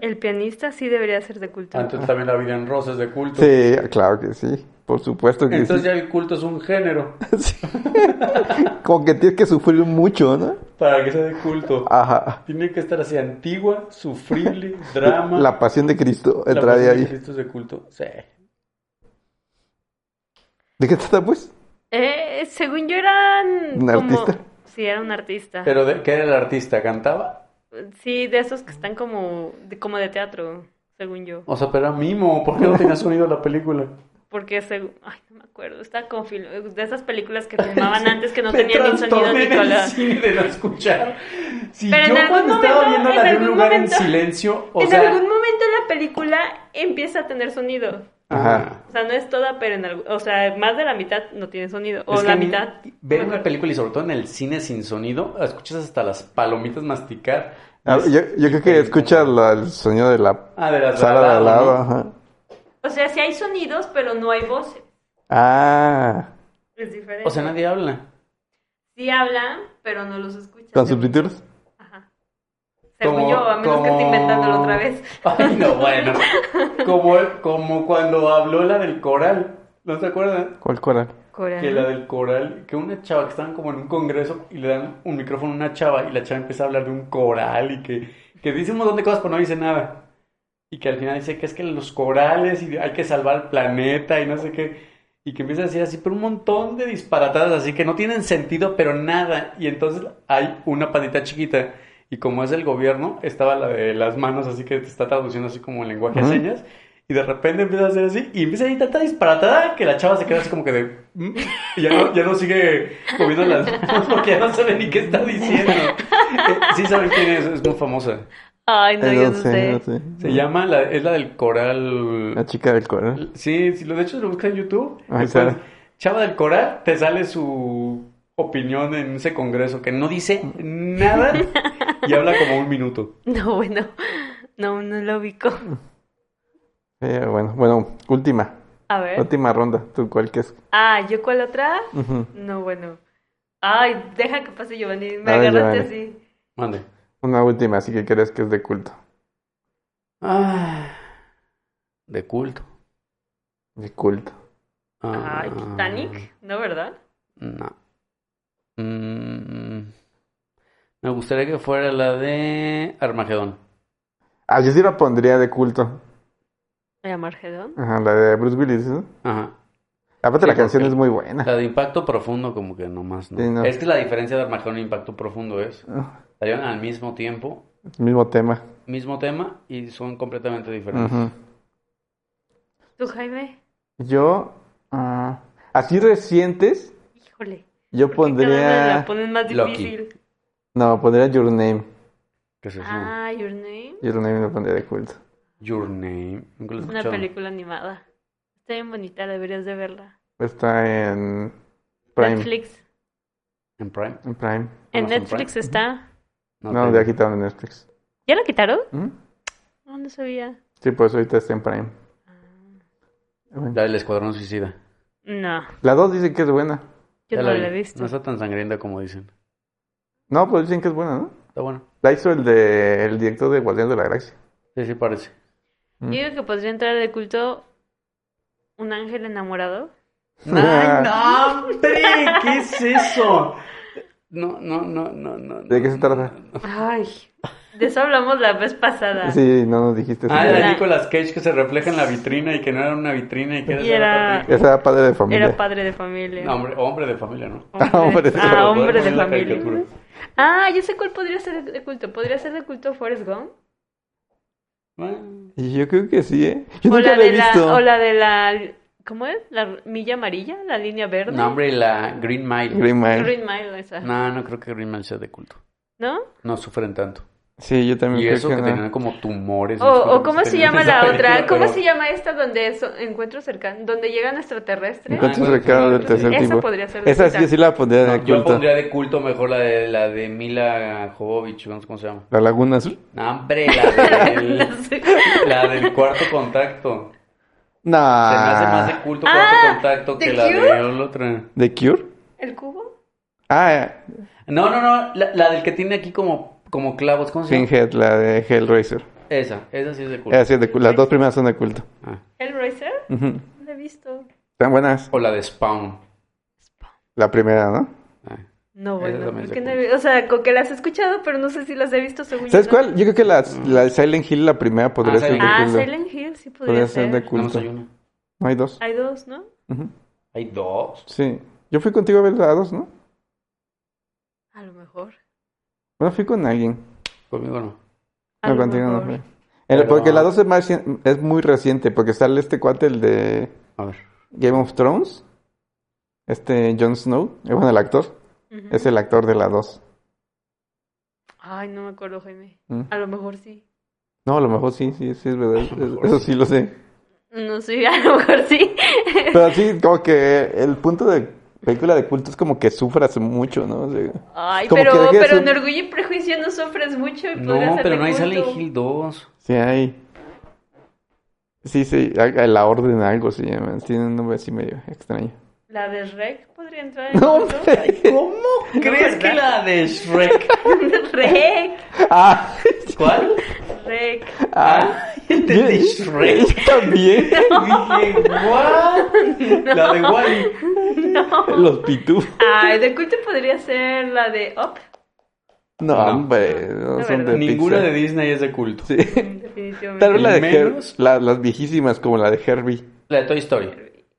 Speaker 1: El pianista sí debería ser de culto.
Speaker 3: Ah, Entonces también la vida en rosa es de culto.
Speaker 2: Sí, claro que sí. Por supuesto que
Speaker 3: Entonces
Speaker 2: sí.
Speaker 3: ya el culto es un género
Speaker 2: Como que tienes que sufrir mucho, ¿no?
Speaker 3: para que sea de culto.
Speaker 2: Ajá.
Speaker 3: Tiene que estar así antigua, sufrible, drama.
Speaker 2: La pasión de Cristo
Speaker 3: La
Speaker 2: entra de
Speaker 3: pasión de
Speaker 2: ahí.
Speaker 3: Cristo es de culto. Sí.
Speaker 2: ¿De qué trata, pues?
Speaker 1: Eh, según yo eran.
Speaker 2: ¿Un
Speaker 1: como-
Speaker 2: artista?
Speaker 1: Sí, era un artista.
Speaker 3: Pero de, ¿qué era el artista? ¿Cantaba?
Speaker 1: Sí, de esos que están como. de- como de teatro, según yo.
Speaker 3: O sea, pero era mimo. ¿Por qué no tenía sonido la película?
Speaker 1: Porque según. Ay, no me acuerdo. Está con fil- De esas películas que filmaban antes que no tenían ni sonido ni color.
Speaker 3: de no escuchar. Si
Speaker 1: Pero
Speaker 3: yo
Speaker 1: en algún
Speaker 3: cuando estaba
Speaker 1: momento,
Speaker 3: viendo
Speaker 1: en
Speaker 3: la de un
Speaker 1: algún
Speaker 3: lugar
Speaker 1: momento-
Speaker 3: en silencio, o
Speaker 1: en
Speaker 3: sea,
Speaker 1: algún momento la película empieza a tener sonido.
Speaker 2: Ajá.
Speaker 1: O sea, no es toda, pero en algún, o sea, más de la mitad no tiene sonido. O
Speaker 4: Es que
Speaker 1: la
Speaker 4: a mí,
Speaker 1: mitad.
Speaker 4: Ver
Speaker 1: no me
Speaker 4: una
Speaker 1: acuerdo.
Speaker 4: película y sobre todo en el cine sin sonido, escuchas hasta las palomitas masticar.
Speaker 2: Ah, yo, yo creo que escuchas la- el sonido de la
Speaker 4: Ah, de las
Speaker 2: sala de
Speaker 4: ¿no?
Speaker 2: al lado. Ajá.
Speaker 1: O sea, sí hay sonidos, pero no hay voces.
Speaker 2: Ah,
Speaker 1: Es diferente.
Speaker 4: O sea, nadie habla.
Speaker 1: sí hablan, pero no los escuchan.
Speaker 2: ¿con subtítulos?
Speaker 1: Ajá. Según
Speaker 3: Como-
Speaker 1: yo, a menos que esté
Speaker 3: como-
Speaker 1: inventándolo otra vez.
Speaker 4: Ay, no, bueno.
Speaker 3: como, como cuando habló la del coral. ¿No se acuerdan?
Speaker 2: ¿Cuál coral?
Speaker 1: Coral.
Speaker 3: Que la del coral, que una chava que estaban como en un congreso y le dan un micrófono a una chava y la chava empieza a hablar de un coral y que, que dice un montón de cosas pero no dice nada. Y que al final dice que es que los corales y hay que salvar el planeta y no sé qué. Y que empieza a decir así, pero un montón de disparatadas así que no tienen sentido, pero nada. Y entonces hay una patita chiquita. Y como es el gobierno, estaba la de las manos así que te está traduciendo así como en lenguaje de
Speaker 2: Ujú.
Speaker 3: señas. Y de repente empieza a hacer así y empieza a ir tanta disparatada que la chava se queda así como que de... "Mm", Y ya no, ya no sigue moviendo las manos porque ya no sabe ni qué está diciendo. Eh, Sí saben quién es, es muy famosa.
Speaker 1: Ay, no,
Speaker 2: Eh,
Speaker 1: yo
Speaker 2: no
Speaker 1: no
Speaker 2: sé,
Speaker 1: sé.
Speaker 2: no sé.
Speaker 3: Se llama, la, es la del
Speaker 2: La
Speaker 3: coral...
Speaker 2: chica del coral.
Speaker 3: Sí, sí, lo de hecho lo busca en YouTube.
Speaker 2: Ahí
Speaker 3: le pones
Speaker 2: sale.
Speaker 3: Chava del coral, te sale su opinión en ese congreso que no dice nada y habla como un minuto.
Speaker 1: No, bueno. No, no lo ubico.
Speaker 2: Eh, bueno, bueno, última.
Speaker 1: A ver.
Speaker 2: Última ronda. ¿Tú cuál que es?
Speaker 1: Ah, ¿yo cuál otra?
Speaker 2: Ujú.
Speaker 1: No, bueno. Ay, deja que pase Giovanni. Me
Speaker 2: A ver,
Speaker 1: agarraste
Speaker 2: Giovanni.
Speaker 1: así.
Speaker 4: Mande.
Speaker 2: Una última, así que crees que es de culto.
Speaker 4: Ah, de culto.
Speaker 2: De culto.
Speaker 4: Ah,
Speaker 1: Ay, Titanic, ¿no, verdad?
Speaker 4: No. Mm, me gustaría que fuera la de Armagedón.
Speaker 2: Ah, yo sí la pondría de culto.
Speaker 1: ¿Me Armagedón.
Speaker 2: Ajá, la de Bruce Willis, ¿no?
Speaker 4: Ajá.
Speaker 2: Aparte,
Speaker 4: Sí,
Speaker 2: la canción
Speaker 4: porque-
Speaker 2: es muy buena.
Speaker 4: La de impacto profundo, como que nomás, ¿no?
Speaker 2: Sí, no. Ah.
Speaker 4: Es que la diferencia de Armagedón e impacto profundo es. Salieron al mismo tiempo,
Speaker 2: Mismo tema.
Speaker 4: mismo tema y son completamente diferentes.
Speaker 2: Ujú.
Speaker 1: ¿Tú, Jaime?
Speaker 2: Yo, ah, así recientes,
Speaker 1: Híjole.
Speaker 2: yo
Speaker 1: ¿por qué cada vez me
Speaker 2: pondría.
Speaker 1: la ponen más
Speaker 4: Loki.
Speaker 1: difícil.
Speaker 2: No, pondría Your Name.
Speaker 4: ¿Qué es eso?
Speaker 1: Ah, Your Name.
Speaker 2: Your Name lo pondría de culto.
Speaker 4: Your Name. Nunca lo he
Speaker 1: Es una
Speaker 4: escuchado.
Speaker 1: película animada. Está bien bonita, deberías de verla.
Speaker 2: Está en Prime.
Speaker 1: Netflix.
Speaker 4: ¿En Prime?
Speaker 2: En Prime.
Speaker 1: En
Speaker 4: Amazon
Speaker 1: Netflix
Speaker 4: Prime.
Speaker 1: está.
Speaker 2: No,
Speaker 4: tengo.
Speaker 2: de aquí está en Netflix.
Speaker 1: ¿Ya la quitaron?
Speaker 2: ¿Mm?
Speaker 1: No, no sabía.
Speaker 2: Sí, pues ahorita está en Prime.
Speaker 4: La del Escuadrón Suicida.
Speaker 1: No,
Speaker 2: La 2 dicen que es buena.
Speaker 1: yo
Speaker 4: Ya
Speaker 1: no
Speaker 4: vi.
Speaker 1: la he visto.
Speaker 4: No está tan sangrienta como dicen.
Speaker 2: No, pues dicen que es buena, ¿no?
Speaker 4: Está bueno.
Speaker 2: La hizo el, de, el director de Guardián de la Galaxia.
Speaker 4: Sí, sí parece.
Speaker 1: Yo digo que podría entrar de culto un ángel enamorado.
Speaker 4: ¡Ay, no, hombre! ¿Qué es eso? No, no, no, no, no.
Speaker 2: ¿De qué se trata?
Speaker 1: Ay, de eso hablamos la vez pasada.
Speaker 2: Sí, no nos dijiste.
Speaker 4: Ah,
Speaker 2: sí.
Speaker 4: era
Speaker 1: La-
Speaker 4: Nicolas Cage que se refleja en la vitrina y que no era una vitrina y que era...
Speaker 1: Y era-
Speaker 4: otra
Speaker 2: Esa era padre de familia.
Speaker 1: Era padre de familia.
Speaker 4: película. No, hombre, hombre de familia, ¿no?
Speaker 2: Hombre
Speaker 1: Hombre,
Speaker 2: de-
Speaker 1: ah, hombre
Speaker 4: Poder
Speaker 1: de
Speaker 4: poner la
Speaker 1: familia.
Speaker 4: caricatura.
Speaker 1: Ah, yo sé cuál podría ser de culto. Podría ser de culto Forrest Gump.
Speaker 4: Bueno,
Speaker 2: Y Yo creo que sí, ¿eh? Yo
Speaker 1: O
Speaker 2: nunca
Speaker 1: la
Speaker 2: la he
Speaker 1: de la,
Speaker 2: visto.
Speaker 1: o la de la, ¿cómo es? La milla amarilla, la línea verde.
Speaker 4: No, hombre, la Green Mile.
Speaker 2: Green Mile.
Speaker 1: Green Mile esa,
Speaker 4: No, no creo que Green Mile sea de culto.
Speaker 1: ¿no?
Speaker 4: No sufren tanto.
Speaker 2: Sí, yo también
Speaker 3: Y
Speaker 2: Mm, creo
Speaker 3: eso
Speaker 2: que
Speaker 3: que
Speaker 2: no.
Speaker 3: tenían como tumores.
Speaker 1: O,
Speaker 3: no sé
Speaker 1: o
Speaker 3: cómo
Speaker 1: cómo se
Speaker 3: tenían
Speaker 1: llama
Speaker 3: esa
Speaker 1: la
Speaker 3: película,
Speaker 1: otra, cómo
Speaker 3: pero-
Speaker 1: se llama esta donde es encuentros cercanos, donde llegan extraterrestres?
Speaker 3: Encuentro-
Speaker 2: Encuentros cercanos del
Speaker 3: Encuentros
Speaker 2: tercer
Speaker 1: cercanos. Esa
Speaker 2: tipo.
Speaker 1: podría ser
Speaker 2: Esa
Speaker 1: Lupita.
Speaker 2: sí, sí la pondría en
Speaker 3: No,
Speaker 2: el
Speaker 3: yo
Speaker 2: culto.
Speaker 3: pondría de culto mejor la de, la de Mila Jovovich, no sé cómo se llama.
Speaker 2: La Laguna Azul.
Speaker 3: No, hombre, la del,
Speaker 1: No sé.
Speaker 3: la del cuarto contacto.
Speaker 2: No.
Speaker 3: Se me hace más de culto cuarto
Speaker 1: Ah,
Speaker 3: contacto que
Speaker 1: ¿The
Speaker 3: la
Speaker 1: Cure?
Speaker 3: de la otra.
Speaker 2: ¿The Cure?
Speaker 1: ¿El cubo?
Speaker 2: Ah,
Speaker 3: No, no, no, la, la del que tiene aquí como, como clavos, ¿cómo se llama?
Speaker 2: Pinhead, la de Hellraiser.
Speaker 3: Esa, esa sí es de culto.
Speaker 2: Esa sí es de cu- Las dos primeras son de culto.
Speaker 3: Ah.
Speaker 1: ¿Hellraiser?
Speaker 2: Ujú.
Speaker 1: No lo he visto.
Speaker 2: Están buenas.
Speaker 3: O la de Spawn.
Speaker 2: La primera, ¿no?
Speaker 3: Ah.
Speaker 1: No,
Speaker 3: Esa
Speaker 1: bueno,
Speaker 3: también es de
Speaker 1: porque no
Speaker 3: culto.
Speaker 1: he- o sea, con que las he escuchado, pero no sé si las he visto según
Speaker 2: ¿Sabes
Speaker 1: yo,
Speaker 2: cuál?
Speaker 1: ¿no?
Speaker 2: Yo creo que la, la de Silent Hill, la primera, podría ser de
Speaker 3: Mm. Ah, Silent
Speaker 1: Ah,
Speaker 2: culto.
Speaker 1: Silent Hill sí podría
Speaker 2: Podría ser
Speaker 1: ser.
Speaker 2: de
Speaker 3: No,
Speaker 2: culto.
Speaker 3: hay una.
Speaker 2: No hay dos.
Speaker 1: Hay dos, ¿no?
Speaker 2: Ujú.
Speaker 3: Hay dos.
Speaker 2: Sí. Yo fui contigo a ver la dos, ¿no?
Speaker 1: A lo mejor.
Speaker 2: Bueno, fui con alguien.
Speaker 3: Conmigo no.
Speaker 1: A
Speaker 2: No,
Speaker 1: lo
Speaker 2: contigo no
Speaker 1: mejor.
Speaker 2: fui. El-
Speaker 3: Pero-
Speaker 2: Porque la dos es, más reci- es muy reciente, porque sale este cuate, el de
Speaker 3: A ver.
Speaker 2: Game of Thrones. Este Jon Snow, eh, bueno, el actor,
Speaker 1: Ujú.
Speaker 2: es el actor de la dos.
Speaker 1: Ay, no me acuerdo, Jaime.
Speaker 2: Mm.
Speaker 1: A lo mejor sí.
Speaker 2: No, a lo mejor sí, sí, sí es verdad.
Speaker 3: A lo mejor
Speaker 2: Eso
Speaker 3: sí.
Speaker 2: sí lo sé.
Speaker 1: No sé, a lo mejor sí.
Speaker 2: Pero sí, como que el punto de película de culto es como que sufras mucho, ¿no? O sea,
Speaker 1: Ay,
Speaker 2: Como que
Speaker 1: pero,
Speaker 2: dejes
Speaker 1: pero
Speaker 2: un-
Speaker 1: en Orgullo y Prejuicio no sufres mucho. y podrías
Speaker 3: No,
Speaker 1: ser
Speaker 3: pero
Speaker 1: de
Speaker 3: no hay
Speaker 1: culto.
Speaker 3: Silent Hill 2.
Speaker 2: sí hay... Sí, sí, a- la orden algo se llama. Tiene un nombre así medio extraño.
Speaker 1: La de Rec podría entrar en
Speaker 2: No,
Speaker 1: culto?
Speaker 2: hombre.
Speaker 3: ¿Cómo crees que la de Shrek?
Speaker 1: Rec,
Speaker 2: Ah,
Speaker 3: ¿Cuál?
Speaker 1: Rec.
Speaker 2: ah.
Speaker 3: entendí
Speaker 2: Yo-
Speaker 3: Shrek.
Speaker 2: yo también.
Speaker 3: Dije, ¿what? La de Wally.
Speaker 2: Los pitufos.
Speaker 1: Ay, de culto podría ser la de Up.
Speaker 2: No,
Speaker 3: No.
Speaker 2: hombre, no
Speaker 1: La
Speaker 2: son
Speaker 1: verdad.
Speaker 2: de
Speaker 3: Ninguna de
Speaker 2: Pixar.
Speaker 3: Disney es de culto.
Speaker 2: Sí.
Speaker 1: Definitivamente.
Speaker 2: Tal vez la de
Speaker 3: Menos-
Speaker 2: Her- la- las viejísimas como la de Herbie.
Speaker 3: La de Toy Story.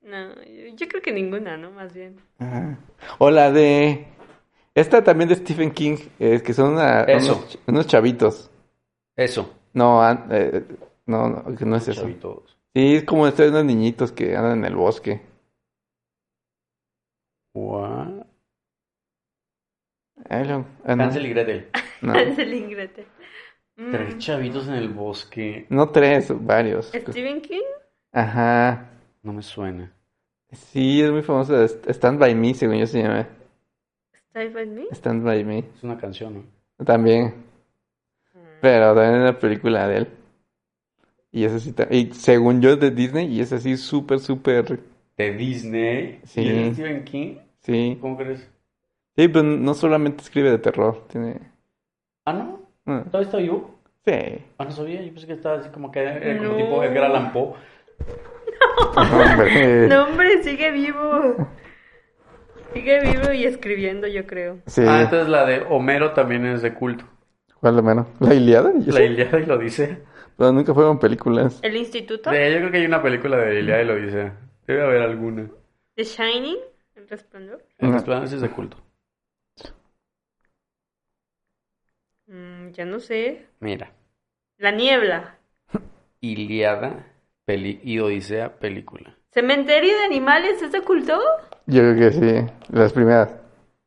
Speaker 1: No, yo yo creo que ninguna, ¿no? Más bien.
Speaker 2: Ajá. Ah. O la de... Esta también de Stephen King, eh, que son una-
Speaker 3: Eso.
Speaker 2: unos ch- unos chavitos.
Speaker 3: Eso.
Speaker 2: No, an- eh, no, no, que no es eso.
Speaker 3: Chavitos.
Speaker 2: Sí, es como estos unos niñitos que andan en el bosque.
Speaker 3: What?
Speaker 2: Ay, no, ah, no,
Speaker 3: Hansel y Gretel.
Speaker 2: no.
Speaker 1: Hansel y Gretel. Mm,
Speaker 3: Tres chavitos en el bosque.
Speaker 2: No tres, varios.
Speaker 1: Stephen King.
Speaker 2: Ajá.
Speaker 3: No me suena.
Speaker 2: Sí, es muy famosa. es- Stand by Me, según yo se llama.
Speaker 1: Stay by me.
Speaker 2: Stand by Me.
Speaker 3: Es una canción, ¿no?
Speaker 2: También. Pero también es una película de él. Y esa sí, ta- y según yo es de Disney, y esa sí súper, súper,
Speaker 3: De Disney.
Speaker 2: Sí.
Speaker 3: ¿Y es de Stephen King?
Speaker 2: sí.
Speaker 3: ¿Cómo crees?
Speaker 2: Sí, pero no solamente escribe de terror, tiene...
Speaker 3: Ah, no.
Speaker 2: ah,
Speaker 3: ¿Todo esto yo?
Speaker 2: Sí.
Speaker 3: Ah, no sabía. Yo pensé que estaba así como que era como
Speaker 1: No.
Speaker 3: tipo Edgar Allan Poe.
Speaker 2: Hombre.
Speaker 1: No, hombre, sigue vivo. Sigue vivo y escribiendo, yo creo.
Speaker 2: Sí.
Speaker 3: Ah, entonces la de Homero también es de culto.
Speaker 2: ¿Cuál lo menos? ¿La Iliada? Yo
Speaker 3: La
Speaker 2: sé,
Speaker 3: Ilíada y la Odisea.
Speaker 2: Pero nunca fueron películas.
Speaker 1: ¿El instituto?
Speaker 3: Sí, yo creo que hay una película de Ilíada y la Odisea. Debe haber alguna.
Speaker 1: ¿The Shining? ¿El resplandor?
Speaker 3: En
Speaker 2: No.
Speaker 3: los planes es de culto.
Speaker 1: Mm, ya no sé.
Speaker 3: Mira.
Speaker 1: La niebla.
Speaker 3: Iliada peli y Odisea película.
Speaker 1: ¿Cementerio de animales? ¿Es de culto?
Speaker 2: Yo creo que sí, las primeras.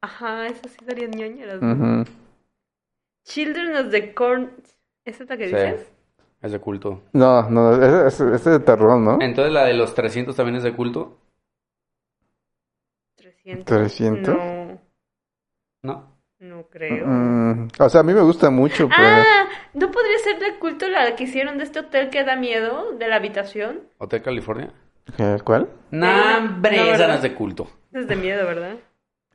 Speaker 1: Ajá, esas sí serían ñoñeras. ¿no?
Speaker 2: Ujú.
Speaker 1: Children of the Corn. ¿Esa es la que
Speaker 3: Sí.
Speaker 1: dices?
Speaker 3: Es de culto.
Speaker 2: No, no, ese ese- ese es de terror, ¿no?
Speaker 3: Entonces la de los 300 también es de culto.
Speaker 1: 300.
Speaker 2: 300.
Speaker 1: No,
Speaker 3: No.
Speaker 1: no creo.
Speaker 2: Mm, o sea, a mí me gusta mucho, pero...
Speaker 1: Ah, ¿no podría ser de culto la que hicieron de este hotel que da miedo? ¿De la habitación?
Speaker 3: Hotel California.
Speaker 2: ¿Qué? ¿Cuál?
Speaker 1: No,
Speaker 3: No, hombre,
Speaker 1: no,
Speaker 3: esa
Speaker 1: ¿verdad?
Speaker 3: no es de culto.
Speaker 1: Es de miedo, ¿verdad?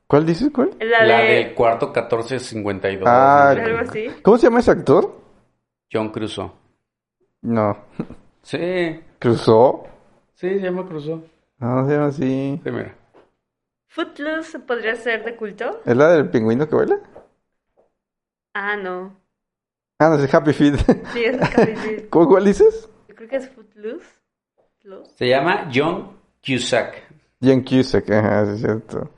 Speaker 2: ¿Cuál dices? ¿Cuál?
Speaker 1: La,
Speaker 3: La
Speaker 1: de...
Speaker 3: del cuarto 1452.
Speaker 2: Ah,
Speaker 3: es de
Speaker 1: Algo
Speaker 3: culto.
Speaker 1: así.
Speaker 2: ¿Cómo se llama ese actor?
Speaker 3: John Crusoe.
Speaker 2: No.
Speaker 3: Sí,
Speaker 2: ¿Cruzó?
Speaker 3: sí, se llama Crusoe.
Speaker 2: No, no se llama así.
Speaker 3: Sí, mira.
Speaker 1: Footloose podría ser de culto.
Speaker 2: ¿Es la del pingüino que baila?
Speaker 1: Ah, no.
Speaker 2: Ah, no, es Happy Feet.
Speaker 1: Sí, es de
Speaker 2: ¿Cómo, ¿Cuál dices?
Speaker 1: Yo creo que es Footloose. Footloose.
Speaker 3: Se llama John Cusack.
Speaker 2: John Cusack, ajá, sí es cierto.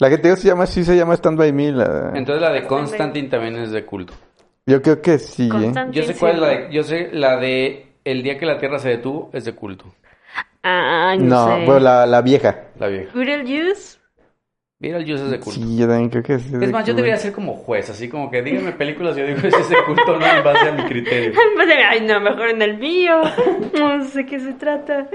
Speaker 2: La que te digo se llama, sí se llama Stand By Me. la-
Speaker 3: Entonces la de Constantine también es de culto.
Speaker 2: Yo creo que sí, ¿eh?
Speaker 1: Constantine,
Speaker 3: Yo sé cuál es la
Speaker 1: sí.
Speaker 3: de, yo sé la de El día que la Tierra se detuvo es de culto,
Speaker 1: Ah, no,
Speaker 2: No,
Speaker 1: sé.
Speaker 3: eh.
Speaker 2: bueno, la, la vieja.
Speaker 3: la vieja.
Speaker 1: Beetlejuice.
Speaker 3: Beetlejuice es de culto.
Speaker 2: Sí, yo también creo que sí.
Speaker 3: Es más, yo debería ser como juez, así como que dígame películas, yo digo si es de culto o no en base a mi criterio.
Speaker 1: Pues, Ay, no, mejor en el mío. No sé qué se trata.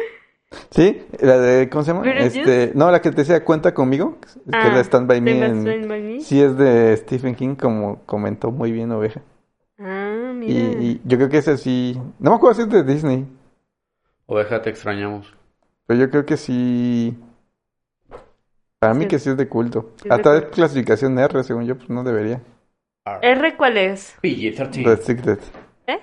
Speaker 2: Sí, la de, ¿cómo se llama?
Speaker 1: ¿Beetlejuice?
Speaker 2: Este, no, la que te decía Cuenta conmigo, que es
Speaker 1: Ah,
Speaker 2: la Stand By
Speaker 1: ¿de
Speaker 2: Me.
Speaker 1: Stand
Speaker 2: en-
Speaker 1: By Me?
Speaker 2: Sí, es de Stephen King, como comentó muy bien Oveja.
Speaker 1: Ah,
Speaker 2: Y,
Speaker 1: mira.
Speaker 2: y yo creo que ese sí. No me acuerdo si es de Disney,
Speaker 3: Oveja, te extrañamos.
Speaker 2: pero yo creo que sí. Para mí
Speaker 1: Sí.
Speaker 2: que sí es de culto.
Speaker 1: Sí es de
Speaker 2: Hasta es
Speaker 1: culto.
Speaker 2: clasificación R, según yo, pues no debería.
Speaker 1: ¿R cuál es?
Speaker 3: PG-13.
Speaker 2: Restricted.
Speaker 1: ¿Eh?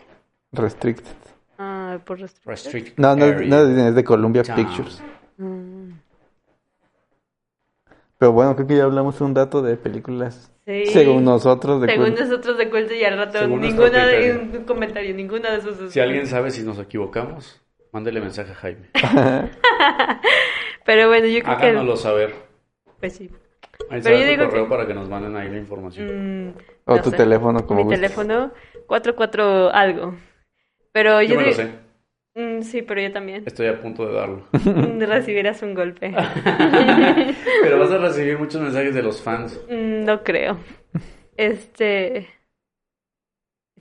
Speaker 2: Restricted.
Speaker 1: Ah, por restricted.
Speaker 3: Restrict.
Speaker 2: No, no,
Speaker 3: area.
Speaker 2: no es de Disney, es de Columbia
Speaker 3: Chao.
Speaker 2: Pictures.
Speaker 1: Mm,
Speaker 2: Pero bueno, creo que ya hablamos un dato de películas.
Speaker 1: sí.
Speaker 2: Según nosotros, de
Speaker 1: Según
Speaker 2: culto.
Speaker 1: nosotros de culto y al rato
Speaker 3: Según
Speaker 1: ninguna
Speaker 3: nuestro
Speaker 1: de
Speaker 3: criterio.
Speaker 1: un comentario, ninguna de sus
Speaker 3: Si alguien sabe si nos equivocamos, mándele mensaje a Jaime.
Speaker 1: Pero bueno, yo creo que
Speaker 3: Háganoslo saber.
Speaker 1: pues sí.
Speaker 3: Ahí
Speaker 1: Pero yo
Speaker 3: está tu
Speaker 1: digo
Speaker 3: correo
Speaker 1: que-
Speaker 3: para que nos manden ahí la información.
Speaker 1: Mm,
Speaker 2: O
Speaker 1: no
Speaker 2: tu
Speaker 1: sé.
Speaker 2: teléfono, como
Speaker 1: Mi
Speaker 2: gustes.
Speaker 1: teléfono 44 algo. Pero
Speaker 3: Yo
Speaker 1: yo
Speaker 3: me lo
Speaker 1: digo-
Speaker 3: sé.
Speaker 1: Mm, sí, pero yo también.
Speaker 3: Estoy a punto de darlo.
Speaker 1: Mm, Recibirás un golpe.
Speaker 3: Pero vas a recibir muchos mensajes de los fans.
Speaker 1: Mm, No creo. Este.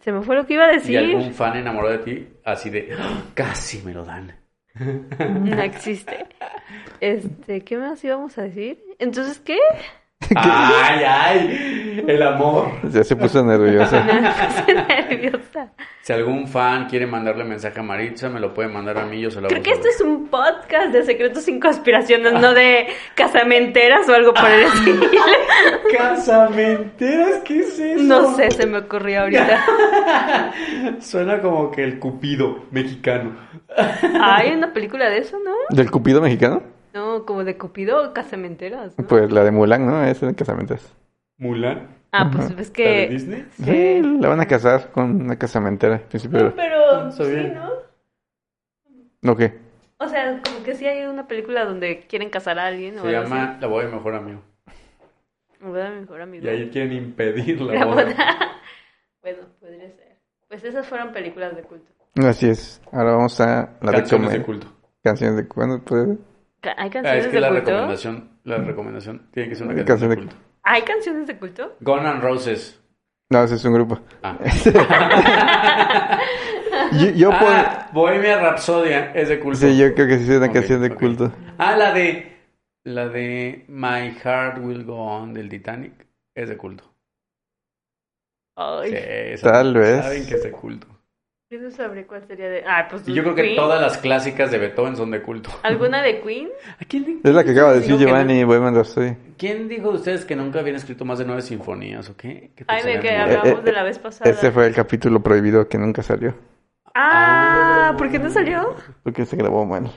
Speaker 1: Se me fue lo que iba a
Speaker 3: Y algún
Speaker 1: decir.
Speaker 3: fan enamorado de ti, así de, "Ah, casi me lo dan.
Speaker 1: No existe. Este, ¿qué más íbamos a decir? Entonces, ¿qué?
Speaker 3: ¡Ay, ay! El amor.
Speaker 2: Ya se puso nerviosa.
Speaker 1: Estoy nerviosa.
Speaker 3: Si algún fan quiere mandarle mensaje a Maritza, me lo puede mandar a mí, yo se lo hago
Speaker 1: Creo que esto
Speaker 3: saber.
Speaker 1: es un podcast de secretos sin conspiraciones, no de casamenteras o algo por el estilo.
Speaker 3: ¿Casamenteras? ¿Qué es eso?
Speaker 1: No sé, se me ocurrió ahorita.
Speaker 3: Suena como que el cupido mexicano.
Speaker 1: Hay una película de eso, ¿no?
Speaker 2: ¿Del Cupido mexicano?
Speaker 1: No, como de Cupido o casamenteras, ¿no?
Speaker 2: Pues la de Mulan, ¿no? Es de casamentas.
Speaker 3: Mulan,
Speaker 1: Ah, pues ves
Speaker 3: la de
Speaker 1: que.
Speaker 3: Disney.
Speaker 2: Sí, Eh, la van a casar con una casamentera. al principio.
Speaker 1: No, pero.
Speaker 3: Está
Speaker 1: Sí,
Speaker 3: bien.
Speaker 1: ¿no?
Speaker 2: ¿No qué?
Speaker 1: O sea, como que sí hay una película donde quieren casar a alguien. o
Speaker 3: Se
Speaker 1: algo
Speaker 3: llama La boda de mejor amigo.
Speaker 1: así. Me voy a dar mi mejor amigo.
Speaker 3: Y ahí quieren impedir la,
Speaker 1: La
Speaker 3: boda.
Speaker 1: boda. bueno, podría ser. Pues esas fueron películas de culto.
Speaker 2: Así es. Ahora vamos a la
Speaker 3: Canciones de
Speaker 2: recomen-
Speaker 3: culto.
Speaker 2: Canciones de pues, cuándo puede.
Speaker 1: Ca- ¿Hay
Speaker 3: Ah,
Speaker 1: canciones
Speaker 3: es que la
Speaker 1: de culto?
Speaker 3: recomendación, la recomendación tiene que ser una
Speaker 2: Una
Speaker 3: canción de
Speaker 2: canción de-
Speaker 3: culto.
Speaker 1: ¿Hay canciones de culto?
Speaker 3: Gone and Roses.
Speaker 2: No, ese es un grupo.
Speaker 3: Ah.
Speaker 2: Yo, yo pon-
Speaker 3: Ah, Bohemia Rhapsodia es de culto.
Speaker 2: Sí, yo creo que sí es una
Speaker 3: Ok,
Speaker 2: canción de
Speaker 3: ok.
Speaker 2: culto.
Speaker 3: Ah, la de la de My Heart Will Go On del Titanic es de culto.
Speaker 1: Ay,
Speaker 3: Sí, esa-
Speaker 2: Tal vez.
Speaker 3: Saben que es de culto.
Speaker 1: yo no sabré cuál sería de. Ah, pues.
Speaker 3: Y yo creo que
Speaker 1: Queen.
Speaker 3: todas las clásicas de Beethoven son de culto.
Speaker 1: ¿Alguna de Queen?
Speaker 3: ¿A quién le-
Speaker 2: Es la que acaba de decir
Speaker 3: Digo que
Speaker 2: Giovanni Bohemian Rhapsody.
Speaker 3: no- ¿Quién dijo de ustedes que nunca habían escrito más de nueve sinfonías o qué? ¿Qué
Speaker 1: Ay, de
Speaker 3: pensarían?
Speaker 1: que
Speaker 2: Eh,
Speaker 1: hablamos
Speaker 2: eh,
Speaker 1: de la vez pasada.
Speaker 2: Ese fue el capítulo prohibido que nunca salió.
Speaker 1: Ah, ¿por qué no salió?
Speaker 2: Porque se grabó mal.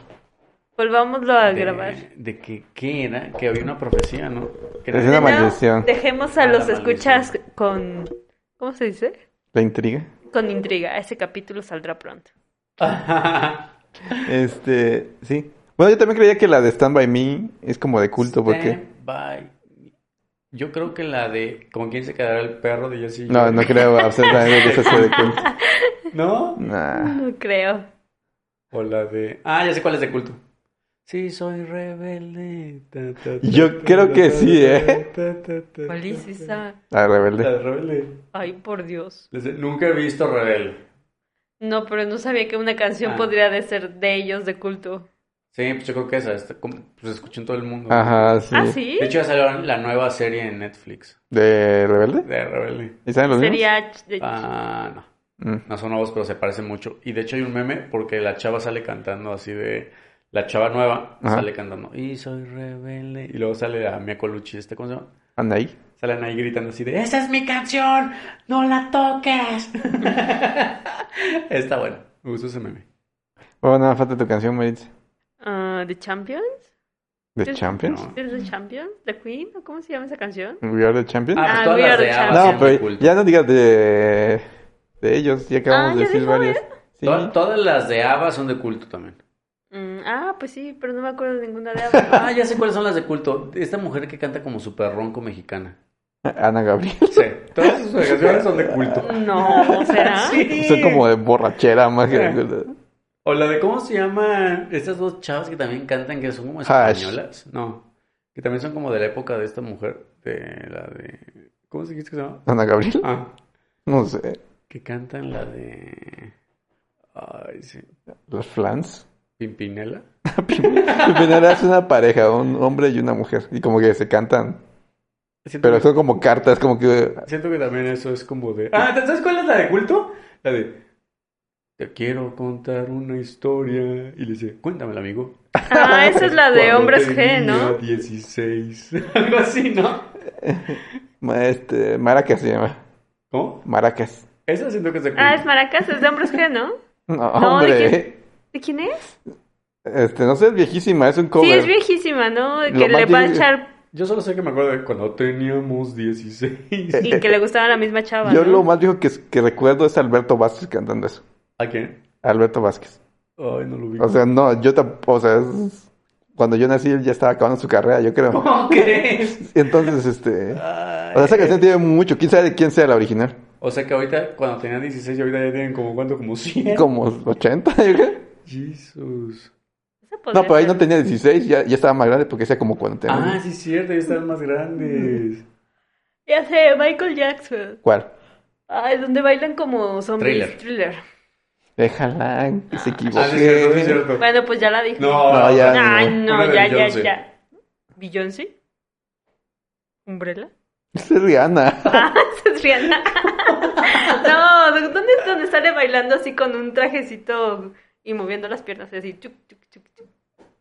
Speaker 1: Volvámoslo a
Speaker 3: Ah. de,
Speaker 1: grabar.
Speaker 3: de que qué era, que había una profecía, ¿no? Que
Speaker 2: Es
Speaker 3: era-
Speaker 2: una
Speaker 1: De nuevo,
Speaker 2: maldición.
Speaker 1: Dejemos a
Speaker 3: Ah, La
Speaker 1: los
Speaker 3: maldición.
Speaker 1: escuchas con. ¿Cómo se dice?
Speaker 2: La intriga.
Speaker 1: Con intriga. Ese capítulo saldrá pronto.
Speaker 2: Este, sí. Bueno, yo también creía que la de Stand By Me es como de culto porque...
Speaker 3: Stand by me. Yo creo que la de ¿Con quién se quedará el perro de Jesse?
Speaker 2: No, no creo absolutamente que esa sea de culto.
Speaker 3: ¿No?
Speaker 2: Nah.
Speaker 1: No creo.
Speaker 3: O la de... Ah, ya sé cuál es de culto. Sí, soy rebelde. Ta, ta, ta,
Speaker 2: Yo
Speaker 3: ta,
Speaker 2: creo
Speaker 3: ta,
Speaker 2: que
Speaker 3: ta,
Speaker 2: sí,
Speaker 3: ta,
Speaker 2: ¿eh?
Speaker 3: ta, ta, ta,
Speaker 1: ¿Cuál es
Speaker 3: ta,
Speaker 1: esa?
Speaker 2: La
Speaker 3: ta. La
Speaker 2: rebelde.
Speaker 3: de rebelde.
Speaker 1: Ay, por Dios.
Speaker 3: Les- Nunca he visto rebelde.
Speaker 1: No, pero no sabía que una canción
Speaker 3: Ah.
Speaker 1: podría de ser de ellos de culto.
Speaker 3: Sí, pues yo creo que esa. Está, como- pues se escuchó en todo el mundo.
Speaker 2: Ajá, sí.
Speaker 1: ¿Ah, sí?
Speaker 3: De hecho, ya salió la nueva serie en Netflix.
Speaker 2: ¿De rebelde?
Speaker 3: De rebelde.
Speaker 2: ¿Y saben los mismos?
Speaker 1: Sería. ch- de-
Speaker 3: Ah, no.
Speaker 2: Mm.
Speaker 3: No son nuevos, pero se parecen mucho. Y de hecho hay un meme porque la chava sale cantando así de... La chava nueva
Speaker 2: Ajá.
Speaker 3: sale cantando. Y soy rebelde. Y luego sale a Mia Colucci, este, ¿cómo se llama?
Speaker 2: Anaí.
Speaker 3: Salen ahí gritando así de... ¡Esa es mi canción! ¡No la toques! Está bueno. Me gustó ese meme.
Speaker 2: Bueno, Oh, nada, falta tu canción, Maritza.
Speaker 1: ah, ¿The Champions?
Speaker 2: ¿De
Speaker 1: Sí, sí,
Speaker 2: Champions?
Speaker 3: No.
Speaker 1: ¿Es The Champions? ¿The Queen? ¿O ¿Cómo se llama esa canción?
Speaker 2: ¿We are the Champions?
Speaker 3: Ah,
Speaker 1: Ah,
Speaker 3: pues todas
Speaker 1: we
Speaker 3: las
Speaker 1: are
Speaker 3: de
Speaker 1: the
Speaker 3: ABBA
Speaker 1: champions.
Speaker 2: no,
Speaker 3: son de
Speaker 2: pero
Speaker 3: culto.
Speaker 2: ya no digas de, de ellos, ya acabamos
Speaker 1: Ah,
Speaker 2: de
Speaker 1: ya
Speaker 2: decir
Speaker 1: dijo,
Speaker 2: varias.
Speaker 1: ¿eh?
Speaker 2: Sí.
Speaker 3: To- Todas las de ABBA son de culto también.
Speaker 1: Mm, ah, pues sí, pero no me acuerdo de ninguna de ellas.
Speaker 3: Ah, ya sé cuáles son las de culto. Esta mujer que canta como super ronco mexicana.
Speaker 2: Ana Gabriel.
Speaker 3: Sí, todas sus canciones son de culto.
Speaker 1: No, ¿será?
Speaker 3: Sí.
Speaker 2: Son como de borrachera más que
Speaker 3: Sí. O la de cómo se llama estas dos chavas que también cantan que son como
Speaker 2: Hash.
Speaker 3: españolas. No. Que que también son como de la época de esta mujer, de la de... ¿Cómo se dice que se llama?
Speaker 2: Ana Gabriel.
Speaker 3: Ah,
Speaker 2: No sé.
Speaker 3: que cantan la de... Ay, sí.
Speaker 2: Los flans.
Speaker 3: Pimpinela.
Speaker 2: Al final es una pareja, un hombre y una mujer. Y como que se cantan.
Speaker 3: Siento
Speaker 2: Pero
Speaker 3: que-
Speaker 2: son como cartas, como que.
Speaker 3: Siento que también eso es como de... Ah, ¿sabes cuál es la de culto? La de... Te quiero contar una historia. Y le dice, cuéntamela, amigo.
Speaker 1: Ah, esa es la de
Speaker 3: Cuando
Speaker 1: hombres
Speaker 3: tenía
Speaker 1: G, ¿no?
Speaker 3: 16. Algo así, ¿no?
Speaker 2: ma- Este, maracas se llama.
Speaker 3: ¿Cómo?
Speaker 2: Maracas.
Speaker 3: Esa siento que es de culto.
Speaker 1: Ah, es Maracas, es de hombres G, ¿no?
Speaker 2: No,
Speaker 1: ¿de
Speaker 2: hombre.
Speaker 1: quién? ¿De quién es?
Speaker 2: Este, no sé, es viejísima, es un cover.
Speaker 1: Sí, es viejísima, ¿no? De
Speaker 2: Lo
Speaker 1: Que
Speaker 2: más
Speaker 1: le va a
Speaker 2: bien-
Speaker 1: echar
Speaker 3: Yo solo sé que me acuerdo de cuando teníamos 16.
Speaker 2: Eh.
Speaker 1: y que le gustaba la misma chava.
Speaker 2: Yo
Speaker 3: ¿eh?
Speaker 1: ¿no?
Speaker 2: lo más viejo que, que recuerdo es Alberto Vázquez cantando eso.
Speaker 3: ¿A quién?
Speaker 2: Alberto Vázquez.
Speaker 3: Ay, no lo vi.
Speaker 2: O sea, no, yo tampoco. O sea, es- cuando yo nací él ya estaba acabando su carrera, yo creo.
Speaker 3: ¿Cómo crees?
Speaker 2: Entonces, este.
Speaker 3: Ay.
Speaker 2: O sea, esa canción tiene mucho. ¿Quién sabe de quién sea la original?
Speaker 3: O sea que ahorita, cuando tenían 16, y ahorita ya tienen como cuánto, como 100.
Speaker 2: Como 80, yo creo.
Speaker 3: Jesús.
Speaker 1: Esa
Speaker 2: No,
Speaker 1: podría
Speaker 2: pero ahí
Speaker 1: ser.
Speaker 2: no tenía 16, ya, ya estaba más grande porque sea como cuando tenía.
Speaker 3: Ah, sí, es cierto, ya están más grandes.
Speaker 1: Ya sé, Michael Jackson.
Speaker 2: ¿Cuál?
Speaker 1: Ah, es donde bailan como zombies.
Speaker 3: Thriller.
Speaker 1: Thriller.
Speaker 2: Déjala, que se
Speaker 3: Ah, sí, es cierto, sí, es
Speaker 2: equivoque.
Speaker 3: cierto.
Speaker 1: Bueno, pues ya la dije.
Speaker 3: No,
Speaker 2: No, ya.
Speaker 1: Ay,
Speaker 3: no.
Speaker 1: no,
Speaker 3: Una de
Speaker 1: ya, ya,
Speaker 3: Beyoncé.
Speaker 1: ya. ¿Beyoncé? ¿Umbrella?
Speaker 2: Es Rihanna.
Speaker 1: Ah, esa es Rihanna. no, ¿dónde es donde sale bailando así con un trajecito y moviendo las piernas así? chuc, chuc, chuc, chuc?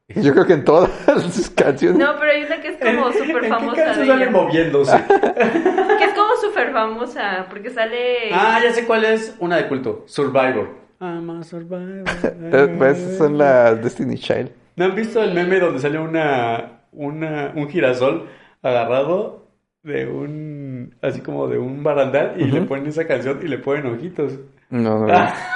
Speaker 2: Yo creo que en todas sus canciones.
Speaker 1: No, pero hay una que es como súper
Speaker 3: ¿En qué
Speaker 1: famosa.
Speaker 3: canción
Speaker 1: de
Speaker 3: sale
Speaker 1: ella.
Speaker 3: moviéndose?
Speaker 1: Que es como súper famosa, porque sale...
Speaker 3: Ah, ya sé cuál es. Una de culto. Survivor. I'm a survivor.
Speaker 2: Eh, pues, son las Destiny Child.
Speaker 3: ¿No han visto el meme donde sale una, una, un girasol agarrado de un, así como de un barandal y le ponen esa canción y le ponen ojitos?
Speaker 2: No, no. no. Ah.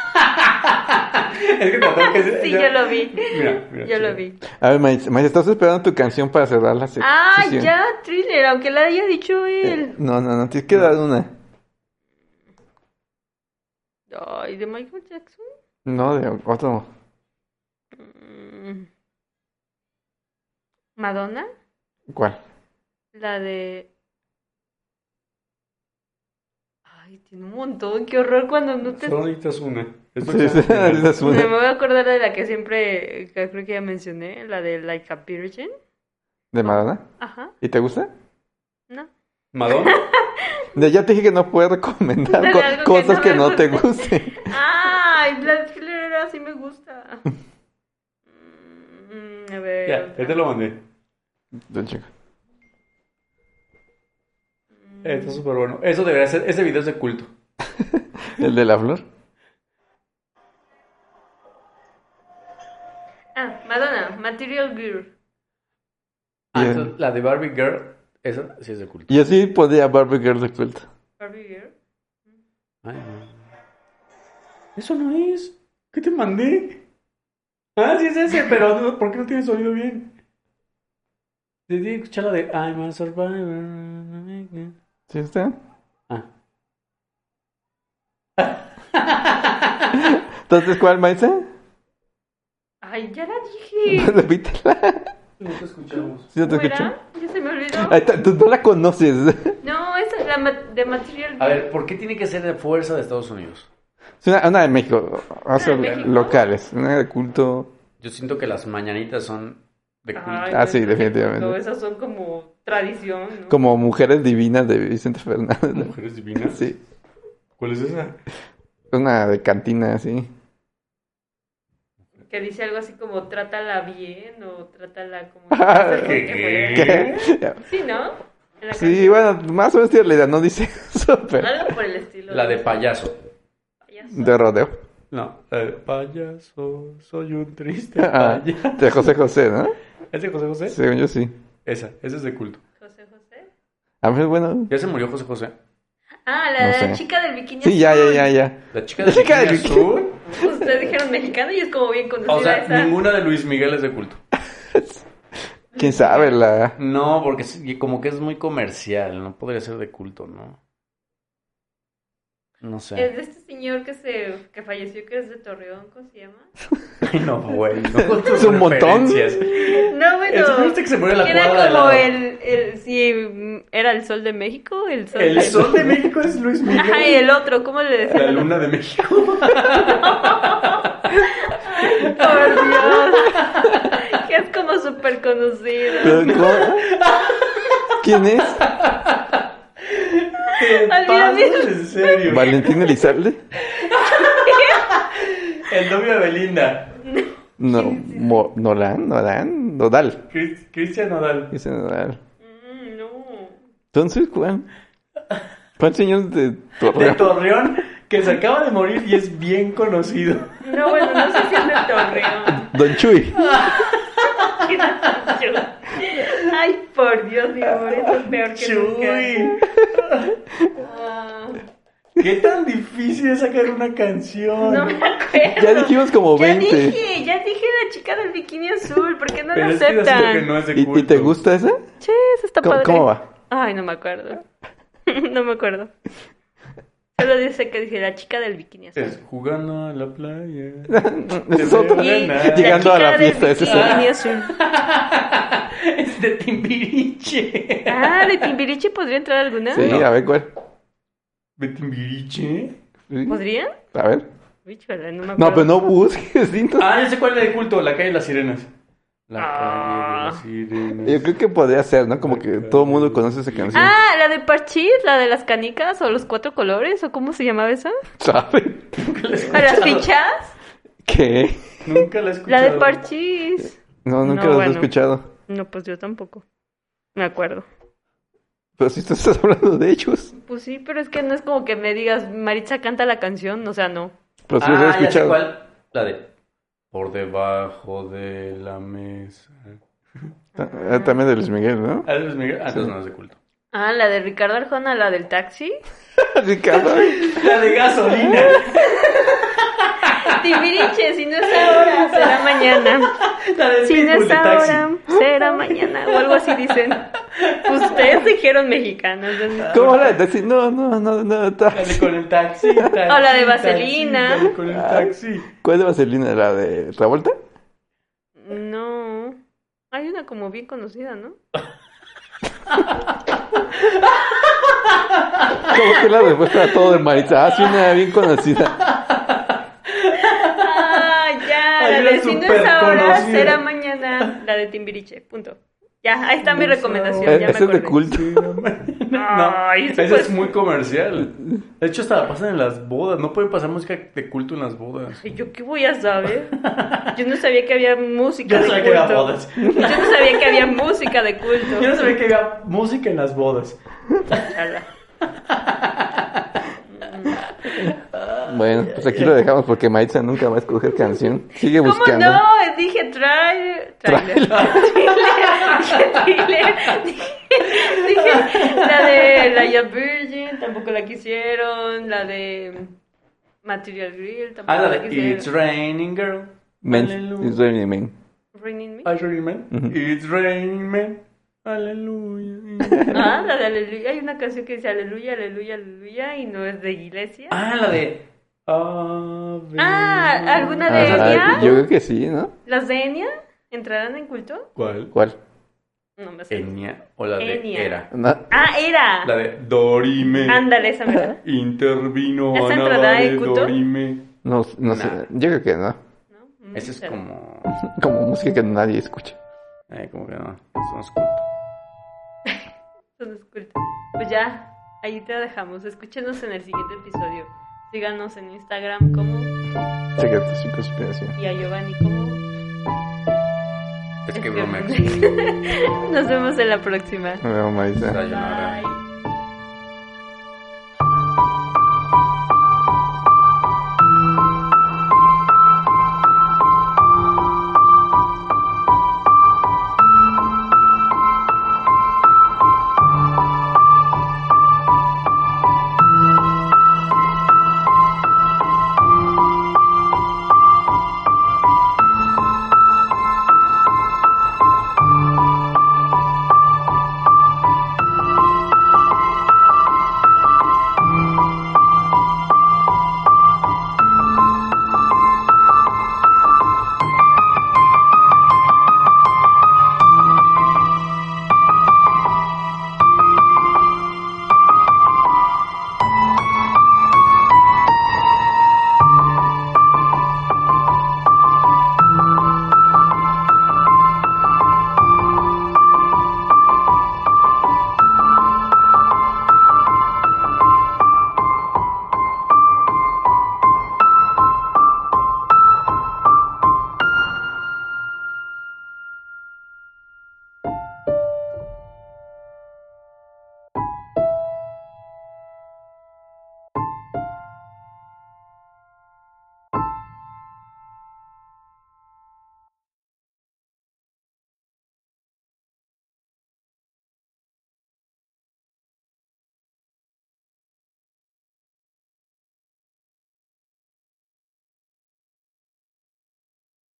Speaker 3: Es que te tengo que decir-
Speaker 1: Sí, yo lo vi.
Speaker 3: Mira, mira,
Speaker 1: Yo lo
Speaker 3: chica.
Speaker 1: vi.
Speaker 2: A ver, Maíz, Maíz, estás esperando tu canción para cerrar la sesión.
Speaker 1: Ah, ya, thriller, aunque la haya dicho él.
Speaker 2: Eh, No, no, no, tienes que dar una.
Speaker 1: Ay, de Michael Jackson.
Speaker 2: No, de otro.
Speaker 1: Mm. Madonna,
Speaker 2: ¿Cuál?
Speaker 1: la de... Ay, tiene un montón, qué horror cuando no te...
Speaker 3: Solo necesitas una. Es
Speaker 1: Pues
Speaker 2: Sí, sí,
Speaker 3: una-
Speaker 2: esa es
Speaker 1: Me
Speaker 2: una.
Speaker 1: voy a acordar de la que siempre, que creo que ya mencioné, la de Like a Virgin.
Speaker 2: ¿De Madonna?
Speaker 1: Ajá,
Speaker 2: ¿Y te gusta?
Speaker 1: ¿no?
Speaker 3: Madonna.
Speaker 2: Ya- Ya te dije que no puedes recomendar
Speaker 1: Dale
Speaker 2: co-
Speaker 1: algo que
Speaker 2: cosas
Speaker 1: no
Speaker 2: que
Speaker 1: me
Speaker 2: no te
Speaker 1: guste.
Speaker 2: gusten.
Speaker 1: Ay, la de thriller era así me gusta. Mm, a ver.
Speaker 3: Ya, ya te lo mandé.
Speaker 2: Yo checo.
Speaker 3: Eh, Está súper bueno. Eso debería ser, ese video es de culto.
Speaker 2: ¿El de la flor?
Speaker 1: Ah, Madonna, Material Girl.
Speaker 3: Ah,
Speaker 2: Bien.
Speaker 3: entonces, la de Barbie Girl, esa sí es de culto.
Speaker 2: Y así podía Barbie Girl de culto.
Speaker 1: Barbie Girl.
Speaker 3: Ay, no. Eso no es. ¿Qué te mandé? Ah, sí es ese, pero no- ¿por qué no tienes oído bien? Te que escuchar la de I'm a survivor.
Speaker 2: ¿Sí está?
Speaker 3: Ah.
Speaker 2: Entonces, ¿cuál, Maísa?
Speaker 1: Ay, ya la dije.
Speaker 2: Repítela.
Speaker 3: No te escuchamos.
Speaker 2: ¿Sí no te
Speaker 1: ¿Cómo
Speaker 2: escucho?
Speaker 1: era? Ya se me olvidó.
Speaker 2: Ahí está, tú no la conoces.
Speaker 1: No, esa es la ma- de Material Girl.
Speaker 3: A ver, ¿por qué tiene que ser de fuerza de Estados Unidos?
Speaker 2: Es una, una de México. O sea,
Speaker 1: ¿Una Ah, de México?
Speaker 2: locales. Una de culto.
Speaker 3: Yo siento que las mañanitas son de culto.
Speaker 1: Ay,
Speaker 2: Ah, sí,
Speaker 1: no,
Speaker 2: definitivamente.
Speaker 1: No, esas son como tradición, ¿no?
Speaker 2: Como Mujeres Divinas de Vicente Fernández.
Speaker 3: ¿Mujeres divinas?
Speaker 2: Sí.
Speaker 3: ¿Cuál es esa?
Speaker 2: Una de cantina, así.
Speaker 1: Que dice algo así como trátala bien o trátala como...
Speaker 2: ¿Qué?
Speaker 1: ¿Qué? Sí, ¿no? En la
Speaker 2: Sí,
Speaker 1: canción.
Speaker 2: bueno, más o menos tiene la idea, no dice eso, pero.
Speaker 1: Algo por el estilo.
Speaker 3: La de payaso.
Speaker 1: payaso.
Speaker 2: De rodeo.
Speaker 3: No, la de payaso, soy un triste
Speaker 2: Ah,
Speaker 3: payaso.
Speaker 2: de José José, ¿no?
Speaker 3: ¿Es de José José?
Speaker 2: Según yo sí.
Speaker 3: Esa, esa es de culto.
Speaker 1: José José.
Speaker 2: A ver, bueno.
Speaker 3: Ya se murió José José.
Speaker 1: Ah, la
Speaker 2: No
Speaker 1: de la
Speaker 2: sé.
Speaker 1: chica del bikini
Speaker 2: Sí, ya, ya, ya, ya.
Speaker 3: La chica de
Speaker 2: La chica
Speaker 3: bikini
Speaker 2: de
Speaker 3: azul.
Speaker 1: azul. Ustedes dijeron mexicana y es como bien conocida
Speaker 3: O sea,
Speaker 1: esa.
Speaker 3: ninguna de Luis Miguel es de culto.
Speaker 2: Quién sabe la.
Speaker 3: No, porque es- y como que es muy comercial, no podría ser de culto, ¿no? No
Speaker 1: Es
Speaker 3: sé.
Speaker 1: de este señor que se que falleció que es de Torreón, ¿cómo se llama?
Speaker 3: Ay, No, güey. no con tus
Speaker 2: Es un montón.
Speaker 3: referencias.
Speaker 1: No, güey,
Speaker 3: El señor
Speaker 1: exacto.
Speaker 3: este que se muere en la
Speaker 1: Era
Speaker 3: cuadra de al
Speaker 1: como
Speaker 3: lado.
Speaker 1: el, el. Sí, mm, era el sol de México, el sol.
Speaker 3: El
Speaker 1: de-
Speaker 3: sol de México es Luis Miguel.
Speaker 1: Ajá, y el otro, ¿cómo le decían?
Speaker 5: La luna de México.
Speaker 1: Por Dios. que es como súper conocido.
Speaker 2: Pero, ¿cómo? ¿Quién es?
Speaker 3: Te
Speaker 1: Olvídame.
Speaker 3: pasas, en serio.
Speaker 2: ¿Valentín Elizalde?
Speaker 3: El novio de Belinda.
Speaker 2: No, Mo- Nolan, Nolan, Nodal.
Speaker 3: Cris- Cristian Nodal.
Speaker 2: Ese Nodal.
Speaker 1: Mm, no.
Speaker 2: Entonces, ¿cuál? ¿Cuál señor de
Speaker 3: De
Speaker 2: Torreón?
Speaker 3: Torreón, que se acaba de morir y es bien conocido.
Speaker 1: No, bueno, no sé si es de Torreón.
Speaker 2: Don Chuy.
Speaker 1: Ay, por Dios, mi amor, eso es peor que nunca.
Speaker 3: Chuy.
Speaker 1: Ah,
Speaker 3: ¿Qué tan difícil es sacar una canción?
Speaker 1: no me acuerdo.
Speaker 2: Ya dijimos como
Speaker 1: Ya
Speaker 2: 20.
Speaker 1: dije, ya dije la chica del bikini azul, ¿por qué no
Speaker 3: Pero
Speaker 1: la
Speaker 3: es que yo siento que
Speaker 1: aceptan?
Speaker 3: no es de
Speaker 2: ¿Y, y
Speaker 3: culto.
Speaker 2: te gusta esa?
Speaker 1: Che, eso está
Speaker 2: ¿Cómo,
Speaker 1: padre.
Speaker 2: cómo va?
Speaker 1: Ay, no me acuerdo. no me acuerdo. Solo dice que dije la chica del bikini azul.
Speaker 3: Es jugando a la playa.
Speaker 2: Esa es otra.
Speaker 1: Y
Speaker 3: Buena.
Speaker 2: Llegando a
Speaker 1: chica
Speaker 2: la
Speaker 1: del
Speaker 2: fiesta, ese es
Speaker 1: bikini azul.
Speaker 3: es de Timbiriche.
Speaker 1: Ah, de Timbiriche podría entrar alguna.
Speaker 2: Sí, a ver cuál.
Speaker 3: ¿De Timbiriche?
Speaker 2: Sí,
Speaker 1: ¿Podrían?
Speaker 2: A ver.
Speaker 1: Híjole, no me acuerdo.
Speaker 2: No, pero no busques, Cinto.
Speaker 3: Ah, ya sé cuál es de culto, la calle de las sirenas. La
Speaker 1: Ah.
Speaker 3: calle de las sirenas.
Speaker 2: Yo creo que podría ser, ¿no? Como que todo el mundo conoce esa canción.
Speaker 1: Ah, la de Parchís, la de las canicas o los cuatro colores o cómo se llamaba esa?
Speaker 2: ¿Saben?
Speaker 1: ¿A las fichas?
Speaker 2: ¿Qué?
Speaker 3: Nunca la he escuchado.
Speaker 1: La de Parchís.
Speaker 2: No, nunca
Speaker 1: No,
Speaker 2: los
Speaker 1: bueno.
Speaker 2: he escuchado.
Speaker 1: No, pues yo tampoco. Me acuerdo.
Speaker 2: Pero si tú estás hablando de ellos.
Speaker 1: Pues sí, pero es que no es como que me digas Maritza canta la canción, o sea, no.
Speaker 2: Pero sí los he
Speaker 3: Ah, ya sé
Speaker 2: escuchado.
Speaker 3: cuál. La de... Por debajo de la mesa.
Speaker 2: Ta- ah, También de Luis Miguel, ¿no?
Speaker 3: Ah, Luis Miguel. Ah, entonces no es de culto.
Speaker 1: Ah, la de Ricardo Arjona, la del taxi.
Speaker 2: Ricardo.
Speaker 3: La de gasolina.
Speaker 1: Tibiriche, si no es ahora, será mañana.
Speaker 3: La de
Speaker 1: Si no
Speaker 3: Pitbull
Speaker 1: es
Speaker 3: de taxi.
Speaker 1: ahora, será mañana. O algo así dicen. Ustedes dijeron mexicanos. ¿no?
Speaker 2: ¿Cómo la de taxi? No, no, no, no. ta-
Speaker 3: La de con el taxi. taxi
Speaker 1: O la de
Speaker 3: taxi,
Speaker 1: vaselina.
Speaker 3: la de con el taxi.
Speaker 2: ¿Cuál de Vaselina? ¿La de Travolta?
Speaker 1: No. Hay una como bien conocida, ¿no?
Speaker 2: ¿Cómo que la respuesta a todo de Maritza? Ah, sí, una bien conocida.
Speaker 1: Ah, ya,
Speaker 3: Hay
Speaker 1: la
Speaker 3: una
Speaker 1: de si no es
Speaker 3: súper
Speaker 1: ahora,
Speaker 3: conocida.
Speaker 1: será mañana. La de Timbiriche, punto. Ya, ahí está mi recomendación.
Speaker 2: Eh,
Speaker 1: ya me
Speaker 2: Esa es de
Speaker 1: acordé.
Speaker 2: culto.
Speaker 3: No,
Speaker 1: Ay,
Speaker 3: ese
Speaker 1: pues-
Speaker 3: es muy comercial. De hecho, hasta la pasan en las bodas. No pueden pasar música de culto en las bodas.
Speaker 1: Ay, ¿Yo qué voy a saber? Yo no sabía que había música
Speaker 3: Yo
Speaker 1: de
Speaker 3: sabía que
Speaker 1: culto.
Speaker 3: había bodas.
Speaker 1: Yo no sabía que había música de culto.
Speaker 3: Yo no sabía que había música en las bodas.
Speaker 1: Ala.
Speaker 2: Bueno, pues aquí lo dejamos porque Maritza nunca va a escoger canción. Sigue
Speaker 1: ¿Cómo
Speaker 2: buscando.
Speaker 1: no? Dije trailer. Trailer. Dije thriller. Dije- Dije la de La Ya Virgin, tampoco la quisieron. La de Material Grill, tampoco
Speaker 3: Ah, la de
Speaker 1: quisieron.
Speaker 3: It's Raining Girl.
Speaker 2: Men,
Speaker 3: Aleluya.
Speaker 2: it's really men.
Speaker 1: Raining Me.
Speaker 3: Ay, Raining Man. It's Raining Man. Aleluya.
Speaker 1: Ah, la de Aleluya. Hay una canción que dice Aleluya, Aleluya, Aleluya y no es de iglesia.
Speaker 3: Ah, la de. Ave
Speaker 1: Ah, ¿alguna de
Speaker 2: Ah,
Speaker 1: Enya?
Speaker 2: yo creo que sí, ¿no?
Speaker 1: ¿Las de Enya entrarán en culto?
Speaker 3: ¿Cuál?
Speaker 2: ¿Cuál?
Speaker 1: No me sé.
Speaker 3: Enya o la de
Speaker 1: Enya.
Speaker 3: Era.
Speaker 2: No.
Speaker 1: Ah, era.
Speaker 3: La de Dorime.
Speaker 1: Ándale, esa mera.
Speaker 3: Intervino
Speaker 1: ¿Esa
Speaker 3: Ana
Speaker 1: entrará
Speaker 3: Vare,
Speaker 1: en culto?
Speaker 3: Dorime.
Speaker 2: No, no sé,
Speaker 3: Nah.
Speaker 2: yo creo que no.
Speaker 1: ¿No?
Speaker 3: Ese es
Speaker 1: Mm,
Speaker 3: como.
Speaker 2: Como música que nadie escucha.
Speaker 3: Eh, como que no. Eso no es culto.
Speaker 1: Eso es culto. Pues ya, ahí te dejamos. Escúchenos en el siguiente episodio. Síganos en Instagram como
Speaker 2: Secretos y conspiración.
Speaker 1: y a Giovanni como.
Speaker 3: Es que
Speaker 1: Es que-
Speaker 3: bromex.
Speaker 1: Nos vemos en la próxima.
Speaker 2: Nos vemos, Maritza.
Speaker 3: Sayonara.
Speaker 1: Bye.